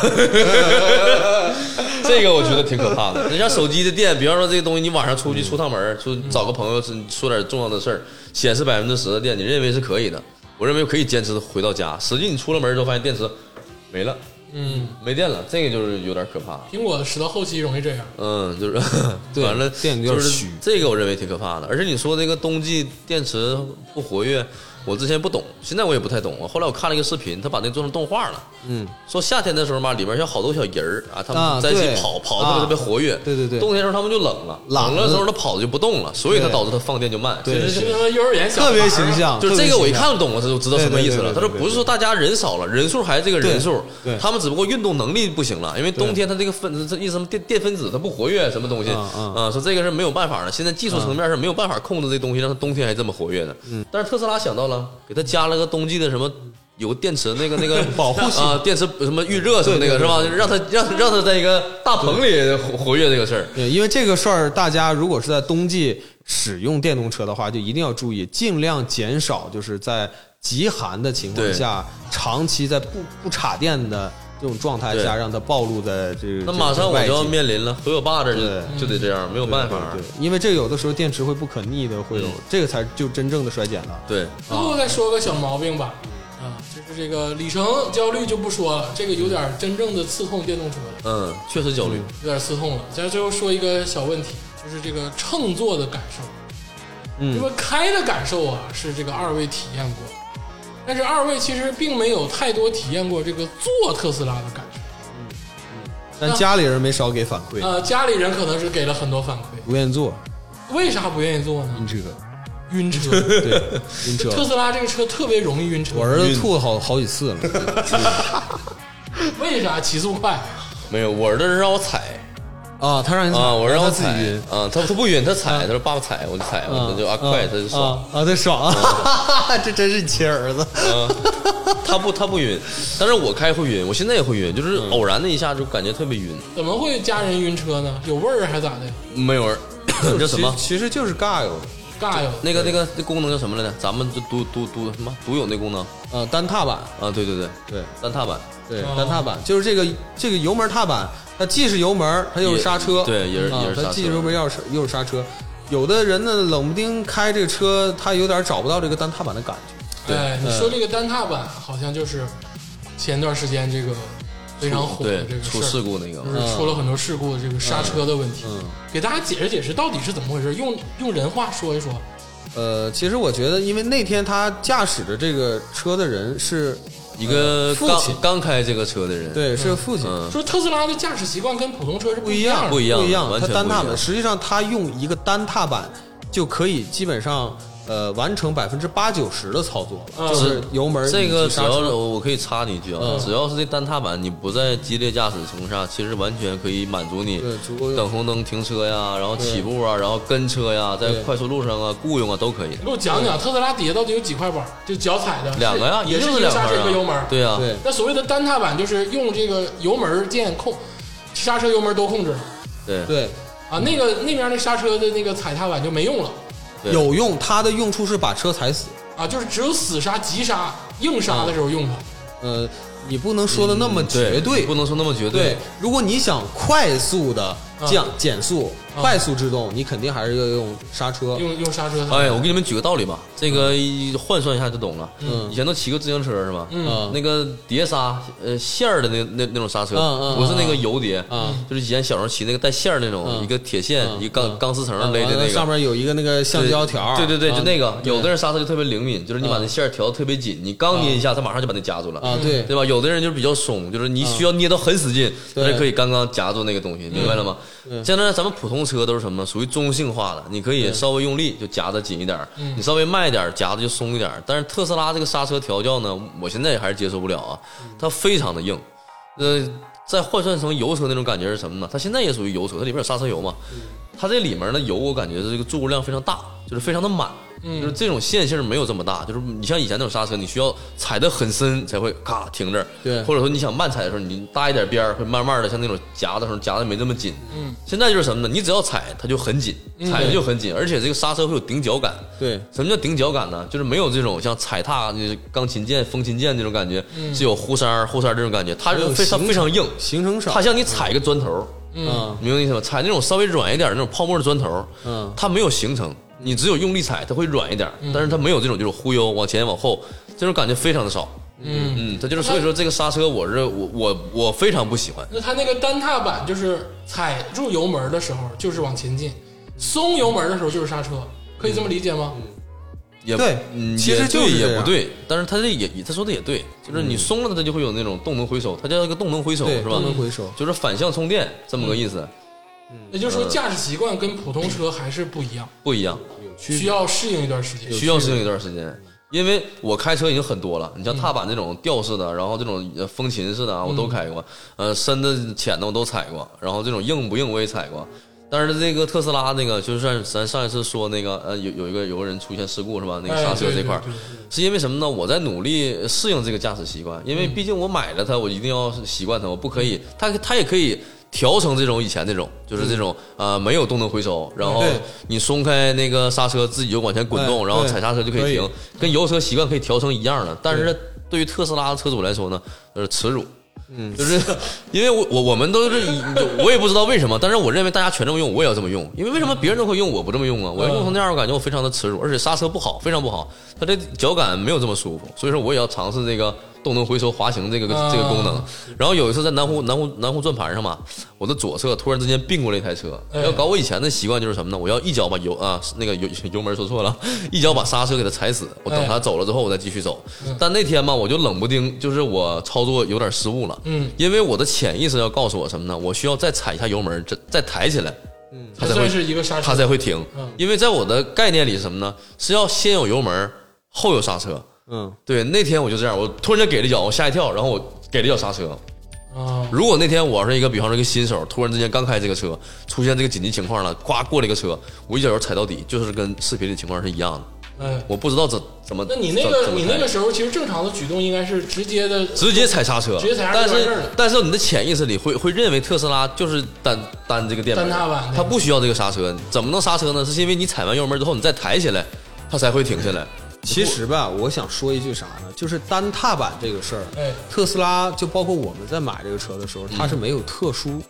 这个我觉得挺可怕的。你像手机的电，比方说这个东西，你晚上出去出趟门儿，出找个朋友说说点重要的事儿，显示百分之十的电，你认为是可以的，我认为可以坚持回到家。实际你出了门儿之后，发现电池没了，嗯，没电了，这个就是有点可怕。苹果使到后期容易这样。嗯，就是 *laughs* 对完了，电有就点是虚这个我认为挺可怕的。而且你说这个冬季电池不活跃，我之前不懂，现在我也不太懂啊。后来我看了一个视频，他把那做成动画了。嗯，说夏天的时候嘛，里面有好多小人儿啊，他啊们在一起对跑，跑啊特别特别活跃。对对对冬天的时候他们就冷了，懒冷了的时候他了跑的就不动了，所以它对导致它放电就慢。对其实是他妈幼儿园小孩特儿别形，象，就是啊特这别个，我一形象看懂了，这就知道什么意思了。对对对对他说不是说大家人少了，人数还是这个人数对，对他们只不过运动能力不行了，因为冬天它这个分这意思什么电电分子它不活跃，什么东西嗯嗯啊？说这个是没有办法的，现在技术层面是没有办法控制这东西，让它冬天还这么活跃的。嗯但是特斯拉想到了，给它加了个冬季的什么。有个电池，那个那 *laughs* 个保护啊，电池什么预热什么那个是吧？让它让让它在一个大棚里活活跃这个事儿，对，因为这个事儿，大家如果是在冬季使用电动车的话，就一定要注意，尽量减少就是在极寒的情况下，长期在不不插电的这种状态下，对让它暴露在这个那马上我就要面临了，回我爸这儿对就就得这样，没有临办法。对对对因为这个有的时候电池会不可逆的，会有、嗯这个才就真正的衰减了。对，最后再说个小毛病吧。啊，就是这个里程焦虑就不说了，这个有点儿真正的刺痛电动车了。嗯，确实焦虑。有点刺痛了。咱最后说一个小问题，就是这个乘坐的感受。嗯因为开的感受啊，是这个二位体验过，但是二位其实并没有太多体验过这个坐特斯拉的感受。但家里人没少给反馈，呃，家里人可能是给了很多反馈，不愿意坐为啥不愿意坐呢？晕车，晕车，对，晕车。特斯拉这个车特别容易晕车。 *laughs* 我儿子吐了好好几次了，为啥骑速快？没有，我儿子让我踩 *laughs* 啊，他让你啊，我让让我他踩自己嗯晕，啊，他他不晕，他踩，他说爸爸踩，我就踩，我就啊快，他就爽，嗯啊，啊他爽啊， *laughs* 这真是你亲儿子。 *laughs* 他不他不晕，但是我开会晕，我现在也会晕，就是偶然的一下就感觉特别晕，怎么会家人晕车呢？有味儿还咋的？没有人， *coughs* 叫什 *coughs* 么其？实其实就是尬游，尬哟！那个那个那功能叫什么来着？咱们就独独独什么独有那功能呃，单踏板，啊？对对对，对单踏板对哦，单踏板就是这个这个油门踏板，它既是油门，它又也是刹车，对也是啊也是刹车它既是油门又是又是刹车。有的人呢，冷不丁开这个车，他有点找不到这个单踏板的感觉。哎，嗯你说这个单踏板好像就是前段时间这个非常火的对这个事出儿嗯事故嗯那个就，是出了很多事故，这个刹车的问题，给大家解释解释到底是怎么回事，用用人话说一说。嗯呃，其实我觉得，因为那天他驾驶的这个车的人是，一个父亲刚刚开这个车的人，对，是父亲，嗯，说特斯拉的驾驶习惯跟普通车是不不一样样，的，不一样不一样。完它全单踏不一样板，实际上它用一个单踏板就可以基本上呃完成百分之八九十的操作嗯了，就是油门这个以及只刹要车是我可以插你一句啊嗯，只要是这单踏板，你不在激烈驾驶情况下，其实完全可以满足你对足够用等红灯停车呀，然后起步啊，然后跟车呀，在对快速路上啊、雇佣啊都可以。你给我讲讲特斯拉底下到底有几块板？就脚踩的，两个呀，是也一是定一是个两刹车一块啊个油门。对呀，对那所谓的单踏板就是用这个油门键控，刹车、油门都控制对对。啊，那个那边那刹车的那个踩踏板就没用了对有用，它的用处是把车踩死。啊，就是只有死刹、急刹、硬刹的时候用它。呃，你不能说的那么绝对，嗯不能说那么绝对，如果你想快速的嗯降、减速、啊快速制动，你肯定还是要用刹车。用用刹车，哎，我给你们举个道理吧，这个一换算一下就懂了。以前都骑过自行车是吧？嗯那个碟刹，呃，线儿的那那那种刹车嗯嗯，不是那个油碟嗯，就是以前小时候骑那个带线儿那种，嗯一个铁线，一个嗯钢钢丝啊绳勒的完了那个上。面有一个那个橡胶条儿，嗯对对对，啊就那个，对有的人刹车就特别灵敏，就是你把那线儿调的特别紧，你刚捏一嗯下，它马上就把它夹住了啊，对嗯对吧？有的人就是比较松，就是你需要捏到很使劲，对嗯他就可以刚刚夹住那个东西，明白了吗？现在咱们普通车都是什么？属于中性化的，你可以稍微用力就夹得紧一点儿，嗯你稍微慢一点儿夹的就松一点儿。但是特斯拉这个刹车调教呢，我现在也还是接受不了啊，嗯它非常的硬，呃。再换算成油车那种感觉是什么呢？它现在也属于油车，它里面有刹车油嘛。它这里面的油，我感觉这个注入量非常大，就是非常的满，嗯就是这种线性没有这么大。就是你像以前那种刹车，你需要踩得很深才会咔停这儿，对或者说你想慢踩的时候，你搭一点边儿，会慢慢的像那种夹的时候夹的没这么紧。嗯，现在就是什么呢？你只要踩它就很紧，踩的就很紧，而且这个刹车会有顶角感。嗯对什么叫顶角感呢？就是没有这种像踩踏、就是钢琴键、风琴键这种感觉，是有忽塞儿、忽塞儿这种感觉，它嗯没有非常形非常硬，行程少它，像你踩一个砖头，嗯明白意思吗？踩那种稍微软一点儿那种泡沫的砖头，嗯它没有形成，你只有用力踩，它会软一点儿，但是它没有这种就是忽悠往前往后这种感觉非常的少。嗯嗯，它就是所以说这个刹车我是我我我非常不喜欢。那它那个单踏板就是踩住油门的时候就是往前进，松油门的时候就是刹车，可以这么理解吗？嗯也对嗯其实也就是对这也样不对，但是他这也他说的也对，就是你松了，它就会有那种动能回收，它叫一个动能回收对是吧？动能回收就是反向充电这么个意思，也就是嗯说驾驶习惯跟普通车还是不一样，不一样，需要适应一段时间。嗯需要适应一段时间。因为我开车已经很多了，你像踏板这种吊式的，然后这种呃风琴式的啊，我嗯都开过，呃，深的浅的我都踩过，然后这种硬不硬我也踩过。但是这个特斯拉那个，就是像咱上一次说那个，呃，有有一个有个人出现事故是吧？那个哎刹车对这块儿，对对是因为什么呢？我在努力适应这个驾驶习惯，因为嗯毕竟我买了它，我一定要习惯它，我不可以，它它也可以调成这种以前那种，就是这种呃没有动能回收，然后嗯对你松开那个刹车自己就往前滚动，哎然后对踩刹车就可可以以停，跟油车习惯可以调成一样的。但是对于特斯拉的车主来说呢，呃，耻辱。嗯，就是因为我我我们都是以，我也不知道为什么，但是我认为大家全这么用，我也要这么用。因为为什么别人都会用，我不这么用啊？我要用成那样，我感觉我非常的耻辱，而且刹车不好，非常不好，它这脚感没有这么舒服，所以说我也要尝试这个动能回收滑行这个啊这个功能。然后有一次在南湖南湖南湖转盘上嘛，我的左侧突然之间并过了一台车，哎要搞我以前的习惯就是什么呢？我要一脚把油啊那个油油门说错了，一脚把刹车给它踩死，我等它哎走了之后我再继续走。嗯但那天嘛，我就冷不丁就是我操作有点失误了，嗯因为我的潜意识要告诉我什么呢？我需要再踩一下油门，再再抬起来，嗯，它它才会算是一个刹车，它才会停嗯。因为在我的概念里是什么呢？是要先有油门，后有刹车。嗯，对，那天我就这样，我突然间给了一脚，我吓一跳，然后我给了一脚刹车。啊，如果那天我是一个，比方说一个新手，突然之间刚开这个车，出现这个紧急情况了，呱过了一个车，我一脚油踩到底，就是跟视频里情况是一样的。哎，我不知道怎怎么，那你那个怎么你踩那个时候其实正常的举动应该是直接的，直接踩刹车，直接踩刹车但完事是儿了但是你的潜意识里会会认为特斯拉就是单单这个电门，单踏板对它不需要这个刹车，怎么能刹车呢？是因为你踩完油门之后，你再抬起来，它才会停下来。嗯其实吧，我想说一句啥呢？就是单踏板这个事儿，哎特斯拉就包括我们在买这个车的时候，它是没有特殊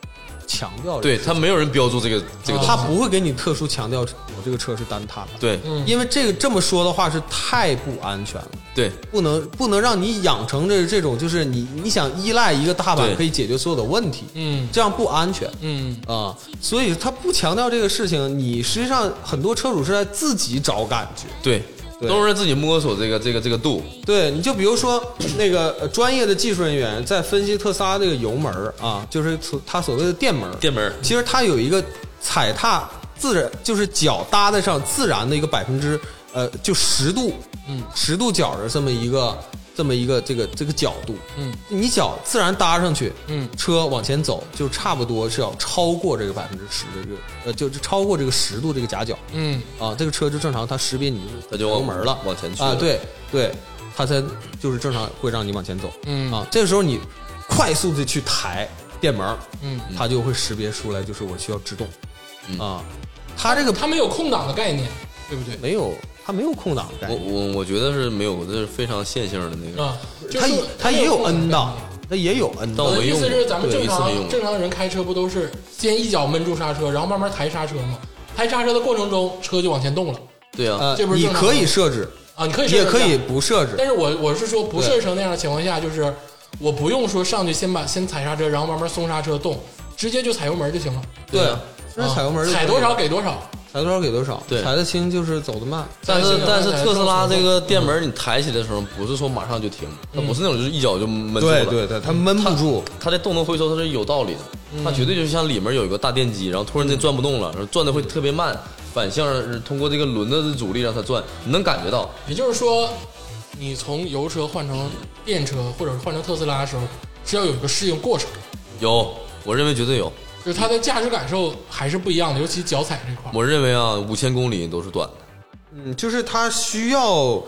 强调这个嗯对，它没有人标注这个这个啊东西它，不会给你特殊强调我这个车是单踏板，对嗯因为这个这么说的话是太不安全了。对不能不能让你养成这这种，就是你你想依赖一个踏板对可以解决所有的问题，嗯这样不安全嗯，啊、所以他不强调这个事情，你实际上很多车主是在自己找感觉。对，对都是在自己摸索这个这个这个度，对，你就比如说那个呃专业的技术人员在分析特斯拉这个油门儿啊，就是所他所谓的电门儿，电门儿其实它有一个踩踏自然，就是脚搭在上自然的一个百分之呃，就十度，嗯，十度角的这么一个这么一个这个这个角度，嗯，你脚自然搭上去，嗯，车往前走就差不多是要超过这个百分之十的这个呃，就是超过这个十度这个夹角，嗯啊，这个车就正常它识别你它就往油门了，往前去啊，了对对，它才就是正常会让你往前走，嗯啊，这个时候你快速的去抬电门，嗯，它就会识别出来，就是我需要制动，啊，他这个他没有空档的概念，对不对？没有，他没有空档概我念，我我觉得是没有，这是非常线性的那个。啊，就是他说他没也有有空档 N 档，他也有 N 档到我我的没呃意用思过是，咱们对正一次没常用过正常人开车不都是先一脚闷住刹车，然后慢慢抬刹车吗？抬刹车的过程中，车就往前动了对啊呀、呃这不，是你正常可吗以设置，啊！你可以设也置可这以样，不设置但。是我我是说不设置成那样的情况下，就是我不用说上去先把先踩刹车，然后慢慢松刹车动，直接就踩油门就行了。对啊，就是踩油门啊就可以踩多少给多少。踩多少给多少，对踩得轻就是走得慢。但是对但是对特斯拉这个电门你抬起来的时候，不是说马上就停，它不是那种就是一脚就闷住了。对对对，他闷不住，它这动能回收它是有道理的，它绝对就像里面有一个大电机，然后突然间转不动了，然后转的会特别慢，反向是通过这个轮子的阻力让它转，你能感觉到。也就是说，你从油车换成电车，或者是换成特斯拉的时候，是要有一个适应过程，有，我认为绝对有。就是它的驾驶感受还是不一样的，尤其脚踩这块儿。我认为啊，五千公里都是短的，嗯，就是他需要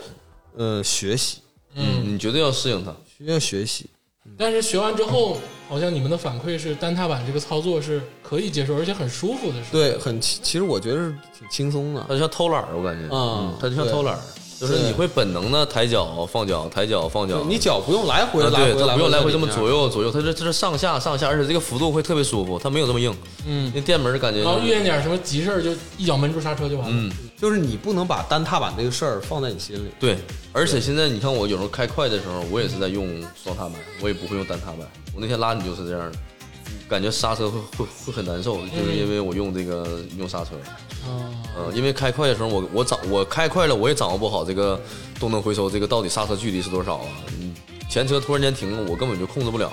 呃学习，嗯，你绝对要适应它。需要学习。但是学完之后，好像你们的反馈是单踏板这个操作是可以接受，而且很舒服的，是吧对，很其其实我觉得是挺轻松的它。就像偷懒儿，我感觉，嗯它就像对偷懒儿，就是对你会本能的抬脚放脚，抬脚放脚，你脚不用来回啊，来回，对，它不用来回这么左右。左右左右，它这这是上下上下，而且这个幅度会特别舒服，它没有这么硬。嗯，那电门儿感觉然后遇见点什么急事儿就一脚闷住刹车就完了。嗯，就是你不能把单踏板这个事儿放在你心里。对，而且现在你看我有时候开快的时候，我也是在用双踏板，我也不会用单踏板。我那天拉你就是这样的，感觉刹车会会会很难受，就是因为我用这个用刹车。嗯，因为开快的时候，我我掌我开快了，我也掌握不好这个动能回收，这个到底刹车距离是多少啊？嗯，前车突然间停了，我根本就控制不了。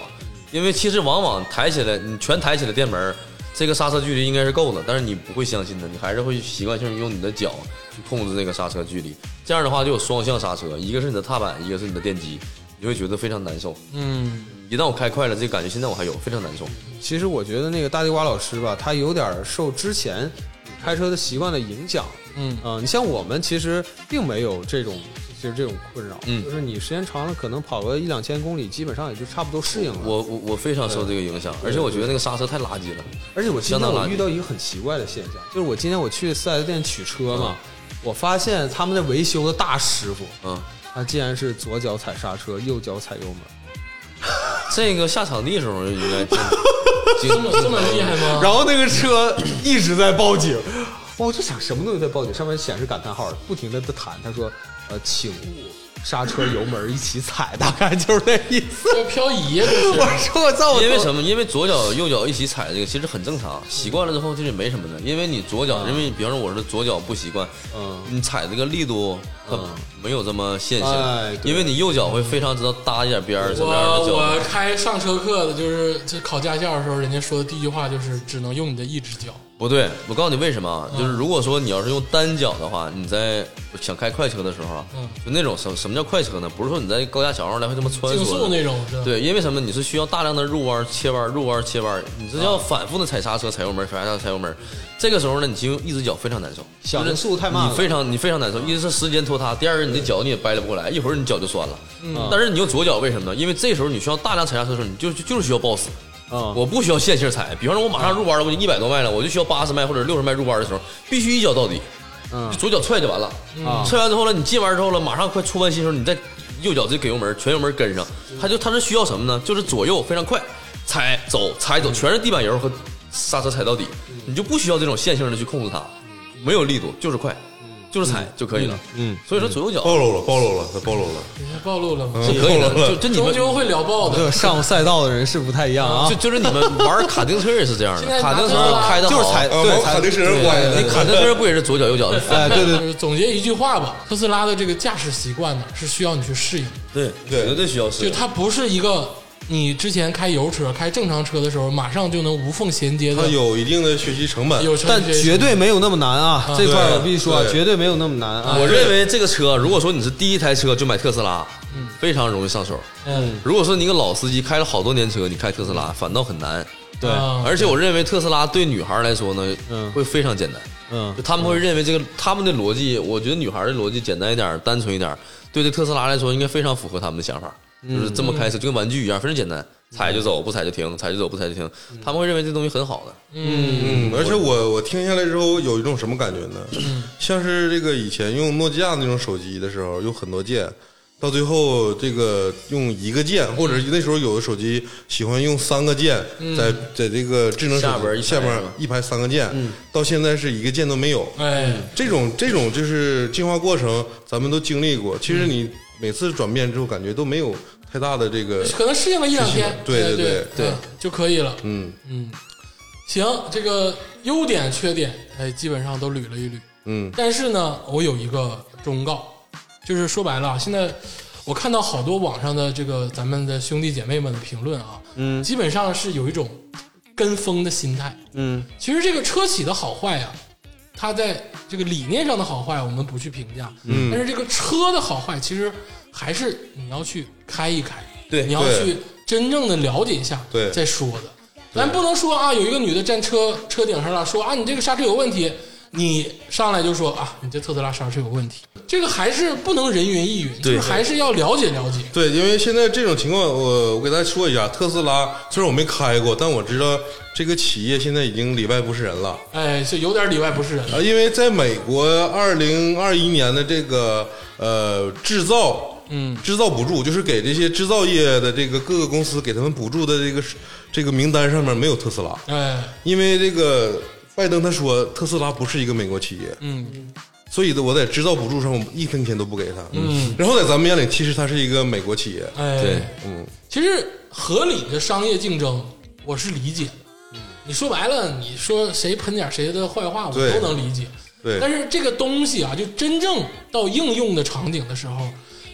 因为其实往往抬起来，你全抬起来电门儿，这个刹车距离应该是够的，但是你不会相信的，你还是会习惯性用你的脚去控制那个刹车距离。这样的话就有双向刹车，一个是你的踏板，一个是你的电机，你会觉得非常难受。嗯，一旦我开快了，这个感觉现在我还有，非常难受。其实我觉得那个大地瓜老师吧，他有点儿受之前你开车的习惯的影响。嗯啊、你像我们其实并没有这种，就是这种困扰。嗯就是你时间长了，可能跑个一两千公里，基本上也就差不多适应了。我我我非常受这个影响，而且我觉得那个刹车太垃圾了。而且我今相天当我垃圾遇到一个很奇怪的现象，就是我今天我去四 S 店取车嘛，我发现他们的维修的大师傅，嗯，他竟然是左脚踩刹车，右脚踩油门。这个下场地时候应 *laughs* 该挺挺这么这么厉害吗？ *laughs* 然后那个车一直在报警，哦我就想什么东西在报警，上面显示感叹号，不停的弹，他说呃，请勿刹车油门一起踩，大概就是那意思。这漂移呀，这我是。说我操，因为什么？么？因为左脚右脚一起踩这个其实很正常，习惯了之后这就没什么的。因为你左脚，因为比方说我是左脚不习惯，嗯你踩这个力度它嗯没有这么线哎性，对因为你右脚会非常知道搭一点边儿什 *laughs* 我么样的我脚。开上车课的，就是这考驾校的时候，人家说的第一句话就是只能用你的一只脚。不对，我告诉你为什么嗯啊？就是如果说你要是用单脚的话，你在想开快车的时候啊嗯，就那种什什么叫快车呢？不是说你在高架桥上来回这么穿梭竞的速那种是吧？对，因为什么？你是需要大量的入弯、切弯、入弯、切弯，你这啊要反复的踩刹车、踩油门、踩刹车、踩油门。这个时候呢，你就用一只脚非常难受，想就的是速度太慢了你非常你非常难受。一是时间拖沓，第二个你的脚你也掰了不过来，一会儿你脚就酸了。嗯但是你用左脚为什么呢？因为这时候你需要大量踩刹车的时候，你就就就是需要抱死。啊、我不需要线性踩，比方说我马上入弯了，我一百多迈了，我就需要八十迈或者六十迈入弯的时候，必须一脚到底，嗯就左脚踹就完了。啊踹完之后呢，你进弯之后了，马上快出弯心的时候，你再右脚再给油门，全油门跟上。它就它是需要什么呢？就是左右非常快，踩走踩嗯走，全是地板油和刹车踩到底，你就不需要这种线性的去控制它，没有力度，就是快，就是踩就可以了。嗯嗯嗯，所以说左右脚暴露了，暴露了，他暴露了。你看暴露了吗？是可以哦的，暴露了就就你终们究会聊爆的。对，上赛道的人是不太一样啊就，就是你们玩卡丁车也是这样现在的，拿卡丁车着了开的就是踩啊，对往踩卡丁车上拐你的，卡丁车不也是左脚右脚的？哎，对对，就是总结一句话吧，特斯拉的这个驾驶习惯呢，是需要你去适应，对对绝对需要适就应。它不是一个你之前开油车、开正常车的时候，马上就能无缝衔接他的。有一定的学习成本。有成但绩绝对没有那么难啊，这块儿我必须说啊，对绝对没有那么难啊。我认为这个车，如果说你是第一台车就买特斯拉，非常容易上手；嗯，如果说你一个老司机开了好多年车，你开特斯拉反倒很难。对，啊而且我认为特斯拉对女孩来说呢嗯，会非常简单。嗯就，他们会认为这个他们的逻辑，我觉得女孩的逻辑简单一点，单纯一点，对这特斯拉来说应该非常符合他们的想法，就是这么开车就跟玩具一样，非常简单，踩就走，不踩就停，踩就走，不踩就停，他们会认为这东西很好的。嗯，而且我我听下来之后有一种什么感觉呢？嗯像是这个以前用诺基亚那种手机的时候，有很多键，到最后这个用一个键，或者是那时候有的手机喜欢用三个键，在在这个智能嗯手下边一机排下边是吧嗯一排三个键，到现在是一个键都没有。哎，这种这种就是进化过程，咱们都经历过。其实你每次转变之后，感觉都没有太大的这个可能适应了一两天，对对对对对对嗯就可以了。嗯行，这个优点缺点，哎，基本上都捋了一捋。嗯但是呢，我有一个忠告，就是说白了啊，现在我看到好多网上的这个咱们的兄弟姐妹们的评论啊，嗯，基本上是有一种跟风的心态。嗯，其实这个车企的好坏呀、它在这个理念上的好坏，我们不去评价，嗯，但是这个车的好坏，其实还是你要去开一开，对你要对去真正的了解一下，对再说的。咱不能说啊，有一个女的站车车顶上了，说啊你这个刹车有问题，你上来就说啊你这特斯拉刹车有问题，这个还是不能人云亦云，就是还是要了解了解。对，因为现在这种情况，我我给大家说一下，特斯拉虽然我没开过，但我知道这个企业现在已经里外不是人了哎，是有点里外不是人了。啊，因为在美国二零二一年的这个呃制造。嗯，制造补助就是给这些制造业的这个各个公司给他们补助的这个这个名单上面没有特斯拉，哎，因为这个拜登他说特斯拉不是一个美国企业，嗯，所以呢，我在制造补助上我一分钱都不给他。嗯，然后在咱们眼里，其实它是一个美国企业。哎，对，嗯，其实合理的商业竞争，我是理解的。嗯你说白了，你说谁喷点谁的坏话，我对都能理解。对但是这个东西啊，就真正到应用的场景的时候，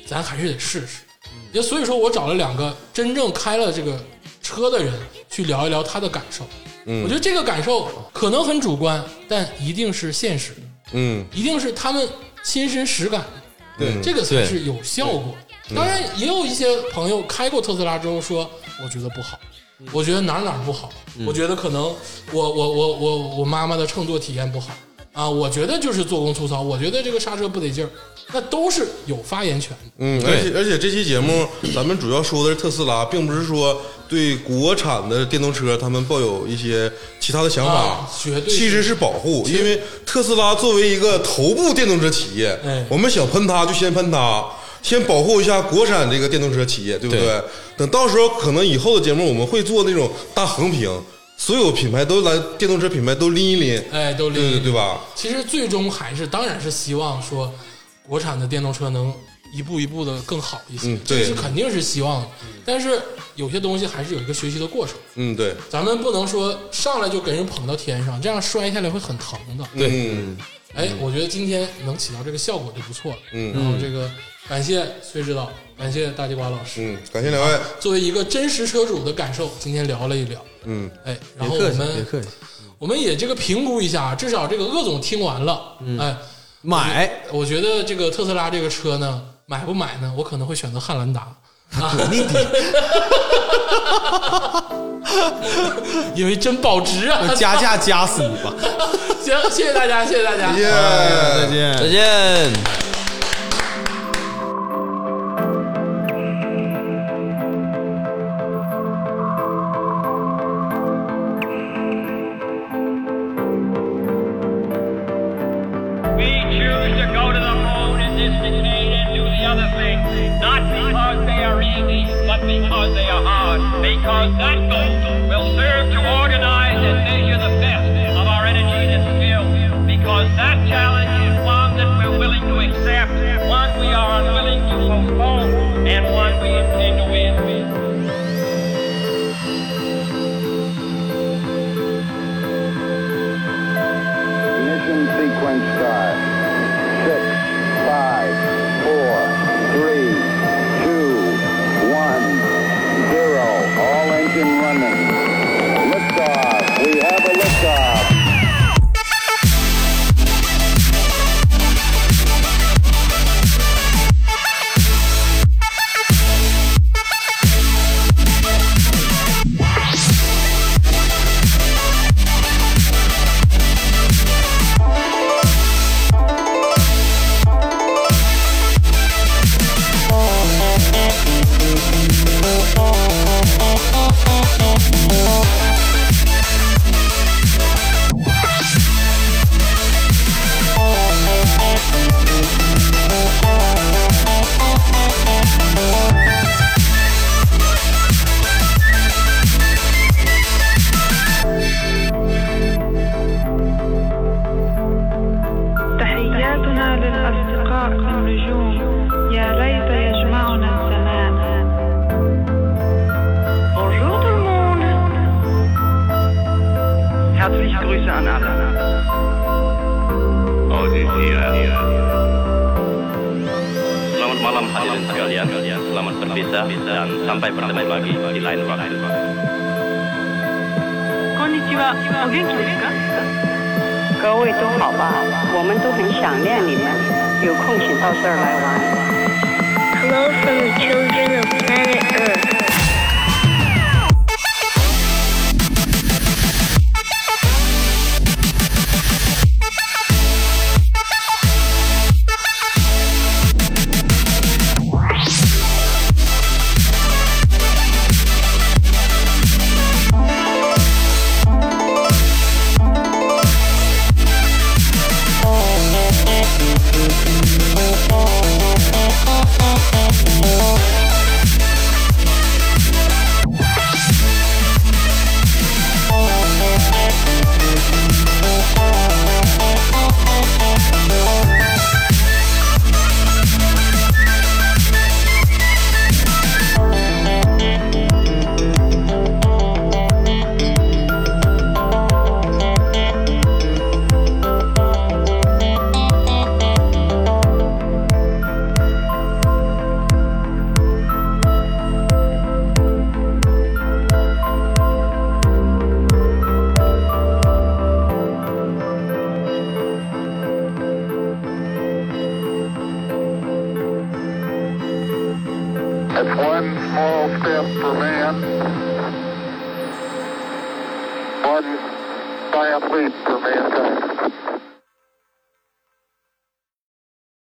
咱还是得试试。嗯也所以说我找了两个真正开了这个车的人去聊一聊他的感受。嗯我觉得这个感受可能很主观，但一定是现实的，嗯，一定是他们亲身实感的。嗯对这个才是有效果。当然，也有一些朋友开过特斯拉之后说，我觉得不好，嗯我觉得哪儿哪儿不好，我觉得可能我我我我我妈妈的乘坐体验不好啊，我觉得就是做工粗糙，我觉得这个刹车不得劲儿，那都是有发言权的。嗯，而且而且这期节目咱们主要说的是特斯拉，并不是说对国产的电动车他们抱有一些其他的想法，啊绝对是其实是保护，因为特斯拉作为一个头部电动车企业，哎我们想喷它就先喷它。先保护一下国产这个电动车企业，对不对？对等到时候可能以后的节目我们会做那种大横屏，所有品牌都来电动车品牌都拎一拎，哎，都理对解对对吧？其实最终还是，当然是希望说，国产的电动车能一步一步的更好一些，嗯这对个是肯定是希望的。但是有些东西还是有一个学习的过程。嗯，对，咱们不能说上来就给人捧到天上，这样摔下来会很疼的。对嗯哎，我觉得今天能起到这个效果就不错了。嗯然后这个感谢崔指导，感谢大地瓜老师，嗯，感谢两位，作为一个真实车主的感受，今天聊了一聊。嗯，哎，然后别客我气，别们客气，我们也这个评估一下，至少这个鄂总听完了，嗯哎，买我觉得这个特斯拉这个车呢，买不买呢？我可能会选择汉兰达。啊， *laughs* 因为真保值啊！加价加死你吧！行，谢谢大家，谢谢大家。耶、再呃见。再见。 We choose to go to the moon in this decade and do the other thing, not because they are easy, but because they are hard. Because that goal will serve to organize and measure the best of our energy and skill. Because that challenge is one that we're willing to accept, one we are unwilling to postpone, and one we intend to win. Ignition sequence start. Six, five, four, three, two, one, zero. All engine running. Liftoff. We have a liftoff. صورتنا للأصدقاء في النجوم يا ليت يجمعنا الزمان Bonjour tout le monde Herzliche Grüße an alle. Selamat malam hadirin sekalian. Selamat berpisah dan sampai bertemu lagi di lain waktu. こんにちはお元気ですか各位都好吧？我们都很想念你们，有空请到这儿来玩。 Hello from the children of planet Earth. That's one small step for man, one giant leap for mankind.